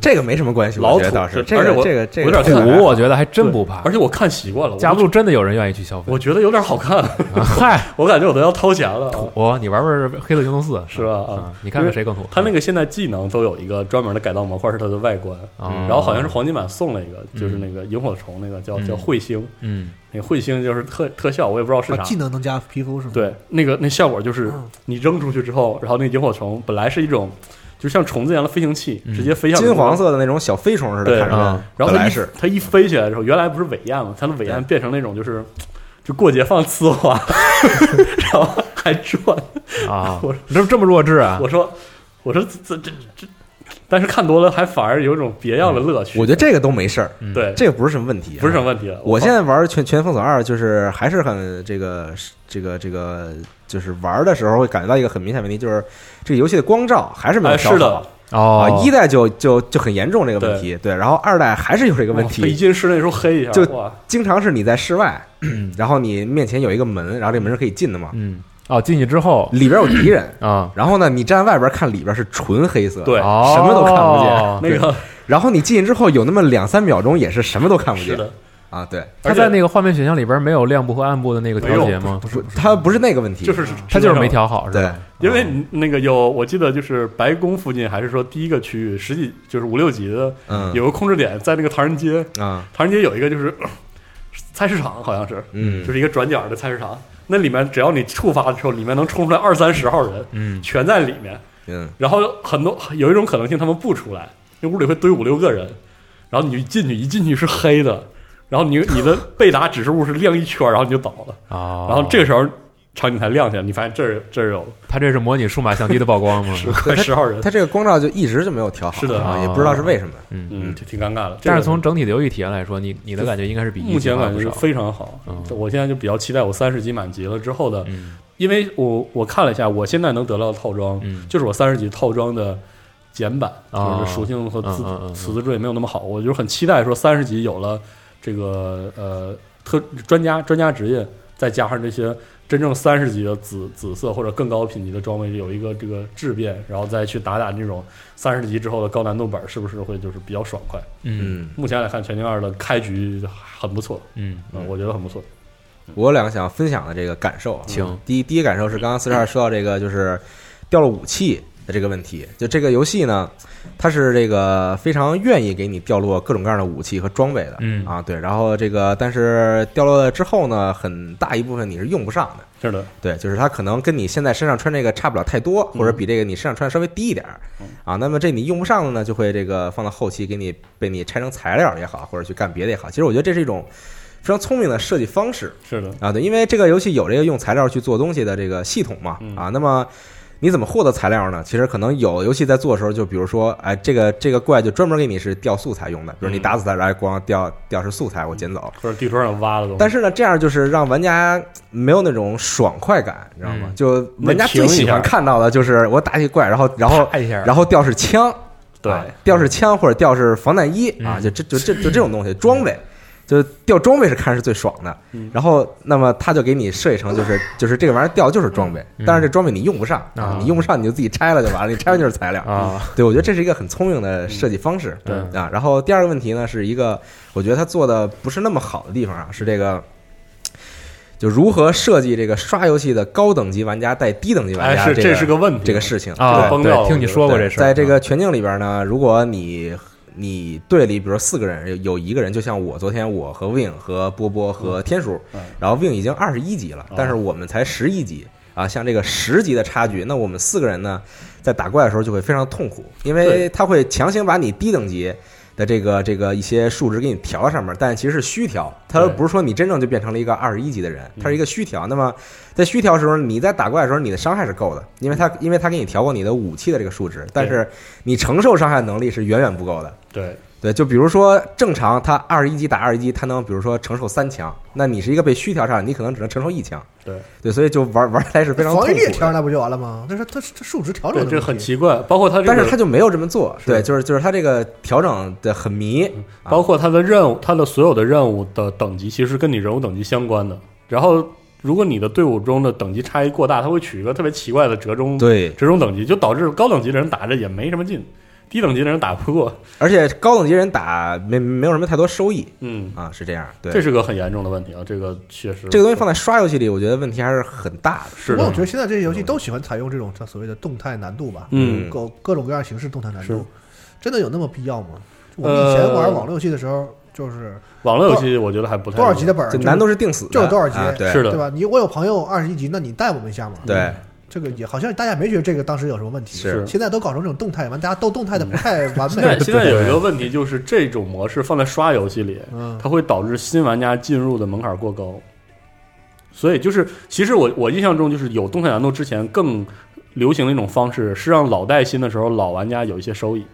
[SPEAKER 1] 这个没什么关系，
[SPEAKER 4] 老
[SPEAKER 1] 我觉得
[SPEAKER 4] 土
[SPEAKER 1] 倒是这
[SPEAKER 4] 这而且
[SPEAKER 1] 个
[SPEAKER 4] 我
[SPEAKER 1] 这个这
[SPEAKER 4] 我有
[SPEAKER 1] 个
[SPEAKER 4] 点
[SPEAKER 2] 土
[SPEAKER 4] 看不出来，
[SPEAKER 2] 我觉得还真不怕
[SPEAKER 4] 而，且我看习惯了，我
[SPEAKER 2] 架啊不住真的有人愿意去消费啊
[SPEAKER 4] 我。觉得有点好看，
[SPEAKER 2] 嗨，
[SPEAKER 4] 我感觉我都要掏钱了啊。
[SPEAKER 2] 我你玩玩《黑色行动四》
[SPEAKER 4] 是吧啊
[SPEAKER 2] 啊，你看看谁更土？
[SPEAKER 4] 它那个现在技能都有一个专门的改造模块，是它的外观。
[SPEAKER 2] 哦
[SPEAKER 4] 然后好像是黄金版送了一个，
[SPEAKER 2] 嗯
[SPEAKER 4] 就是那个萤火虫那个叫
[SPEAKER 2] 嗯
[SPEAKER 4] 叫彗星，
[SPEAKER 2] 嗯
[SPEAKER 4] 那个彗星就是特特效，我也不知道是
[SPEAKER 3] 啊
[SPEAKER 4] 啥
[SPEAKER 3] 技。能能加皮肤是吗？
[SPEAKER 4] 对，那个那效果就是
[SPEAKER 3] 嗯
[SPEAKER 4] 你扔出去之后，然后那萤火虫本来是一种就像虫子一样的飞行器，
[SPEAKER 2] 嗯
[SPEAKER 4] 直接飞向
[SPEAKER 1] 金黄
[SPEAKER 4] 色。
[SPEAKER 1] 色的那种小飞虫似的，
[SPEAKER 4] 对
[SPEAKER 1] 看着
[SPEAKER 2] 啊
[SPEAKER 4] 然后
[SPEAKER 1] 本
[SPEAKER 4] 它
[SPEAKER 1] 来
[SPEAKER 4] 一
[SPEAKER 1] 是
[SPEAKER 4] 它一飞起来之后，原来不是尾焰嘛，它的尾焰变成那种就是就过节放呲花， 然后还转。
[SPEAKER 2] 啊
[SPEAKER 4] 我，
[SPEAKER 2] 你这这么弱智啊？
[SPEAKER 4] 我说我说这这这这，但是看多了还反而有一种别样的乐趣。
[SPEAKER 1] 嗯我觉得这个都没事儿，
[SPEAKER 2] 嗯
[SPEAKER 4] 对，
[SPEAKER 1] 这个不是什么问题，啊
[SPEAKER 4] 不是什么。问题了。
[SPEAKER 1] 我现在玩《全全封锁二》，就是还是很这个这个这个，就是玩的时候会感觉到一个很明显问题，就是这个游戏的光照还是没有
[SPEAKER 4] 哎
[SPEAKER 1] 调好。
[SPEAKER 4] 是的，
[SPEAKER 1] 啊
[SPEAKER 2] 哦，，
[SPEAKER 1] 一代就就就很严重这个问题，对，然后二代还是有这个问
[SPEAKER 4] 哇一
[SPEAKER 1] 题，
[SPEAKER 4] 进室内时候黑一下，
[SPEAKER 1] 就啊
[SPEAKER 4] 哇，
[SPEAKER 1] 经常是你在室 外，然后你面前有一个门，然后这门是可以进的嘛，
[SPEAKER 2] 嗯，哦，进去之后
[SPEAKER 1] 里边有敌人，
[SPEAKER 2] 啊，
[SPEAKER 1] 然后呢，你站外边看里边是纯黑色，
[SPEAKER 4] 对
[SPEAKER 2] 哦
[SPEAKER 1] 什么都看不见
[SPEAKER 4] 那个
[SPEAKER 1] 然后你进去之后有那么两三秒钟也是什么都看不
[SPEAKER 4] 是
[SPEAKER 1] 见
[SPEAKER 4] 的，
[SPEAKER 1] 啊，对，
[SPEAKER 2] 他
[SPEAKER 4] 而且
[SPEAKER 2] 在那个画面选项里边没有亮部和暗部的那个调节吗？
[SPEAKER 1] 不，它不啊是那啊个问题，
[SPEAKER 4] 就是
[SPEAKER 2] 他就是没，调好，是
[SPEAKER 1] 对
[SPEAKER 2] 吧？
[SPEAKER 4] 因为你那个有我记得就是白宫附近还是说第一个区域十几就是五六级的
[SPEAKER 1] 嗯
[SPEAKER 4] 有个控制点在那个唐人街，
[SPEAKER 1] 啊，
[SPEAKER 4] 唐人街有一个就是 呃菜市场好像是，
[SPEAKER 1] 嗯
[SPEAKER 4] 就，是一个转角的菜市场，那里面只要你触发的时候，里面能冲出来二三十号人，
[SPEAKER 2] 嗯
[SPEAKER 4] 全在里面。
[SPEAKER 1] 嗯，
[SPEAKER 4] 然后很多有一种可能性，他们不出来，那屋里会堆五六个人，然后你一进去，一进去是黑的，然 后你你的贝达指示物是亮一圈，然后你就倒了，
[SPEAKER 2] 哦，
[SPEAKER 4] 然后这个时候场景才亮起来，你发现这儿这儿有
[SPEAKER 2] 他这是模拟数码相机的曝光 吗？
[SPEAKER 4] 十快十号人，
[SPEAKER 1] 它这个光照就一直就没有调好，
[SPEAKER 4] 是的
[SPEAKER 1] 啊，
[SPEAKER 2] 哦
[SPEAKER 1] 也不知道是为什么，
[SPEAKER 2] 嗯。
[SPEAKER 4] 嗯，就挺尴尬的。
[SPEAKER 2] 但
[SPEAKER 4] 这
[SPEAKER 2] 是
[SPEAKER 4] 个
[SPEAKER 2] 从整体的游戏体验来说，你你的感觉应该是比一
[SPEAKER 4] 目前
[SPEAKER 2] 强
[SPEAKER 4] 感
[SPEAKER 2] 不
[SPEAKER 4] 觉
[SPEAKER 2] 少。
[SPEAKER 4] 非常好
[SPEAKER 2] 嗯，
[SPEAKER 4] 我现在就比较期待我三十级满级了之后的，
[SPEAKER 2] 嗯
[SPEAKER 4] 因为我我看了一下，我现在能得到的套装
[SPEAKER 2] 嗯
[SPEAKER 4] 就是我三十级套装的简版，
[SPEAKER 2] 哦
[SPEAKER 4] 就是属性和
[SPEAKER 2] 嗯嗯嗯嗯
[SPEAKER 4] 字词字缀没有那么好。我就很期待说三十级有了这个呃特专家专家职业，再加上这些真正三十级的紫紫色或者更高品级的装备有一个这个质变，然后再去打打这种三十级之后的高难度本，是不是会就是比较爽快？
[SPEAKER 2] 嗯
[SPEAKER 1] 嗯。
[SPEAKER 4] 目前来看，《全境二》的开局很不错，
[SPEAKER 2] 嗯，
[SPEAKER 4] 嗯
[SPEAKER 1] 嗯，
[SPEAKER 4] 我觉得很不错。
[SPEAKER 1] 我有两个想分享的这个感受啊。
[SPEAKER 2] 请
[SPEAKER 1] 第一，第一感受是刚刚四十二说到这个就是掉了武器的这个问题。就这个游戏呢，它是这个非常愿意给你掉落各种各样的武器和装备的。
[SPEAKER 2] 嗯
[SPEAKER 1] 啊，对。然后这个但是掉落了之后呢，很大一部分你是用不上的。
[SPEAKER 4] 是的，
[SPEAKER 1] 对，就是它可能跟你现在身上穿这个差不了太多，或者比这个你身上穿的稍微低一点儿
[SPEAKER 4] 嗯
[SPEAKER 1] 啊。那么这你用不上的呢，就会这个放到后期给你被你拆成材料也好，或者去干别的也好。其实我觉得这是一种非常聪明的设计方式。
[SPEAKER 4] 是的，
[SPEAKER 1] 啊，对，因为这个游戏有这个用材料去做东西的这个系统嘛，
[SPEAKER 4] 嗯
[SPEAKER 1] 啊，那么你怎么获得材料呢？其实可能有游戏在做的时候，就比如说，哎，这个这个怪就专门给你是调素材用的，比如你
[SPEAKER 4] 嗯
[SPEAKER 1] 打死它，哎然后光掉掉是素材，我捡走。
[SPEAKER 4] 或者地图上挖的东西。
[SPEAKER 1] 但是呢，这样就是让玩家没有那种爽快感，你知道吗？
[SPEAKER 2] 嗯
[SPEAKER 1] 就玩家
[SPEAKER 4] 那停
[SPEAKER 1] 最
[SPEAKER 4] 一
[SPEAKER 1] 喜欢
[SPEAKER 4] 下
[SPEAKER 1] 看到的就是我打起怪，然后然后
[SPEAKER 2] 啪一下，
[SPEAKER 1] 然后掉是枪，
[SPEAKER 4] 对
[SPEAKER 1] 哎啊，掉是枪或者掉是防弹衣
[SPEAKER 2] 嗯
[SPEAKER 1] 啊，就这就这就这种东西装备。就掉装备是看是最爽的
[SPEAKER 4] 嗯。
[SPEAKER 1] 然后，那么他就给你设计成就是就是这个玩意儿掉就是装备，但是这装备你用不上
[SPEAKER 2] 啊
[SPEAKER 1] 你用不上你就自己拆了就完了，你拆完就是材料。
[SPEAKER 2] 啊，
[SPEAKER 1] 对，我觉得这是一个很聪明的设计方式。
[SPEAKER 2] 对
[SPEAKER 1] 啊，然后第二个问题呢，是一个我觉得他做的不是那么好的地方啊，是这个。就如何设计这个刷游戏的高等级玩家带低等级玩
[SPEAKER 4] 哎，
[SPEAKER 1] 家，
[SPEAKER 4] 是
[SPEAKER 1] 这
[SPEAKER 4] 是个问题
[SPEAKER 1] 这个事情
[SPEAKER 4] 这
[SPEAKER 2] 啊，
[SPEAKER 4] 个崩掉
[SPEAKER 2] 对，
[SPEAKER 4] 了
[SPEAKER 2] 听你说过这事儿，啊
[SPEAKER 1] 在这个全境里边呢，如果你你队里，比如说四个人，有有一个人，就像我昨天，我和 Win 和波波和天叔，
[SPEAKER 4] 嗯
[SPEAKER 1] 然后 Win 已经二十一级了
[SPEAKER 4] 哦，
[SPEAKER 1] 但是我们才十一级啊，像这个十级的差距，那我们四个人呢，在打怪的时候就会非常痛苦，因为
[SPEAKER 4] 对
[SPEAKER 1] 他会强行把你低等级。的这个这个一些数值给你调到上面，但其实是虚调，它
[SPEAKER 4] 对
[SPEAKER 1] 不是说你真正就变成了一个二十一级的人，它是一个虚调。那么在虚调的时候，你在打怪的时候，你的伤害是够的，因为它因为它给你调过你的武器的这个数值，但是你承受伤害能力是远远不够的。
[SPEAKER 4] 对
[SPEAKER 1] 对，就比如说正常，他二十一级打二十级，他能比如说承受三强，那你是一个被虚调上，你可能只能承受一强。
[SPEAKER 4] 对
[SPEAKER 1] 对，所以就玩玩起来是非常痛
[SPEAKER 3] 防
[SPEAKER 1] 苦
[SPEAKER 3] 御力调
[SPEAKER 1] 的。
[SPEAKER 3] 那不就完了吗？但是它它数值
[SPEAKER 1] 哦
[SPEAKER 3] 调整
[SPEAKER 4] 对，
[SPEAKER 3] 的
[SPEAKER 4] 这个
[SPEAKER 3] 问
[SPEAKER 4] 很
[SPEAKER 3] 题
[SPEAKER 4] 奇怪。包括他这个，
[SPEAKER 1] 但是他就没有这么做，
[SPEAKER 4] 是
[SPEAKER 1] 对，就是就是他这个调整的很迷，啊
[SPEAKER 4] 包括他的任务，他的所有的任务的等级其实跟你人物等级相关的。然后，如果你的队伍中的等级差异过大，他会取一个特别奇怪的折中
[SPEAKER 1] 对，
[SPEAKER 4] 折中等级，就导致高等级的人打着也没什么劲，低等级的人打不过。
[SPEAKER 1] 而且高等级人打没没有什么太多收益
[SPEAKER 4] 嗯，
[SPEAKER 1] 啊，是这样。对，
[SPEAKER 4] 这是个很严重的问题啊，这个确实
[SPEAKER 1] 这个东西放在刷游戏里，我觉得问题还是很大的。
[SPEAKER 4] 是
[SPEAKER 3] 不过我
[SPEAKER 4] 的
[SPEAKER 3] 觉，得现在这些游戏都喜欢采用这种它所谓的动态难度吧，
[SPEAKER 4] 嗯
[SPEAKER 3] 各各种各样形式动态难
[SPEAKER 4] 是
[SPEAKER 3] 度，真的有那么必要吗？我们以前玩网络游戏的时候，就是
[SPEAKER 4] 网络游戏我觉得还不太
[SPEAKER 3] 多少级的本儿，
[SPEAKER 1] 就
[SPEAKER 3] 就是
[SPEAKER 1] 难度是定死的，
[SPEAKER 3] 就是多少级
[SPEAKER 1] 啊对，
[SPEAKER 4] 是的嗯
[SPEAKER 3] 对吧？你我有朋友二十一级，那你带我们一下嘛？
[SPEAKER 1] 对，
[SPEAKER 3] 这个也好像大家没觉得这个当时有什么问题，
[SPEAKER 1] 是
[SPEAKER 3] 现在都搞成这种动态，完大家都动态的不太 完
[SPEAKER 4] 现在
[SPEAKER 3] 美，
[SPEAKER 4] 现在有一个问题就是，这种模式放在刷游戏里，
[SPEAKER 3] 嗯，
[SPEAKER 4] 它会导致新玩家进入的门槛过高。所以就是，其实我我印象中就是有动态难度之前更流行的一种方式是让老带新的时候，老玩家有一些收益。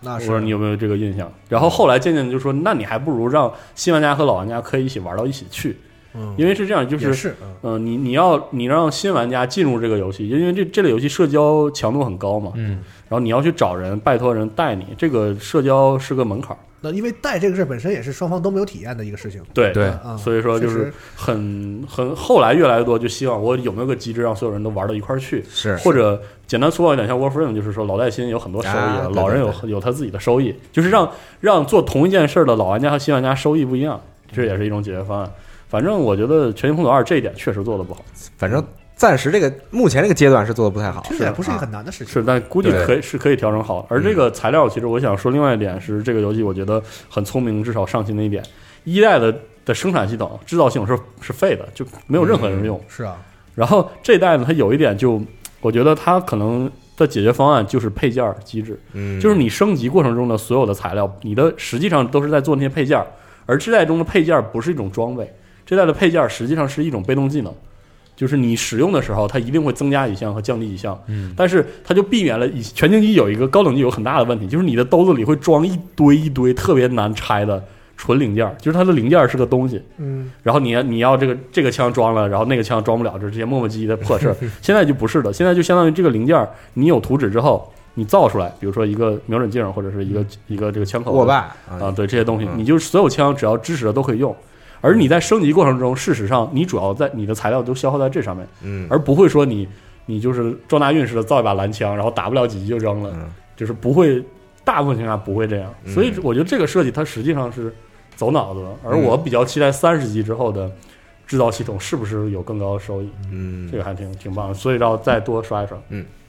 [SPEAKER 3] 那
[SPEAKER 4] 我
[SPEAKER 3] 啊是
[SPEAKER 4] 说你有没有这个印象？然后后来渐渐地就说，那你还不如让新玩家和老玩家可以一起玩到一起去，
[SPEAKER 3] 嗯，
[SPEAKER 4] 因为是这样，就
[SPEAKER 3] 也
[SPEAKER 4] 是。
[SPEAKER 3] 是嗯
[SPEAKER 4] 嗯、你你要你让新玩家进入这个游戏，因为这这类游戏社交强度很高嘛，
[SPEAKER 2] 嗯，
[SPEAKER 4] 然后你要去找人，拜托人带你，这个社交是个门槛儿，
[SPEAKER 3] 那因为带这个事儿本身也是双方都没有体验的一个事情，
[SPEAKER 4] 对
[SPEAKER 2] 对
[SPEAKER 3] 啊，嗯
[SPEAKER 4] 所以说就
[SPEAKER 3] 确
[SPEAKER 4] 是
[SPEAKER 3] 实
[SPEAKER 4] 很很后来越来越多就希望我有没有个机制让所有人都玩到一块儿去，
[SPEAKER 1] 是
[SPEAKER 4] 或者简单粗暴一点，像 Warframe 就是说老带新有很多收益
[SPEAKER 1] 啊
[SPEAKER 4] 了，
[SPEAKER 1] 对
[SPEAKER 4] 老人
[SPEAKER 1] 对
[SPEAKER 4] 有有他自己的收益，就是让让做同一件事儿的老玩家和新玩家收益不一样，这也是一种解决方案。反正我觉得《全境封锁二》这一点确实做的不好，
[SPEAKER 1] 反正暂时这个目前这个阶段是做的不太好，
[SPEAKER 3] 听起来不是一个
[SPEAKER 1] 啊
[SPEAKER 3] 很难的事情，
[SPEAKER 4] 是，但估计
[SPEAKER 1] 对嗯
[SPEAKER 4] 可以是可以调整好。而这个材料，其实我想说另外一点是，这个游戏我觉得很聪明，至少上新的一点，一代的的生产系统制造系统是是废的，就没有任
[SPEAKER 1] 嗯
[SPEAKER 4] 何人用。
[SPEAKER 3] 是啊，
[SPEAKER 4] 然后这一代呢，它有一点就，我觉得它可能的解决方案就是配件儿机制，
[SPEAKER 1] 嗯，
[SPEAKER 4] 就是你升级过程中的所有的材料，你的实际上都是在做那些配件儿，而这代中的配件儿不是一种装备，这代的配件儿实际上是一种被动技能。就是你使用的时候，它一定会增加一项和降低一项，
[SPEAKER 2] 嗯，
[SPEAKER 4] 但是它就避免了以全境机有一个高等级有很大的问题，就是你的兜子里会装一堆一堆特别难拆的纯零件儿，就是它的零件儿是个东西，
[SPEAKER 3] 嗯，
[SPEAKER 4] 然后你你要这个这个枪装了，然后那个枪装不了，就是这些磨磨唧唧的 破事儿。现在就不是的，现在就相当于这个零件儿，你有图纸之后，你造出来，比如说一个瞄准镜或者是一个一个这个枪口
[SPEAKER 1] 嗯握把
[SPEAKER 4] 啊，
[SPEAKER 1] 啊，
[SPEAKER 4] 对这些东西，
[SPEAKER 1] 嗯
[SPEAKER 4] 你就所有枪只要支持的都可以用。而你在升级过程中，事实上你主要在你的材料都消耗在这上面，
[SPEAKER 1] 嗯，
[SPEAKER 4] 而不会说你你就是撞大运似的造一把蓝枪，然后打不了几局就扔了，
[SPEAKER 1] 嗯
[SPEAKER 4] 就是不会，大部分情况下不会这样。
[SPEAKER 1] 嗯
[SPEAKER 4] 所以我觉得这个设计它实际上是走脑子的，而
[SPEAKER 1] 嗯
[SPEAKER 4] 我比较期待三十级之后的制造系统是不是有更高的收益，
[SPEAKER 1] 嗯
[SPEAKER 4] 这个还挺挺棒的。所以要再多刷一刷。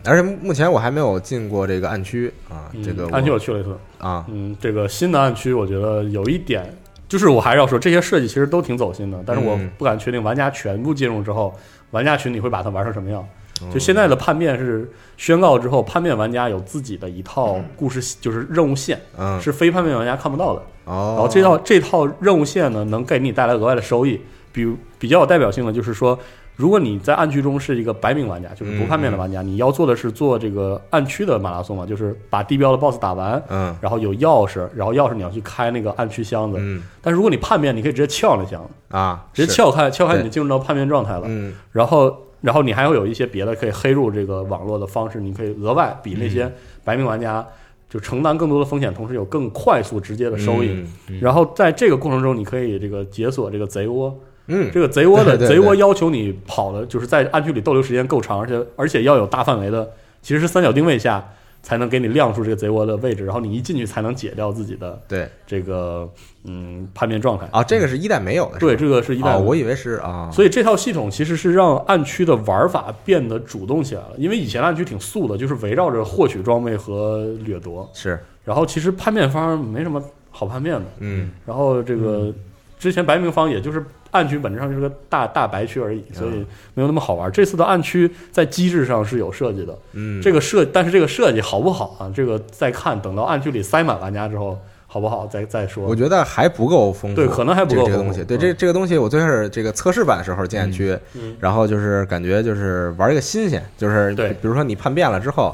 [SPEAKER 1] 而且目前我还没有进过这个暗区啊，这个
[SPEAKER 4] 嗯
[SPEAKER 1] 我
[SPEAKER 4] 暗区我去了一次，
[SPEAKER 1] 啊，
[SPEAKER 4] 嗯，这个新的暗区我觉得有一点。就是我还是要说，这些设计其实都挺走心的，但是我
[SPEAKER 1] 嗯
[SPEAKER 4] 不敢确定玩家全部进入之后，玩家群体会把它玩成什么样。就
[SPEAKER 1] 嗯
[SPEAKER 4] 现在的叛变是宣告之后，叛变玩家有自己的一套故事，就是任务线，
[SPEAKER 1] 嗯
[SPEAKER 4] 是非叛变玩家看不到的。
[SPEAKER 1] 哦，
[SPEAKER 4] 然后这套这套任务线呢，能给你带来额外的收益。比如比较有代表性的就是说，如果你在暗区中是一个白名玩家，就是不叛变的玩家，
[SPEAKER 1] 嗯
[SPEAKER 4] 你要做的是做这个暗区的马拉松嘛，就是把地标的 BOSS 打完，
[SPEAKER 1] 嗯
[SPEAKER 4] 然后有钥匙，然后钥匙你要去开那个暗区箱子。
[SPEAKER 1] 嗯
[SPEAKER 4] 但如果你叛变，你可以直接撬那箱子，
[SPEAKER 1] 啊，
[SPEAKER 4] 直接撬开，撬开
[SPEAKER 1] 对
[SPEAKER 4] 你就进入到叛变状态了
[SPEAKER 1] 是。嗯
[SPEAKER 4] 然后然后你
[SPEAKER 1] 嗯
[SPEAKER 4] 还会有一些别的可以黑入这个网络的方式，你可以额外比那些白名玩家就承担更多的风险，同时有更快速直接的收益。
[SPEAKER 1] 嗯，
[SPEAKER 4] 然后在这个过程中，你可以这个解锁这个贼窝，
[SPEAKER 1] 嗯，
[SPEAKER 4] 这个贼窝
[SPEAKER 1] 对
[SPEAKER 4] 的
[SPEAKER 1] 对对
[SPEAKER 4] 贼窝要求你跑的，就是在暗区里逗留时间够长，而且而且要有大范围的，其实是三角定位下才能给你亮出这个贼窝的位置，然后你一进去才能解掉自己的
[SPEAKER 1] 对
[SPEAKER 4] 这个嗯叛变状态。
[SPEAKER 1] 啊，这个是一代没有的，
[SPEAKER 4] 对，
[SPEAKER 1] 是吧
[SPEAKER 4] 这个是一代
[SPEAKER 1] 哦
[SPEAKER 4] 五。
[SPEAKER 1] 我以为是啊，
[SPEAKER 4] 所以这套系统其实是让暗区的玩法变得主动起来了，因为以前的暗区挺素的，就是围绕着获取装备和掠夺，
[SPEAKER 1] 是
[SPEAKER 4] 然后其实叛变方没什么好叛变的。
[SPEAKER 1] 嗯
[SPEAKER 4] 然后这个之前白明方也就是暗区本质上就是个大大白区而已，所
[SPEAKER 2] 嗯
[SPEAKER 4] 以没有那么好玩。这次的暗区在机制上是有设计的，
[SPEAKER 1] 嗯，
[SPEAKER 4] 这个设但是这个设计好不好啊？这个再看，等到暗区里塞满玩家之后好不好再再
[SPEAKER 1] 我
[SPEAKER 4] 说。
[SPEAKER 1] 觉得还不够丰富，
[SPEAKER 4] 对可能还不
[SPEAKER 1] 这
[SPEAKER 4] 够
[SPEAKER 1] 个这个
[SPEAKER 4] 丰
[SPEAKER 1] 东
[SPEAKER 4] 富
[SPEAKER 1] 西。对，这这个东西，我最开始这个测试版的时候进暗区，
[SPEAKER 4] 嗯
[SPEAKER 1] 然后就是感觉就是玩一个新鲜，就是
[SPEAKER 4] 对
[SPEAKER 1] 比如说你叛变了之后，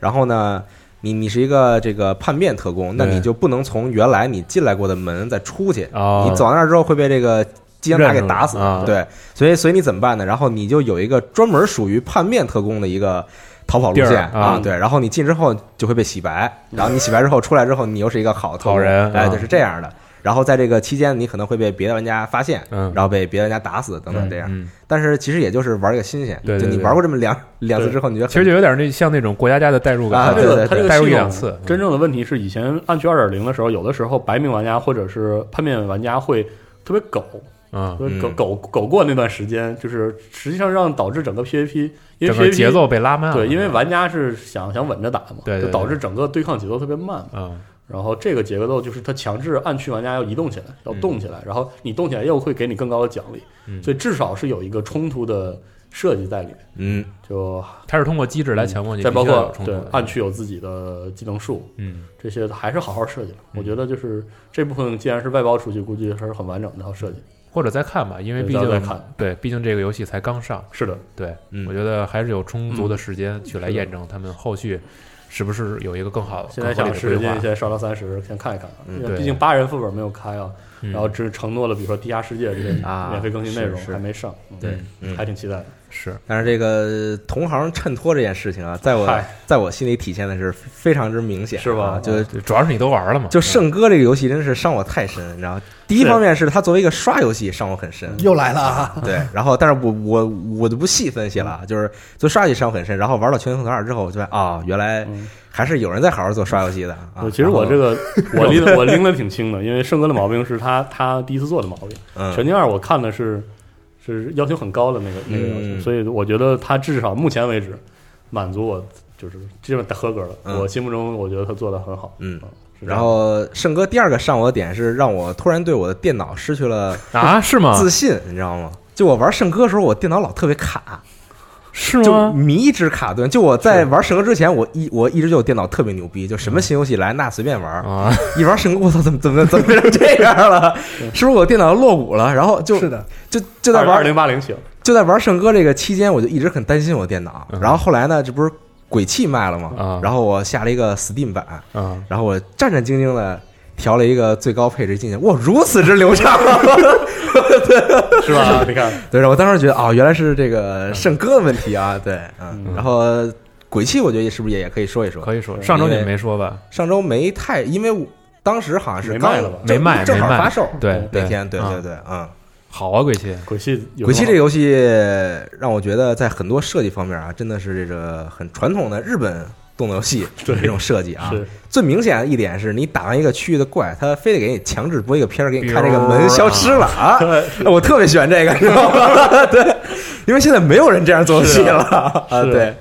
[SPEAKER 1] 然后呢，你你是一个这个叛变特工，那
[SPEAKER 2] 对
[SPEAKER 1] 你就不能从原来你进来过的门再出去，
[SPEAKER 2] 哦
[SPEAKER 1] 你走到那儿之后会被这个。机枪塔给打死
[SPEAKER 2] 认出来啊，
[SPEAKER 1] 对，所以所以你怎么办呢？然后你就有一个专门属于叛变特工的一个逃跑路
[SPEAKER 2] 地儿
[SPEAKER 1] 线
[SPEAKER 2] 啊
[SPEAKER 1] 对，然后你进之后就会被洗白，然后你洗白之后出来之后，你又是一个好特工
[SPEAKER 2] 好人
[SPEAKER 1] 哎，
[SPEAKER 2] 啊
[SPEAKER 1] 对，是这样的。然后在这个期间，你可能会被别的玩家发现，
[SPEAKER 2] 嗯
[SPEAKER 1] 然后被别的玩家打死等等这样。
[SPEAKER 2] 嗯，
[SPEAKER 1] 但是其实也就是玩个新鲜，
[SPEAKER 2] 对对
[SPEAKER 1] 就你
[SPEAKER 2] 对
[SPEAKER 1] 玩过这么两两次之后，你觉得
[SPEAKER 2] 其实就有点那像那种国家家的代入
[SPEAKER 1] 啊
[SPEAKER 2] 感，
[SPEAKER 4] 它这
[SPEAKER 1] 对对
[SPEAKER 4] 个它这
[SPEAKER 2] 代入
[SPEAKER 4] 个
[SPEAKER 2] 一
[SPEAKER 4] 系
[SPEAKER 2] 两
[SPEAKER 4] 统
[SPEAKER 2] 次，嗯
[SPEAKER 4] 真正的问题是，以前暗区二点零的时候，有的时候白名玩家或者是叛变玩家会特别狗，
[SPEAKER 2] 嗯，
[SPEAKER 4] 就是狗
[SPEAKER 1] 嗯
[SPEAKER 4] 狗狗过那段时间，就是实际上让导致整个 PVP 因为
[SPEAKER 2] 整个
[SPEAKER 4] PVP
[SPEAKER 2] 节奏被拉慢了，
[SPEAKER 4] 对，因为玩家是想想稳着打嘛，
[SPEAKER 2] 对对
[SPEAKER 4] 就导致整个对抗节奏特别慢。
[SPEAKER 2] 嗯
[SPEAKER 4] 然后这个节奏就是它强制暗区玩家要移动起来，要动起来，然后你动起来又会给你更高的奖励，
[SPEAKER 2] 嗯
[SPEAKER 4] 所以至少是有一个冲突的设计在里面。
[SPEAKER 1] 嗯，
[SPEAKER 4] 就
[SPEAKER 2] 它是通过机制来强迫你，
[SPEAKER 4] 再包
[SPEAKER 2] 必须要有
[SPEAKER 4] 括
[SPEAKER 2] 冲突
[SPEAKER 4] 对
[SPEAKER 2] 的
[SPEAKER 4] 暗区有自己的技能树，
[SPEAKER 2] 嗯
[SPEAKER 4] 这些还是好好设计了。我觉得就是这部分既然是外包出去，估计还是很完整的一套设计。
[SPEAKER 2] 或者再看吧，因为毕
[SPEAKER 4] 对到时候再
[SPEAKER 2] 竟
[SPEAKER 4] 看
[SPEAKER 2] 对，毕竟这个游戏才刚上，
[SPEAKER 4] 是的，
[SPEAKER 2] 对
[SPEAKER 1] 嗯
[SPEAKER 2] 我觉得还是有充足的时间去来
[SPEAKER 4] 嗯是的
[SPEAKER 2] 验证他们后续是不是有一个更好、
[SPEAKER 4] 现在
[SPEAKER 2] 更合理
[SPEAKER 4] 想
[SPEAKER 2] 的
[SPEAKER 4] 时
[SPEAKER 2] 规
[SPEAKER 4] 间
[SPEAKER 2] 划。
[SPEAKER 4] 先刷到三十，先看一看啊，
[SPEAKER 1] 嗯
[SPEAKER 4] 因为
[SPEAKER 2] 对
[SPEAKER 4] 毕竟八人副本没有开啊，
[SPEAKER 2] 嗯
[SPEAKER 4] 然后只承诺了，比如说《地下世界》这些
[SPEAKER 1] 啊
[SPEAKER 4] 免费更新内容
[SPEAKER 1] 是是
[SPEAKER 4] 还没上，嗯
[SPEAKER 2] 对
[SPEAKER 1] 嗯
[SPEAKER 4] 还挺期待的。
[SPEAKER 2] 是
[SPEAKER 1] 但是这个同行衬托这件事情啊，在我
[SPEAKER 4] 嗨
[SPEAKER 1] 在我心里体现的是非常之明显，
[SPEAKER 4] 是
[SPEAKER 1] 啊
[SPEAKER 4] 吧
[SPEAKER 1] 就
[SPEAKER 2] 对主要是你都玩了嘛，
[SPEAKER 1] 就圣歌这个游戏真是伤我太深，你知道吗？第一
[SPEAKER 4] 是
[SPEAKER 1] 方面是它作为一个刷游戏伤我很深，
[SPEAKER 3] 又来了啊！
[SPEAKER 1] 对，然后但是我我我就不细分析
[SPEAKER 4] 嗯
[SPEAKER 1] 了，就是做刷游戏伤我很深，然后玩到《全球团二》之后，我就发现啊，原来
[SPEAKER 4] 嗯
[SPEAKER 1] 还是有人在好好做刷游戏的啊
[SPEAKER 4] 对。其实我这
[SPEAKER 1] 个
[SPEAKER 4] 个我 拎我拎的挺轻的，因为盛哥的毛病是他他第一次做的毛病，《全
[SPEAKER 1] 嗯
[SPEAKER 4] 境二》我看的是是要求很高的那个那个要求，
[SPEAKER 1] 嗯
[SPEAKER 4] 所以我觉得他至少目前为止满足我就是基本合格了。
[SPEAKER 1] 嗯
[SPEAKER 4] 我心目中我觉得他做的很好，
[SPEAKER 1] 嗯
[SPEAKER 4] 是这样
[SPEAKER 1] 然后圣哥第二个上我的点是让我突然对我的电脑失去了
[SPEAKER 2] 啊，是吗？
[SPEAKER 1] 自信，你知道吗？就我玩圣歌的时候，我电脑老特别卡，
[SPEAKER 2] 是
[SPEAKER 4] 嗯
[SPEAKER 1] 就
[SPEAKER 2] 吗？
[SPEAKER 1] 迷之卡顿。就我在玩圣歌之前，我一我一直就电脑特别牛逼，就什
[SPEAKER 4] 嗯
[SPEAKER 1] 么新游戏来那随便玩。
[SPEAKER 2] 啊，
[SPEAKER 1] 一玩圣歌，我操，怎么怎么怎么变成这样了？是不是我电脑落伍了？然后就是
[SPEAKER 3] 的，
[SPEAKER 1] 就就在玩
[SPEAKER 4] 二零八零行，
[SPEAKER 1] 就在玩圣歌这个期间，我就一直很担心我电脑。
[SPEAKER 2] 嗯
[SPEAKER 1] 然后后来呢，这不是鬼泣卖了吗
[SPEAKER 2] 啊？
[SPEAKER 1] 然后我下了一个 Steam 版，
[SPEAKER 2] 啊，
[SPEAKER 1] 然后我战战兢兢的调了一个最高配置进去，哇，如此之流畅！
[SPEAKER 4] 是吧？你看，
[SPEAKER 1] 对，然后我当时觉得哦，原来是这个圣歌的问题啊，对，嗯，
[SPEAKER 4] 嗯
[SPEAKER 1] 然后鬼泣我觉得是不是也也可以说一说？
[SPEAKER 2] 可以说上周你们没说吧？
[SPEAKER 1] 上周没太，因为我当时好像是
[SPEAKER 4] 没
[SPEAKER 1] 刚
[SPEAKER 4] 卖了吧
[SPEAKER 2] 没卖
[SPEAKER 1] 正
[SPEAKER 2] 没
[SPEAKER 1] 好
[SPEAKER 2] 卖
[SPEAKER 1] 发售
[SPEAKER 2] 对，
[SPEAKER 1] 那天，对对
[SPEAKER 2] 啊
[SPEAKER 1] 对，嗯。
[SPEAKER 2] 好啊，鬼泣，
[SPEAKER 4] 鬼泣有
[SPEAKER 1] 鬼泣这个
[SPEAKER 4] 个
[SPEAKER 1] 游戏让我觉得在很多设计方面啊，真的是这个很传统的日本动作游戏
[SPEAKER 4] 对
[SPEAKER 1] 这种设计啊。
[SPEAKER 4] 是
[SPEAKER 1] 最明显的一点是你打完一个区域的怪，他非得给你强制播一个片儿，给你看这
[SPEAKER 2] 比
[SPEAKER 1] 个
[SPEAKER 2] 如
[SPEAKER 1] 门消失了啊！ 哎 我特别喜欢这个，你知道吗？ 对，因为现在没有人这样做游戏了啊。
[SPEAKER 4] 是
[SPEAKER 1] 对，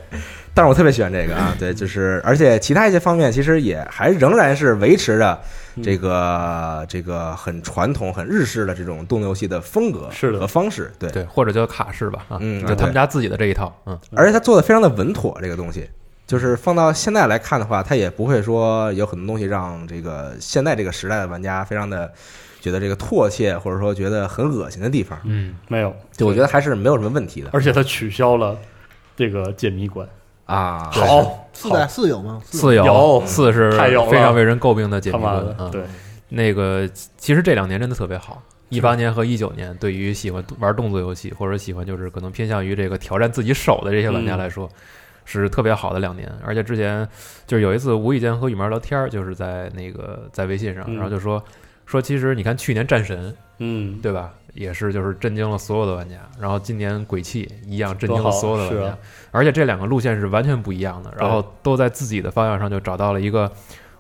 [SPEAKER 1] 但是我特别喜欢这个啊。对，就是而且其他一些方面，其实也还仍然是维持着这个这个很传统、很日式的这种动作游戏的风格
[SPEAKER 4] 是的
[SPEAKER 1] 和方式。对，
[SPEAKER 2] 对，或者叫卡式吧，啊，
[SPEAKER 1] 嗯
[SPEAKER 2] 就他
[SPEAKER 1] 对
[SPEAKER 2] 们家自己的这一套，嗯，
[SPEAKER 1] 而且他做的非常的稳妥，这个东西。就是放到现在来看的话，他也不会说有很多东西让这个现在这个时代的玩家非常的觉得这个唾弃，或者说觉得很恶心的地方。
[SPEAKER 2] 嗯，
[SPEAKER 4] 没有，
[SPEAKER 1] 就我觉得还是没有什么问题的
[SPEAKER 4] 而且他取消了这个解谜关，
[SPEAKER 1] 啊。
[SPEAKER 4] 好，
[SPEAKER 3] 四代四有吗？
[SPEAKER 2] 四
[SPEAKER 4] 有
[SPEAKER 2] 四是
[SPEAKER 4] 太有了
[SPEAKER 2] 非常为人诟病的解
[SPEAKER 4] 他
[SPEAKER 2] 谜
[SPEAKER 4] 妈
[SPEAKER 2] 论
[SPEAKER 4] 的
[SPEAKER 2] 啊，
[SPEAKER 4] 对。
[SPEAKER 2] 那个其实这两年真的特别好，一八年和一九年，对于喜欢玩动作游戏或者喜欢就是可能偏向于这个挑战自己手的这些玩家来说，是特别好的两年。而且之前就是有一次无意间和羽毛聊天儿，就是在那个在微信上，
[SPEAKER 4] 嗯
[SPEAKER 2] 然后就说说其实你看去年战神
[SPEAKER 4] 嗯，
[SPEAKER 2] 对吧，也是就是震惊了所有的玩家，然后今年鬼泣一样震惊了所有的玩
[SPEAKER 4] 多
[SPEAKER 2] 家，
[SPEAKER 4] 好是啊
[SPEAKER 2] 而且这两个路线是完全不一样的，然后都在自己的方向上就找到了一个，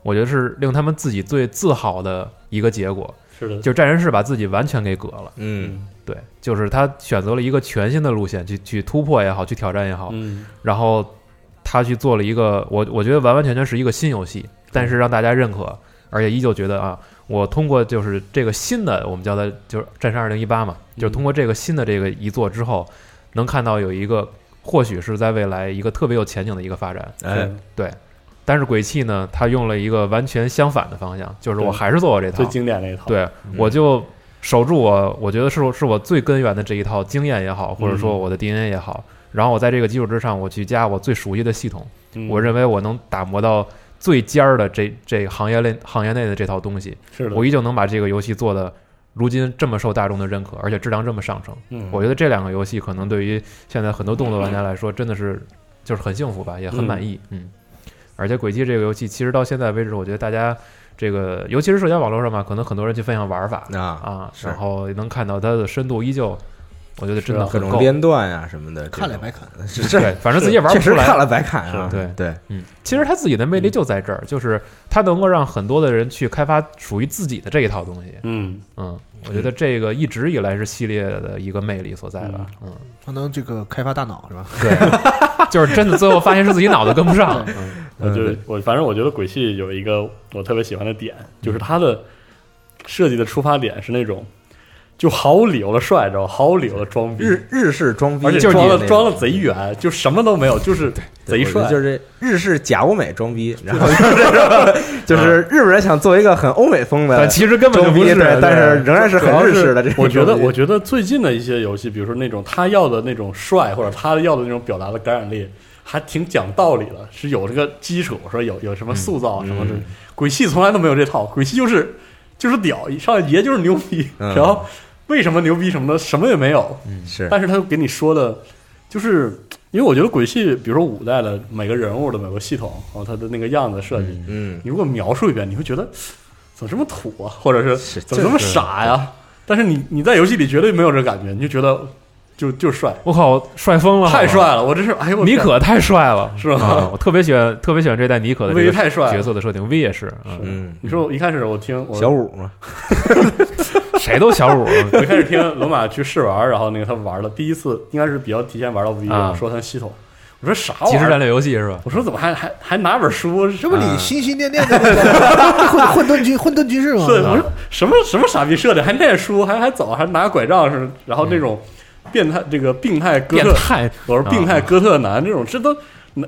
[SPEAKER 2] 我觉得是令他们自己最自豪的一个结果，
[SPEAKER 4] 是的，
[SPEAKER 2] 就是战神是把自己完全给革了。
[SPEAKER 1] 嗯，
[SPEAKER 2] 对，就是他选择了一个全新的路线去去突破也好，去挑战也好，
[SPEAKER 4] 嗯，
[SPEAKER 2] 然后他去做了一个我我觉得完完全全是一个新游戏，但是让大家认可，而且依旧觉得啊，我通过就是这个新的我们叫它就是《战神二零一八》嘛，
[SPEAKER 4] 嗯
[SPEAKER 2] 就是通过这个新的这个一作之后，能看到有一个或许是在未来一个特别有前景的一个发展。
[SPEAKER 1] 哎，
[SPEAKER 2] 但是鬼泣呢，它用了一个完全相反的方向，就是我
[SPEAKER 4] 对
[SPEAKER 2] 还是做我这
[SPEAKER 4] 是最
[SPEAKER 2] 套，
[SPEAKER 4] 经典那一套，
[SPEAKER 2] 对，我就守住我，我觉得是我是我最根源的这一套经验也好，或者
[SPEAKER 4] 嗯
[SPEAKER 2] 说我的 DNA 也好，然后我在这个基础之上，我去加我最熟悉的系统，
[SPEAKER 4] 嗯，
[SPEAKER 2] 我认为我能打磨到最尖儿的这这行业内行业内的这套东西，
[SPEAKER 4] 是的，
[SPEAKER 2] 我依旧能把这个游戏做的如今这么受大众的认可，而且质量这么上乘。
[SPEAKER 4] 嗯
[SPEAKER 2] 我觉得这两个游戏可能对于现在很多动作玩家来说，真的是就是很幸福吧，也很满意。嗯，而且《轨迹》这个游戏，其实到现在为止，我觉得大家这个，尤其是社交网络上嘛，可能很多人去分享玩法
[SPEAKER 1] 啊，
[SPEAKER 2] 啊，
[SPEAKER 1] 是
[SPEAKER 2] 然后能看到它的深度依旧，我觉得真的
[SPEAKER 1] 各
[SPEAKER 2] 很
[SPEAKER 1] 种
[SPEAKER 2] 够。
[SPEAKER 1] 编段呀什么的，
[SPEAKER 3] 看了也
[SPEAKER 1] 这
[SPEAKER 3] 白
[SPEAKER 1] 种
[SPEAKER 3] 看。
[SPEAKER 1] 是是
[SPEAKER 2] 对，反正自己也玩
[SPEAKER 1] 确
[SPEAKER 2] 不出
[SPEAKER 1] 实看
[SPEAKER 2] 来。
[SPEAKER 1] 了白看啊，
[SPEAKER 2] 是对
[SPEAKER 1] 对，
[SPEAKER 2] 嗯，其实它自己的魅力就在这
[SPEAKER 1] 嗯
[SPEAKER 2] 儿，就是它能够让很多的人去开发属于自己的这一套东西。
[SPEAKER 4] 嗯，
[SPEAKER 2] 嗯，我觉得这个一直以来是系列的一个魅力所在吧。嗯，
[SPEAKER 3] 他能这个开发大脑是吧？
[SPEAKER 2] 对，就是真的最后发现是自己脑子跟不上。嗯
[SPEAKER 4] 我觉
[SPEAKER 1] 嗯
[SPEAKER 4] 得我反正我觉得鬼泣有一个我特别喜欢的点，就是它的设计的出发点是那种就毫无理由的帅，知道吗毫无理由的装逼，
[SPEAKER 1] 日日式装逼，
[SPEAKER 4] 嗯而且
[SPEAKER 2] 就是
[SPEAKER 4] 装
[SPEAKER 2] 你
[SPEAKER 4] 了装了贼远，就什么都没有，就是贼
[SPEAKER 1] 对我觉得
[SPEAKER 4] 帅，
[SPEAKER 1] 就是日式假欧美装逼，然后 就是就是日本人想做一个很欧美风的
[SPEAKER 2] 但其实根本就
[SPEAKER 1] 装
[SPEAKER 2] 不
[SPEAKER 1] 逼，
[SPEAKER 2] 是，
[SPEAKER 1] 对，但是仍然是
[SPEAKER 4] 主要
[SPEAKER 1] 很日式的这种装逼。
[SPEAKER 4] 我觉得，我觉得最近的一些游戏，比如说那种他要的那种帅，或者他要的那种表达的感染力，还挺讲道理的，是有这个基础，说有有
[SPEAKER 1] 嗯
[SPEAKER 4] 什么塑造啊什么的。鬼泣从来都没有这套，鬼泣就是就是屌，一上来爷就是牛逼，
[SPEAKER 1] 嗯
[SPEAKER 4] 然后为什么牛逼什么的，什么也没有，
[SPEAKER 1] 是
[SPEAKER 4] 但是他又给你说的，就是因为我觉得鬼泣，比如说五代的每个人物的每个系统，然后他的那个样子设计，
[SPEAKER 1] 嗯，
[SPEAKER 4] 你如果描述一遍，你会觉得怎么这么土啊，或者是
[SPEAKER 1] 是
[SPEAKER 4] 怎么这么傻呀、但是你你在游戏里绝对没有这感觉，你就觉得就就帅，
[SPEAKER 2] 我靠，帅疯了，
[SPEAKER 4] 太
[SPEAKER 2] 好吧！
[SPEAKER 4] 帅了！我这是哎呦，我
[SPEAKER 2] 尼可太帅了，
[SPEAKER 4] 是吗
[SPEAKER 2] 啊我特别喜欢，特别喜欢这代尼可的这
[SPEAKER 4] V
[SPEAKER 2] 个
[SPEAKER 4] 太帅了
[SPEAKER 2] 角色的设定，V 也是，嗯，
[SPEAKER 1] 嗯，
[SPEAKER 4] 你说我一开始我听我
[SPEAKER 1] 小五嘛，
[SPEAKER 2] 谁都小五，
[SPEAKER 4] 我一开始听罗马去试玩，然后那个他玩了第一次，应该是比较提前玩到 V，、
[SPEAKER 2] 啊
[SPEAKER 4] 说他系统，我说啥
[SPEAKER 2] 即时
[SPEAKER 4] 玩意
[SPEAKER 2] 战
[SPEAKER 4] 儿？
[SPEAKER 2] 略游戏是吧？
[SPEAKER 4] 我说怎么还还还拿本书？
[SPEAKER 3] 这
[SPEAKER 4] 什
[SPEAKER 3] 不
[SPEAKER 4] 么？
[SPEAKER 3] 你心心念念的那个混 混沌军混沌军事吗？
[SPEAKER 4] 对，我说什么什么傻逼设定，还念书，还还走，还拿拐杖是，然后那种变态这个病态哥
[SPEAKER 2] 变
[SPEAKER 4] 特
[SPEAKER 2] 态，
[SPEAKER 4] 我说病态哥特男这种，这都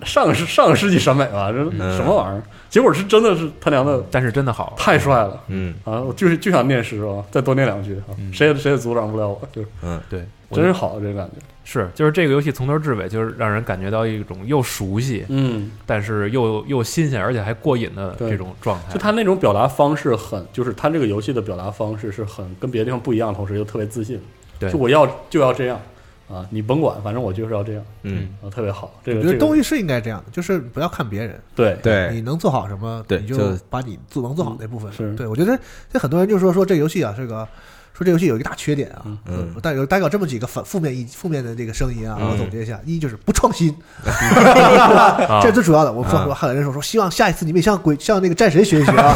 [SPEAKER 4] 上世上世纪审美吧，这
[SPEAKER 1] 嗯
[SPEAKER 4] 什么玩意儿？结果是真的是他娘的
[SPEAKER 2] 但是真的好，
[SPEAKER 4] 太帅了
[SPEAKER 1] 嗯
[SPEAKER 4] 啊！我就是就想念诗啊，再多念两句啊，谁也谁也阻挡不了我，就是
[SPEAKER 1] 嗯，
[SPEAKER 2] 对，我
[SPEAKER 4] 真是好这个感觉。
[SPEAKER 2] 是就是这个游戏从头至尾就是让人感觉到一种又熟悉，
[SPEAKER 4] 嗯，
[SPEAKER 2] 但是又又新鲜，而且还过瘾的
[SPEAKER 4] 对
[SPEAKER 2] 这种状态
[SPEAKER 4] 就。他那种表达方式很，就是他这个游戏的表达方式是很跟别的地方不一样，同时又特别自信。
[SPEAKER 2] 对
[SPEAKER 4] 就我要就要这样啊，你甭管，反正我就是要这样
[SPEAKER 1] 嗯，
[SPEAKER 4] 啊，特别好。这
[SPEAKER 3] 我
[SPEAKER 4] 个
[SPEAKER 3] 觉
[SPEAKER 4] 这
[SPEAKER 3] 得
[SPEAKER 4] 个
[SPEAKER 3] 东西是应该这样的，就是不要看别人，
[SPEAKER 4] 对
[SPEAKER 1] 对
[SPEAKER 3] 你能做好什么，
[SPEAKER 1] 对
[SPEAKER 3] 你
[SPEAKER 1] 就
[SPEAKER 3] 把你做能做好那部分。
[SPEAKER 4] 是
[SPEAKER 3] 对我觉得这很多人就说说这游戏啊，这个说这游戏有一个大缺点啊，
[SPEAKER 1] 嗯
[SPEAKER 3] 呃但有大概有这么几个反负面意负面的这个声音啊，
[SPEAKER 1] 嗯
[SPEAKER 3] 我总结一下：一就是不创新，
[SPEAKER 2] 啊
[SPEAKER 3] 这是最主要的。我说
[SPEAKER 1] 啊
[SPEAKER 3] 说还有人说说希望下一次你们也像鬼像那个战神学一学 啊。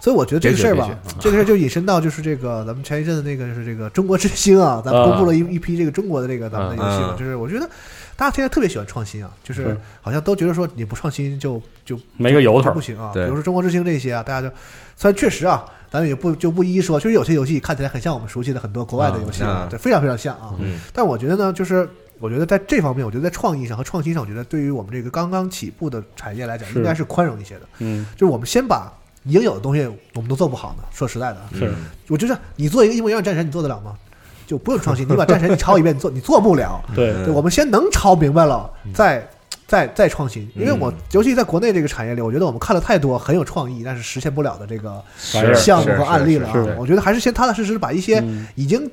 [SPEAKER 3] 所以我觉得这个事儿吧
[SPEAKER 2] 别学别，
[SPEAKER 1] 嗯
[SPEAKER 3] 这个事儿就引申到就是这个咱们前一阵的那个就是这个中国之星啊，咱们公布了一一批这个中国的这个咱们的游戏嘛
[SPEAKER 1] 嗯，
[SPEAKER 3] 就是我觉得大家现在特别喜欢创新啊，就是
[SPEAKER 4] 是
[SPEAKER 3] 好像都觉得说你不创新就就
[SPEAKER 4] 没个由头
[SPEAKER 3] 不，行啊。比
[SPEAKER 1] 对
[SPEAKER 3] 如说《中国之星》这些啊，大家就虽然确实啊，咱们也不就不一一说，就是有些游戏看起来很像我们熟悉的很多国外的游戏，
[SPEAKER 1] 啊
[SPEAKER 3] 对，非常非常像啊。
[SPEAKER 1] 嗯
[SPEAKER 3] 但我觉得呢，就是我觉得在这方面，我觉得在创意上和创新上，我觉得对于我们这个刚刚起步的产业来讲，
[SPEAKER 4] 是
[SPEAKER 3] 应该是宽容一些的。
[SPEAKER 4] 嗯，
[SPEAKER 3] 就是我们先把已经有的东西，我们都做不好呢。说实在的啊，
[SPEAKER 1] 嗯
[SPEAKER 4] 是
[SPEAKER 3] 我就是你做一个一模一样的战神，你做得了吗？就不用创新，你把战神你抄一遍，你做你做不了。
[SPEAKER 4] 对
[SPEAKER 1] 嗯
[SPEAKER 3] 对，我们先能抄明白了，
[SPEAKER 4] 嗯
[SPEAKER 3] 再再再创新。因为我尤其在国内这个产业里，我觉得我们看了太多很有创意但是实现不了的这个
[SPEAKER 4] 是
[SPEAKER 3] 项目和案例了
[SPEAKER 4] 是是
[SPEAKER 3] 啊
[SPEAKER 4] 是。
[SPEAKER 3] 我觉得还是先踏踏实实把一些
[SPEAKER 4] 嗯
[SPEAKER 3] 已经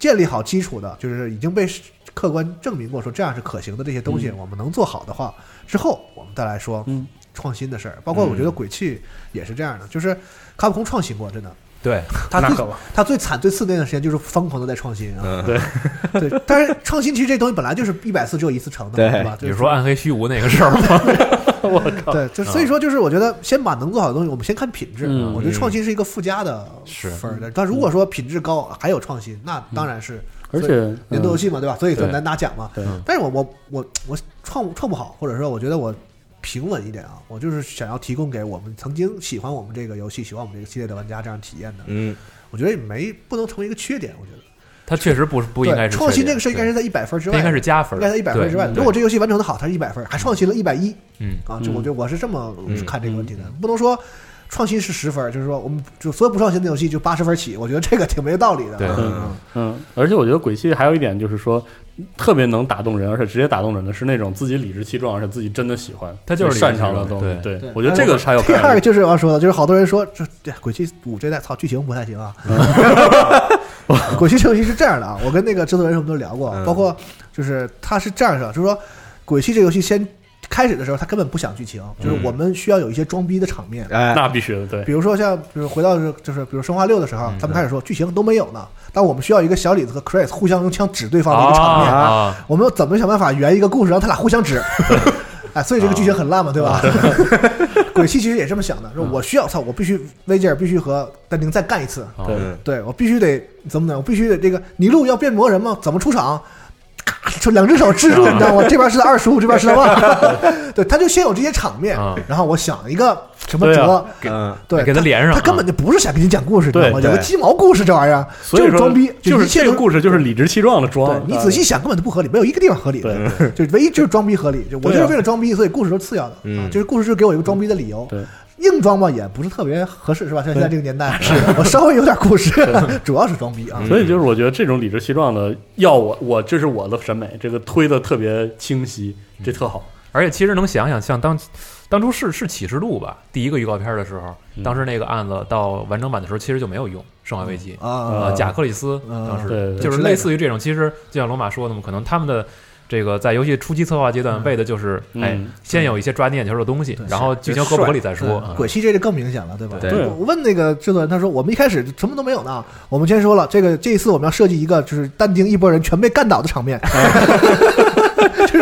[SPEAKER 3] 建立好基础的，就是已经被客观证明过说这样是可行的这些东西，
[SPEAKER 4] 嗯
[SPEAKER 3] 我们能做好的话，之后我们再来说
[SPEAKER 4] 嗯
[SPEAKER 3] 创新的事儿。包括我觉得《鬼泣》也是这样的，就是卡普空创新过，真的，
[SPEAKER 1] 对，
[SPEAKER 3] 他
[SPEAKER 4] 那
[SPEAKER 3] 最
[SPEAKER 4] 可不
[SPEAKER 3] 他最惨最次那段时间就是疯狂的在创新啊。
[SPEAKER 1] 嗯，
[SPEAKER 3] 对，但是创新其实这东西本来就是一百次只有一次成的嘛，
[SPEAKER 1] 对
[SPEAKER 3] 对吧？
[SPEAKER 2] 你说暗嗯黑虚无那个事儿 吗？
[SPEAKER 4] 我 靠，
[SPEAKER 3] 对，就所以说就是我觉得先把能做好的东西，我们先看品质。啊
[SPEAKER 4] 嗯
[SPEAKER 3] 我觉得创新是一个附加的
[SPEAKER 2] 是嗯
[SPEAKER 3] 分儿的，但如果说品质高还有创新，那当然是
[SPEAKER 4] 而
[SPEAKER 3] 所以
[SPEAKER 4] 且嗯
[SPEAKER 3] 年度游戏嘛，对吧？所以很
[SPEAKER 4] 对
[SPEAKER 3] 难拿奖嘛。
[SPEAKER 4] 对
[SPEAKER 3] 但是我我我我创创不好，或者说我觉得我平稳一点啊，我就是想要提供给我们曾经喜欢我们这个游戏、喜欢我们这个系列的玩家这样体验的。
[SPEAKER 1] 嗯，
[SPEAKER 3] 我觉得也没不能成为一个缺点，我觉得
[SPEAKER 2] 它确实不不应该是
[SPEAKER 3] 对创新这个
[SPEAKER 2] 事
[SPEAKER 3] 事儿应该是在一百分之
[SPEAKER 2] 它
[SPEAKER 3] 外的，
[SPEAKER 2] 应该是加分
[SPEAKER 3] 应
[SPEAKER 2] 儿，
[SPEAKER 3] 该在一百分之外的。
[SPEAKER 2] 对
[SPEAKER 3] 如果这游戏完成的好，它是一百分，还创新了一百一
[SPEAKER 2] 嗯
[SPEAKER 3] 啊！就我
[SPEAKER 4] 嗯
[SPEAKER 3] 觉得我是这么
[SPEAKER 1] 嗯
[SPEAKER 3] 看这个问题的，不能说创新是十分，就是说我们就所有不创新的游戏就八十分起，我觉得这个挺没道理的。
[SPEAKER 2] 对
[SPEAKER 3] 嗯
[SPEAKER 1] 嗯
[SPEAKER 4] 嗯，而且我觉得鬼泣还有一点就是说，特别能打动人，而且直接打动人的是那种自己理直气壮，而且自己真的喜欢，
[SPEAKER 2] 他就是理直
[SPEAKER 4] 擅长的
[SPEAKER 2] 气壮
[SPEAKER 4] 东西。
[SPEAKER 2] 对
[SPEAKER 4] 对
[SPEAKER 3] 对
[SPEAKER 4] 我觉得这个才有
[SPEAKER 3] 第
[SPEAKER 4] 感
[SPEAKER 3] 二个
[SPEAKER 4] 染力。
[SPEAKER 3] 就是我要说的，就是好多人说这这《鬼泣五》这代操剧情不太行啊。《鬼泣》这游戏是这样的啊，我跟那个制作人我们都聊过
[SPEAKER 1] 嗯，
[SPEAKER 3] 包括就是他是这样的，就是说《鬼泣》这游戏先开始的时候，他根本不想剧情，就是我们需要有一些装逼的场面。
[SPEAKER 1] 哎，
[SPEAKER 4] 那必须的，对
[SPEAKER 3] 比如说像，比如回到就是，比如生化六的时候
[SPEAKER 2] 嗯，
[SPEAKER 3] 他们开始说剧情都没有呢，但我们需要一个小李子和 Chris 互相用枪指对方的一个场面，
[SPEAKER 2] 啊，
[SPEAKER 3] 我们怎么想办法圆一个故事，让他俩互 相指？哎，所以这个剧情很烂嘛，对
[SPEAKER 2] 啊
[SPEAKER 3] 吧？ 鬼泣其实也这么想的，说我需要操，我必须威吉尔必须和丹宁再干一次，
[SPEAKER 2] 啊
[SPEAKER 4] 对
[SPEAKER 1] 嗯
[SPEAKER 3] 对我必须得怎么呢？我必须得这个尼禄要变魔人吗？怎么出场？咔，就两只手制
[SPEAKER 2] 啊
[SPEAKER 3] 住，你知道吗？这边是二十五，这边是 万，对，他就先有这些场面
[SPEAKER 2] 啊，
[SPEAKER 3] 然后我想一个什么
[SPEAKER 4] 对啊
[SPEAKER 3] 辙，
[SPEAKER 1] 嗯，
[SPEAKER 3] 对，
[SPEAKER 2] 给他连上
[SPEAKER 3] 他根
[SPEAKER 2] 啊
[SPEAKER 3] 本就不是想给你讲故事，你知道吗？
[SPEAKER 4] 对
[SPEAKER 3] 有
[SPEAKER 1] 对
[SPEAKER 3] 个鸡毛故事这玩意儿，
[SPEAKER 4] 所以
[SPEAKER 3] 就是
[SPEAKER 4] 说
[SPEAKER 3] 装逼，
[SPEAKER 4] 就是
[SPEAKER 3] 一切
[SPEAKER 4] 这
[SPEAKER 3] 都
[SPEAKER 4] 个故事就是理直气壮的
[SPEAKER 3] 对
[SPEAKER 4] 装。
[SPEAKER 3] 你仔细想，根本就不合理，没有一个地方合理的，
[SPEAKER 4] 对
[SPEAKER 3] 就唯一就是装逼合理。就我
[SPEAKER 4] 对啊
[SPEAKER 3] 就是为了装逼，所以故事都是次要的，
[SPEAKER 1] 嗯
[SPEAKER 3] 啊就是故事就是给我一个装逼的理由。
[SPEAKER 4] 对，
[SPEAKER 3] 硬装吧也不是特别合适，是吧？像现在这个年代， 我稍微有点故事， 主要是装逼啊。
[SPEAKER 4] 所以就是我觉得这种理直气壮的，要我我这是我的审美，这个推的特别清晰，这特 好。
[SPEAKER 2] 而且其实能想想，像当当初是是启示录吧，第一个预告片的时候，
[SPEAKER 3] 嗯
[SPEAKER 2] 当时那个案子到完整版的时候，其实就没有用《生化危机》
[SPEAKER 3] 啊
[SPEAKER 2] 呃，
[SPEAKER 4] 啊
[SPEAKER 2] 贾克里斯
[SPEAKER 3] 啊
[SPEAKER 2] 当
[SPEAKER 4] 对
[SPEAKER 2] 时
[SPEAKER 4] 对
[SPEAKER 2] 就是
[SPEAKER 3] 之类
[SPEAKER 2] 类
[SPEAKER 3] 的
[SPEAKER 2] 似于这种，其实就像罗马说的嘛，可能他们的这个在游戏初期策划阶段为的就是，
[SPEAKER 4] 嗯
[SPEAKER 2] 哎，先有一些抓你眼球的东西，然后剧情合不合理再说。啊
[SPEAKER 3] 对鬼泣这就更明显了，对吧？
[SPEAKER 2] 对
[SPEAKER 4] 对
[SPEAKER 3] 我问那个制作人，他说我们一开始就什么都没有呢，我们先说了，这个这一次我们要设计一个就是但丁一波人全被干倒的场面，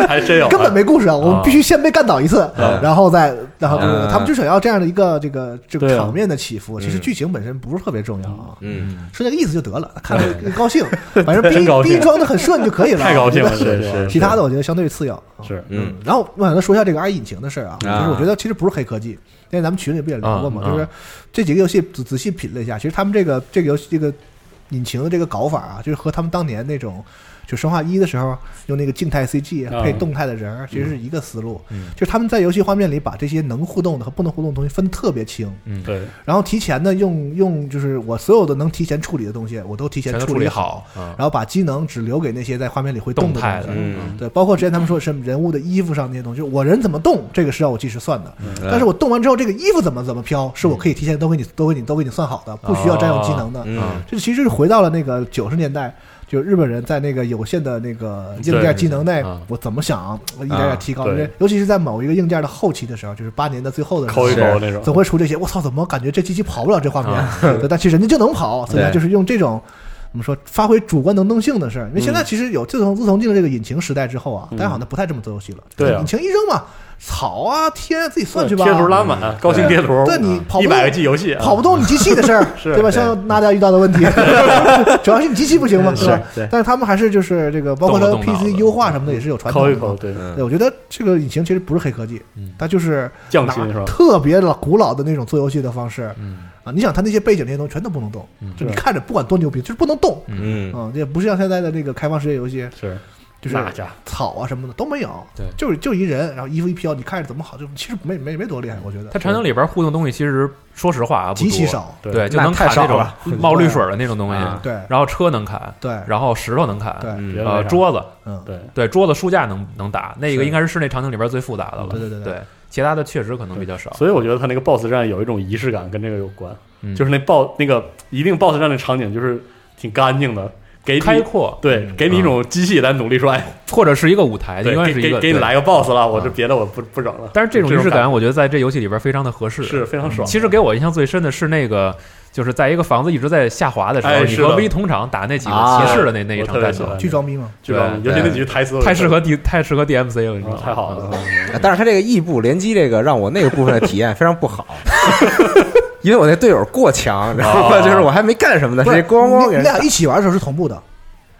[SPEAKER 4] 还真有啊，啊
[SPEAKER 3] 根本没故事啊！我
[SPEAKER 2] 啊
[SPEAKER 3] 们必须先被干倒一次，
[SPEAKER 1] 嗯
[SPEAKER 3] 然后再然后就是
[SPEAKER 1] 嗯
[SPEAKER 3] 他们就想要这样的一个这个这个
[SPEAKER 4] 对啊
[SPEAKER 3] 场面的起伏。其实
[SPEAKER 1] 嗯
[SPEAKER 3] 剧情本身不是特别重要啊，
[SPEAKER 1] 嗯，
[SPEAKER 3] 是那个意思就得了，看着高 兴，反正逼
[SPEAKER 4] 真高兴
[SPEAKER 3] 逼装的很顺就可以了。
[SPEAKER 4] 太高兴
[SPEAKER 3] 我
[SPEAKER 4] 了，
[SPEAKER 3] 觉得
[SPEAKER 4] 是
[SPEAKER 1] 是
[SPEAKER 4] 是
[SPEAKER 3] 其他的我觉得相对次要。啊
[SPEAKER 4] 是
[SPEAKER 1] 嗯，
[SPEAKER 3] 然后我想再说一下这个 R 引擎的事儿啊，就
[SPEAKER 1] 啊
[SPEAKER 3] 是我觉得其实不是黑科技，因为咱们群里不也聊过嘛，
[SPEAKER 2] 嗯
[SPEAKER 3] 就是这几个游戏仔仔细品了一下，其实他们这个这个游戏这个引擎的这个搞法啊，就是和他们当年那种。就生化一的时候用那个静态 CG
[SPEAKER 4] 啊
[SPEAKER 3] 配动态的人儿，其实是一个思路。
[SPEAKER 2] 嗯
[SPEAKER 3] 就是他们在游戏画面里把这些能互动的和不能互动的东西分得特别清，
[SPEAKER 2] 嗯，
[SPEAKER 4] 对
[SPEAKER 3] 然后提前呢用用就是我所有的能提前处理的东西，我都提前
[SPEAKER 2] 全都处
[SPEAKER 3] 理
[SPEAKER 2] 理，好，啊
[SPEAKER 3] 然后把机能只留给那些在画面里会动
[SPEAKER 2] 动
[SPEAKER 3] 的
[SPEAKER 2] 态的
[SPEAKER 3] 东西。
[SPEAKER 1] 嗯
[SPEAKER 3] 对，包括之前他们说什么人物的衣服上那些东西，就是我人怎么动，这个是要我计时算的。
[SPEAKER 4] 嗯
[SPEAKER 3] 但是我动完之后，这个衣服怎么怎么飘，是我可以提前都给你都给你都给你算好的，不需要占用技能
[SPEAKER 4] 哦
[SPEAKER 3] 的。
[SPEAKER 1] 嗯
[SPEAKER 3] 这其实是回到了那个九十年代，就日本人在那个有限的那个硬件技能内
[SPEAKER 2] 嗯，
[SPEAKER 3] 我怎么想，我一点点提高。
[SPEAKER 4] 啊对
[SPEAKER 3] 因为尤其是在某一个硬件的后期的时候，就是八年的最后的时候
[SPEAKER 4] 抠一抠
[SPEAKER 1] 是
[SPEAKER 4] 那种，
[SPEAKER 3] 总会出这些。我操，怎么感觉这机器跑不了这画面？
[SPEAKER 2] 啊
[SPEAKER 3] 对，但其实人家就能跑，所以呢
[SPEAKER 1] 对
[SPEAKER 3] 就是用这种怎么说，发挥主观能动性的事儿。因为现
[SPEAKER 4] 嗯
[SPEAKER 3] 在其实有自从自从进了这个引擎时代之后啊，大家好像不太这么做游戏了。
[SPEAKER 4] 对啊
[SPEAKER 3] 引擎一扔嘛，草啊天自己算去吧。
[SPEAKER 4] 贴图拉满，高清贴图，
[SPEAKER 3] 对你跑不
[SPEAKER 4] 一
[SPEAKER 3] 动
[SPEAKER 4] 百个 G 游戏啊，
[SPEAKER 3] 跑不动你机器的事儿，
[SPEAKER 4] 是
[SPEAKER 3] 对吧？
[SPEAKER 1] 对
[SPEAKER 3] 像娜家遇到的问 题，主要是你机器不行嘛，
[SPEAKER 4] 嗯是
[SPEAKER 3] 吧？
[SPEAKER 4] 对
[SPEAKER 3] 但是他们还是就是这个，包括它
[SPEAKER 2] 动了动脑子
[SPEAKER 3] PC 优化什么的也是有传统
[SPEAKER 4] 抠
[SPEAKER 3] 的
[SPEAKER 4] 一
[SPEAKER 3] 嘛。
[SPEAKER 4] 抠，对，嗯
[SPEAKER 3] 对，我觉得这个引擎其实不是黑科技，它就是
[SPEAKER 4] 匠
[SPEAKER 3] 拿
[SPEAKER 4] 心是吧？
[SPEAKER 3] 特别老古老的那种做游戏的方式，
[SPEAKER 2] 嗯
[SPEAKER 3] 啊，你想他那些背景那些东西全都不能动，就你
[SPEAKER 4] 是
[SPEAKER 3] 看着不管多牛逼，就是不能动。
[SPEAKER 1] 嗯
[SPEAKER 3] 啊，也不是像现在的那个开放世界游戏，
[SPEAKER 4] 是，
[SPEAKER 3] 就是
[SPEAKER 4] 那家伙
[SPEAKER 3] 草啊什么的都没有，
[SPEAKER 2] 对
[SPEAKER 3] 就是就一人，然后衣服一飘，你看着怎么好，就其实没没没多厉害，我觉得
[SPEAKER 2] 它场景里边互动东西其实说实话啊，不
[SPEAKER 3] 极其
[SPEAKER 2] 多，
[SPEAKER 3] 少，
[SPEAKER 4] 对
[SPEAKER 2] 对，就
[SPEAKER 1] 那
[SPEAKER 2] 能
[SPEAKER 1] 太
[SPEAKER 2] 砍那
[SPEAKER 1] 少了
[SPEAKER 2] 种 冒绿水的那种东西
[SPEAKER 1] 啊，
[SPEAKER 3] 对
[SPEAKER 2] 然后车能砍，
[SPEAKER 3] 对
[SPEAKER 2] 然后石头能砍，
[SPEAKER 3] 对，
[SPEAKER 1] 嗯
[SPEAKER 4] 别的
[SPEAKER 2] 呃，
[SPEAKER 4] 没啥
[SPEAKER 2] 桌子，
[SPEAKER 3] 嗯，
[SPEAKER 4] 对，
[SPEAKER 2] 对，桌子书架能能打，那个
[SPEAKER 4] 是
[SPEAKER 2] 应该是室内场景里边最复杂的了，
[SPEAKER 3] 对对对对
[SPEAKER 2] 对，其他的确实可能比较少，
[SPEAKER 4] 所以我觉得他那个 BOSS 战有一种仪式感，跟这个有关
[SPEAKER 2] 嗯，
[SPEAKER 4] 就是那 BOSS 那个一定 BOSS 战的场景就是挺干净的，给
[SPEAKER 2] 开
[SPEAKER 4] 你
[SPEAKER 2] 阔，嗯
[SPEAKER 4] 对，给你一种机械单努力说，哎，
[SPEAKER 5] 或者是一个舞台，
[SPEAKER 4] 对
[SPEAKER 5] 应该，
[SPEAKER 4] 给
[SPEAKER 5] 是一
[SPEAKER 4] 给
[SPEAKER 5] 个
[SPEAKER 4] 给你
[SPEAKER 5] 对
[SPEAKER 4] 来个 boss 了，我这
[SPEAKER 5] 啊
[SPEAKER 4] 别的我不不整了。
[SPEAKER 2] 但是这种仪
[SPEAKER 4] 这
[SPEAKER 2] 式
[SPEAKER 4] 种感
[SPEAKER 2] 感，我觉得在这游戏里边非常的合适。
[SPEAKER 4] 是非常爽。
[SPEAKER 2] 其实给我印象最深的是那个，就是在一个房子一直在下滑的时候，
[SPEAKER 4] 哎
[SPEAKER 2] 你
[SPEAKER 4] 是的
[SPEAKER 2] 和 V 同场打那几个
[SPEAKER 1] 啊
[SPEAKER 2] 骑士的那那一
[SPEAKER 4] 我
[SPEAKER 2] 场
[SPEAKER 4] 特别
[SPEAKER 2] 战
[SPEAKER 4] 喜
[SPEAKER 2] 斗
[SPEAKER 4] 欢，
[SPEAKER 3] 去嗯装逼吗？
[SPEAKER 4] 这种，
[SPEAKER 2] 对
[SPEAKER 4] 尤其那几句台词，我
[SPEAKER 2] 太
[SPEAKER 4] 就
[SPEAKER 2] 适合 D 太适合 DMC 了，你知道
[SPEAKER 4] 啊，
[SPEAKER 2] 吗？
[SPEAKER 4] 太好了。
[SPEAKER 1] 但是他这个异步联机这个让我那个部分的体验非常不好，因为我那队友过强，然后
[SPEAKER 4] 哦
[SPEAKER 1] 就是我还没干什么呢，
[SPEAKER 3] 不
[SPEAKER 1] 直
[SPEAKER 3] 是
[SPEAKER 1] 接咣咣
[SPEAKER 3] 你
[SPEAKER 1] 给
[SPEAKER 3] 你
[SPEAKER 1] 人
[SPEAKER 3] 俩一起玩的时候是同步的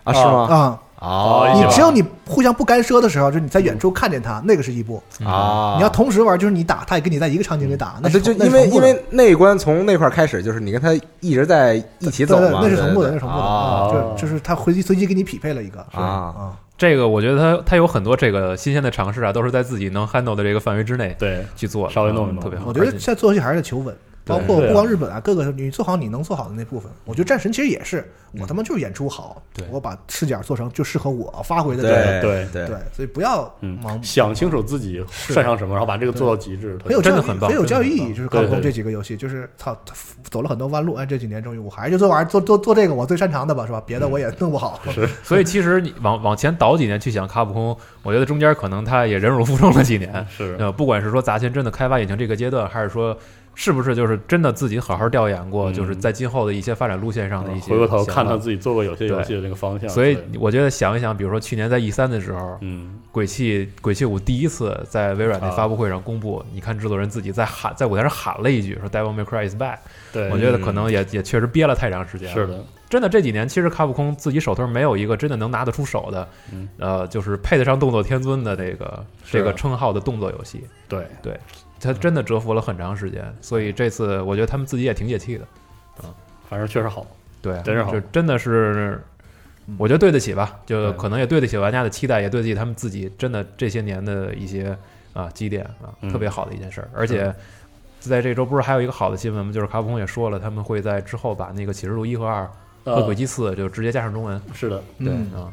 [SPEAKER 1] 啊是吗？
[SPEAKER 3] 啊。
[SPEAKER 1] 哦
[SPEAKER 4] 哦
[SPEAKER 3] 你
[SPEAKER 4] 一起
[SPEAKER 3] 只有你互相不干涉的时候，就是你在远处看见他，那个是一步。
[SPEAKER 1] 啊，
[SPEAKER 3] 你要同时玩，就是你打，他也跟你在一个场景里打，那
[SPEAKER 1] 啊，
[SPEAKER 3] 是
[SPEAKER 1] 对，就
[SPEAKER 3] 同那是
[SPEAKER 1] 因为
[SPEAKER 3] 同步
[SPEAKER 1] 因
[SPEAKER 3] 的
[SPEAKER 1] 为那一关从那块儿开始，就是你跟他一直在一起走
[SPEAKER 3] 对对
[SPEAKER 1] 嘛，
[SPEAKER 3] 那是
[SPEAKER 1] 对
[SPEAKER 3] 同步的，那
[SPEAKER 1] 对
[SPEAKER 3] 是同步的
[SPEAKER 1] 啊
[SPEAKER 3] 啊，
[SPEAKER 4] 哦
[SPEAKER 3] 就就是他回随机给你匹配了一个是吧
[SPEAKER 1] 啊
[SPEAKER 3] 啊，
[SPEAKER 2] 这个我觉得它它有很多这个新鲜的尝试啊，都是在自己能 handle 的这个范围之内
[SPEAKER 4] 对，
[SPEAKER 2] 去做的，嗯
[SPEAKER 4] 稍微弄一弄
[SPEAKER 2] 特别好。
[SPEAKER 3] 我觉得
[SPEAKER 2] 而且
[SPEAKER 3] 现在做游戏还是在求稳，包括
[SPEAKER 4] 对啊
[SPEAKER 3] 不光日本啊，各个你做好你能做好的那部分。我觉得战神其实也是，我他妈就是演出好，
[SPEAKER 2] 对
[SPEAKER 3] 我把视角做成就适合我发挥的这个，
[SPEAKER 1] 对
[SPEAKER 4] 对
[SPEAKER 1] 对
[SPEAKER 3] 对，所以不要
[SPEAKER 4] 嗯
[SPEAKER 3] 盲，目。
[SPEAKER 4] 想清楚自己擅长什么，然后把这个做到极致。
[SPEAKER 3] 很有
[SPEAKER 2] 真
[SPEAKER 3] 教
[SPEAKER 2] 的
[SPEAKER 3] 育，
[SPEAKER 2] 很棒
[SPEAKER 3] 很有
[SPEAKER 2] 真的
[SPEAKER 3] 教育
[SPEAKER 2] 很
[SPEAKER 3] 意
[SPEAKER 2] 棒
[SPEAKER 3] 义，就是刚
[SPEAKER 4] 对对
[SPEAKER 3] 刚这几个游戏，就是操，他走了很多弯路。哎，这几年终于，我还是就做玩做做做这个我最擅长的吧，是吧？别的我也弄不好。
[SPEAKER 2] 所以其实你往往前倒几年去想，卡普空，我觉得中间可能他也忍辱负重了几年。
[SPEAKER 4] 嗯是
[SPEAKER 2] 呃，不管是说砸钱真的开发引擎这个阶段，还是说是不是就是真的自己好好调研过，
[SPEAKER 4] 嗯
[SPEAKER 2] 就是在今后的一些发展路线上的一些
[SPEAKER 4] 回过头
[SPEAKER 2] 想法
[SPEAKER 4] 看他自己做过有些游戏的那个方向，
[SPEAKER 2] 所以
[SPEAKER 4] 对
[SPEAKER 2] 我觉得想一想，比如说去年在 E 三的时候，
[SPEAKER 4] 嗯，
[SPEAKER 2] 鬼泣鬼泣五第一次在微软那
[SPEAKER 4] 啊
[SPEAKER 2] 发布会上公布，你看制作人自己在喊，在舞台上喊了一句说 “Devil May Cry is back”，
[SPEAKER 4] 对，
[SPEAKER 2] 我觉得可能也也确实憋了太长时间了。
[SPEAKER 4] 嗯是的，
[SPEAKER 2] 真的这几年，其实卡普空自己手头没有一个真的能拿得出手的，
[SPEAKER 4] 嗯
[SPEAKER 2] 呃，就是配得上“动作天尊”的这个
[SPEAKER 4] 是
[SPEAKER 2] 这个称号的动作游戏，
[SPEAKER 4] 对，
[SPEAKER 2] 他真的蛰伏了很长时间。所以这次我觉得他们自己也挺解气的，
[SPEAKER 4] 反正确实好，
[SPEAKER 2] 对，啊
[SPEAKER 4] 真是好
[SPEAKER 2] 就
[SPEAKER 4] 嗯
[SPEAKER 2] 真的是，我觉得对得起吧，就可能也对得起玩家的期待，也对得起他们自己真的这些年的一些啊积淀啊
[SPEAKER 4] 嗯，
[SPEAKER 2] 特别好的一件事儿。而且在这周不是还有一个好的新闻吗？就是卡普空也说了，他们会在之后把那个《启示录一》和二和《
[SPEAKER 4] 呃
[SPEAKER 2] 轨迹四》就直接加上中文。
[SPEAKER 4] 是的，
[SPEAKER 2] 对
[SPEAKER 3] 嗯，
[SPEAKER 2] 啊，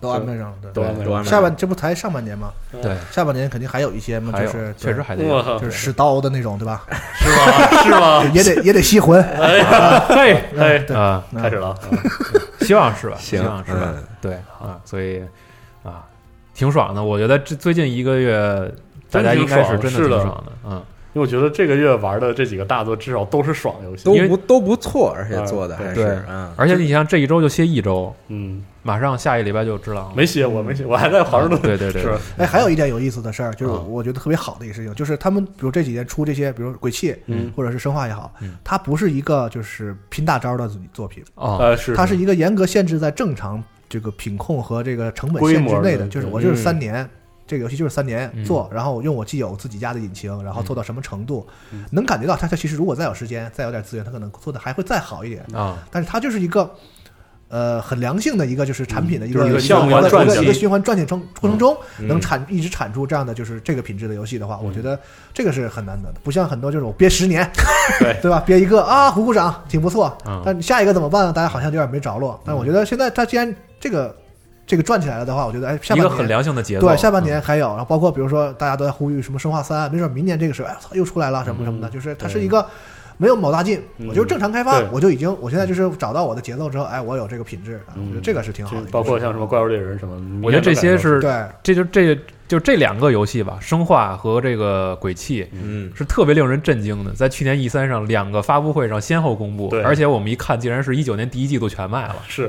[SPEAKER 3] 都安排上了。
[SPEAKER 4] 都
[SPEAKER 3] 对，
[SPEAKER 4] 安排
[SPEAKER 1] 都
[SPEAKER 4] 上
[SPEAKER 1] 安排
[SPEAKER 3] 下半这不才上半年吗？
[SPEAKER 2] 对，
[SPEAKER 3] 下半年肯定还有一些嘛，
[SPEAKER 2] 还
[SPEAKER 3] 就
[SPEAKER 2] 有
[SPEAKER 3] 是
[SPEAKER 2] 确实
[SPEAKER 3] 对
[SPEAKER 2] 还得有
[SPEAKER 4] 我 靠，
[SPEAKER 3] 就是使刀的那种，对吧？
[SPEAKER 4] 是吗？是吗？
[SPEAKER 3] 也得也得 吸魂。
[SPEAKER 4] 哎呀，
[SPEAKER 2] 嘿
[SPEAKER 4] 哎，
[SPEAKER 3] 对
[SPEAKER 2] 啊，
[SPEAKER 3] 嗯
[SPEAKER 4] 开始了啊，
[SPEAKER 2] 希望 是吧？希
[SPEAKER 1] 行
[SPEAKER 2] 望是吧
[SPEAKER 1] 嗯？
[SPEAKER 2] 对啊，所以啊，挺爽的。我觉得这最近一个月大
[SPEAKER 4] 真
[SPEAKER 2] 家
[SPEAKER 4] 挺
[SPEAKER 2] 应该是
[SPEAKER 4] 爽
[SPEAKER 2] 真的
[SPEAKER 4] 是
[SPEAKER 2] 挺
[SPEAKER 4] 的
[SPEAKER 2] 爽的，嗯。
[SPEAKER 4] 因为我觉得这个月玩的这几个大作至少都是爽游戏，
[SPEAKER 1] 都
[SPEAKER 2] 因为
[SPEAKER 1] 不都不错，而且
[SPEAKER 4] 啊
[SPEAKER 1] 做的
[SPEAKER 4] 对
[SPEAKER 1] 还
[SPEAKER 2] 对
[SPEAKER 1] 是嗯，
[SPEAKER 2] 而且你像这一周就歇一周，
[SPEAKER 4] 嗯，
[SPEAKER 2] 马上下一礼拜就知道了。
[SPEAKER 4] 没写我没写，我还在杭州呢，
[SPEAKER 2] 对对对，
[SPEAKER 4] 是
[SPEAKER 3] 哎，还有一件有意思的事儿，就是
[SPEAKER 2] 啊
[SPEAKER 3] 我觉得特别好的一个事情，就是他们比如这几年出这些，比如《鬼泣》
[SPEAKER 4] 嗯
[SPEAKER 3] 或者是《生化》也好
[SPEAKER 2] 嗯，
[SPEAKER 3] 它不是一个就是拼大招的作品，
[SPEAKER 2] 哦，
[SPEAKER 4] 呃是，
[SPEAKER 3] 它是一个严格限制在正常这个品控和这个成本
[SPEAKER 4] 规
[SPEAKER 3] 限
[SPEAKER 4] 模
[SPEAKER 3] 制内
[SPEAKER 4] 的
[SPEAKER 3] 的，就是
[SPEAKER 4] 对
[SPEAKER 3] 我就是
[SPEAKER 4] 嗯
[SPEAKER 3] 三年。这个游戏就是三年
[SPEAKER 2] 嗯
[SPEAKER 3] 做，然后我用我既有自己家的引擎，然后做到什么程度，
[SPEAKER 4] 嗯
[SPEAKER 3] 能感觉到它它其实如果再有时间，再有点资源，它可能做的还会再好一点。
[SPEAKER 4] 呃
[SPEAKER 2] 啊，
[SPEAKER 3] 但是它就是一个，呃，很良性的一个就是产品的一
[SPEAKER 4] 嗯
[SPEAKER 3] 个、
[SPEAKER 4] 就是一个
[SPEAKER 3] 一
[SPEAKER 4] 项目要
[SPEAKER 3] 一个
[SPEAKER 4] 赚
[SPEAKER 3] 一个
[SPEAKER 4] 钱
[SPEAKER 3] 一个循环赚钱中过程中，
[SPEAKER 1] 嗯
[SPEAKER 3] 能产一直产出这样的就是这个品质的游戏的话，我
[SPEAKER 4] 嗯
[SPEAKER 3] 觉得这个是很难得的，不像很多这种憋十年，
[SPEAKER 4] 对
[SPEAKER 3] 对吧？憋一个啊，鼓鼓掌，挺不错
[SPEAKER 2] 嗯，
[SPEAKER 3] 但下一个怎么办呢？大家好像有点没着落。但我觉得现在它既然这个这个赚起来了的话，我觉得哎，下
[SPEAKER 2] 一
[SPEAKER 3] 半
[SPEAKER 2] 个很
[SPEAKER 3] 年。
[SPEAKER 2] 良性的节奏。
[SPEAKER 3] 对，下半年
[SPEAKER 2] 嗯
[SPEAKER 3] 还有，然后包括比如说大家都在呼吁什么《生化三》，没准明年这个时候，哎，操，又出来了什么什
[SPEAKER 1] 嗯
[SPEAKER 3] 么的，就是它是一个没有卯大劲，
[SPEAKER 4] 嗯
[SPEAKER 3] 我就是正常开发
[SPEAKER 4] 对，
[SPEAKER 3] 我就已经，我现在就是找到我的节奏之后，哎，我有这个品质，啊我觉
[SPEAKER 1] 嗯
[SPEAKER 3] 得这个是挺好
[SPEAKER 4] 就
[SPEAKER 3] 的，
[SPEAKER 4] 包括像什么怪物猎人什么，
[SPEAKER 2] 我觉得这些是，
[SPEAKER 3] 对，
[SPEAKER 2] 这就这就这两个游戏吧，生化和这个鬼泣。
[SPEAKER 1] 嗯
[SPEAKER 2] 是特别令人震惊的，在去年 E 三上两个发布会上先后公布
[SPEAKER 4] 对，
[SPEAKER 2] 而且我们一看，竟然是一九年第一季度全卖了。
[SPEAKER 4] 是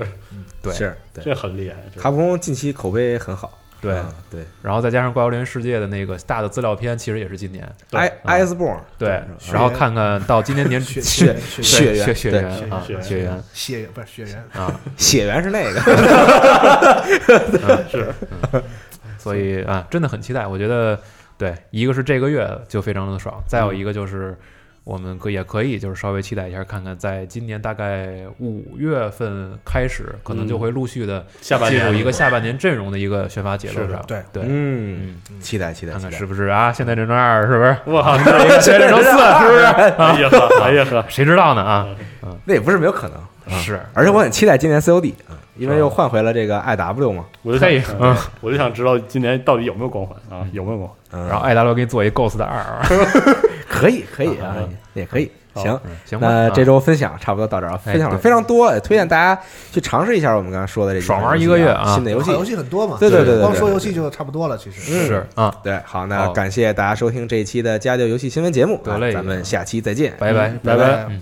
[SPEAKER 2] 对
[SPEAKER 1] 是对。
[SPEAKER 4] 这很厉害，这
[SPEAKER 1] 卡普空近期口碑很好，
[SPEAKER 2] 对
[SPEAKER 1] 嗯对
[SPEAKER 2] 然后再加上《怪物猎人世界》的那个大的资料片，其实也是今年。
[SPEAKER 4] 对
[SPEAKER 1] i i s b o r n
[SPEAKER 2] 对，
[SPEAKER 1] 是吧
[SPEAKER 2] 然后看看到今年年血
[SPEAKER 3] 血
[SPEAKER 2] 对
[SPEAKER 1] 血
[SPEAKER 2] 血
[SPEAKER 1] 缘
[SPEAKER 2] 血
[SPEAKER 1] 对
[SPEAKER 2] 缘啊
[SPEAKER 4] 血缘
[SPEAKER 2] 血缘
[SPEAKER 3] 血缘不是血缘，
[SPEAKER 2] 啊，
[SPEAKER 1] 血缘是那个，
[SPEAKER 4] 是
[SPEAKER 2] 所以啊，真的很期待。我觉得，对，一个是这个月就非常的爽，再有一个就是我们可也可以就是稍微期待一下，看看在今年大概五月份开始，可能就会陆续的
[SPEAKER 4] 下半
[SPEAKER 2] 进
[SPEAKER 4] 年
[SPEAKER 2] 入一个下半年阵容的一个宣发节奏
[SPEAKER 4] 是
[SPEAKER 2] 上
[SPEAKER 4] 的。
[SPEAKER 3] 对
[SPEAKER 2] 对，
[SPEAKER 1] 嗯，期待期待
[SPEAKER 2] 看
[SPEAKER 1] 期
[SPEAKER 2] 看
[SPEAKER 1] 待
[SPEAKER 2] 是。不是啊？现在阵容二是不是？
[SPEAKER 4] 我靠，这
[SPEAKER 2] 现在阵容四是不是？
[SPEAKER 4] 哎呀呵，哎呀呵，
[SPEAKER 2] 谁知道呢啊？嗯
[SPEAKER 1] 那也不是没有可能，
[SPEAKER 2] 是，
[SPEAKER 1] 而且我很期待今年 COD，嗯因为又换回了这个 IW 嘛，
[SPEAKER 4] 我就
[SPEAKER 2] 嘿
[SPEAKER 4] 想，嗯我就想知道今年到底有没有光环啊，有没有光环？
[SPEAKER 1] 然
[SPEAKER 2] 啊然后艾达罗给你做一 Ghost 的二，
[SPEAKER 1] 可以，可以啊
[SPEAKER 4] 啊，
[SPEAKER 1] 也可以。
[SPEAKER 4] 好
[SPEAKER 1] 行，
[SPEAKER 2] 行吧，
[SPEAKER 1] 那
[SPEAKER 2] 啊
[SPEAKER 1] 这周分享差不多到这儿啊，
[SPEAKER 2] 哎
[SPEAKER 1] 分享了
[SPEAKER 2] 对
[SPEAKER 1] 非常多，非常多也推荐大家去尝试一下我们刚才说的这几
[SPEAKER 2] 爽玩
[SPEAKER 1] 游戏
[SPEAKER 2] 一个月
[SPEAKER 1] 啊，
[SPEAKER 2] 啊
[SPEAKER 1] 新的游
[SPEAKER 3] 好游
[SPEAKER 1] 戏。
[SPEAKER 3] 戏很多嘛，
[SPEAKER 1] 对对对对对
[SPEAKER 3] 光说游戏就差不多了，其实。
[SPEAKER 1] 嗯
[SPEAKER 2] 是啊，
[SPEAKER 1] 对，好，那
[SPEAKER 2] 好
[SPEAKER 1] 感谢大家收听这一期的家教游戏新闻节目，
[SPEAKER 2] 得
[SPEAKER 1] 啊
[SPEAKER 2] 嘞
[SPEAKER 1] 咱们下期再见，
[SPEAKER 2] 拜拜。
[SPEAKER 4] 拜拜
[SPEAKER 3] 拜
[SPEAKER 2] 嗯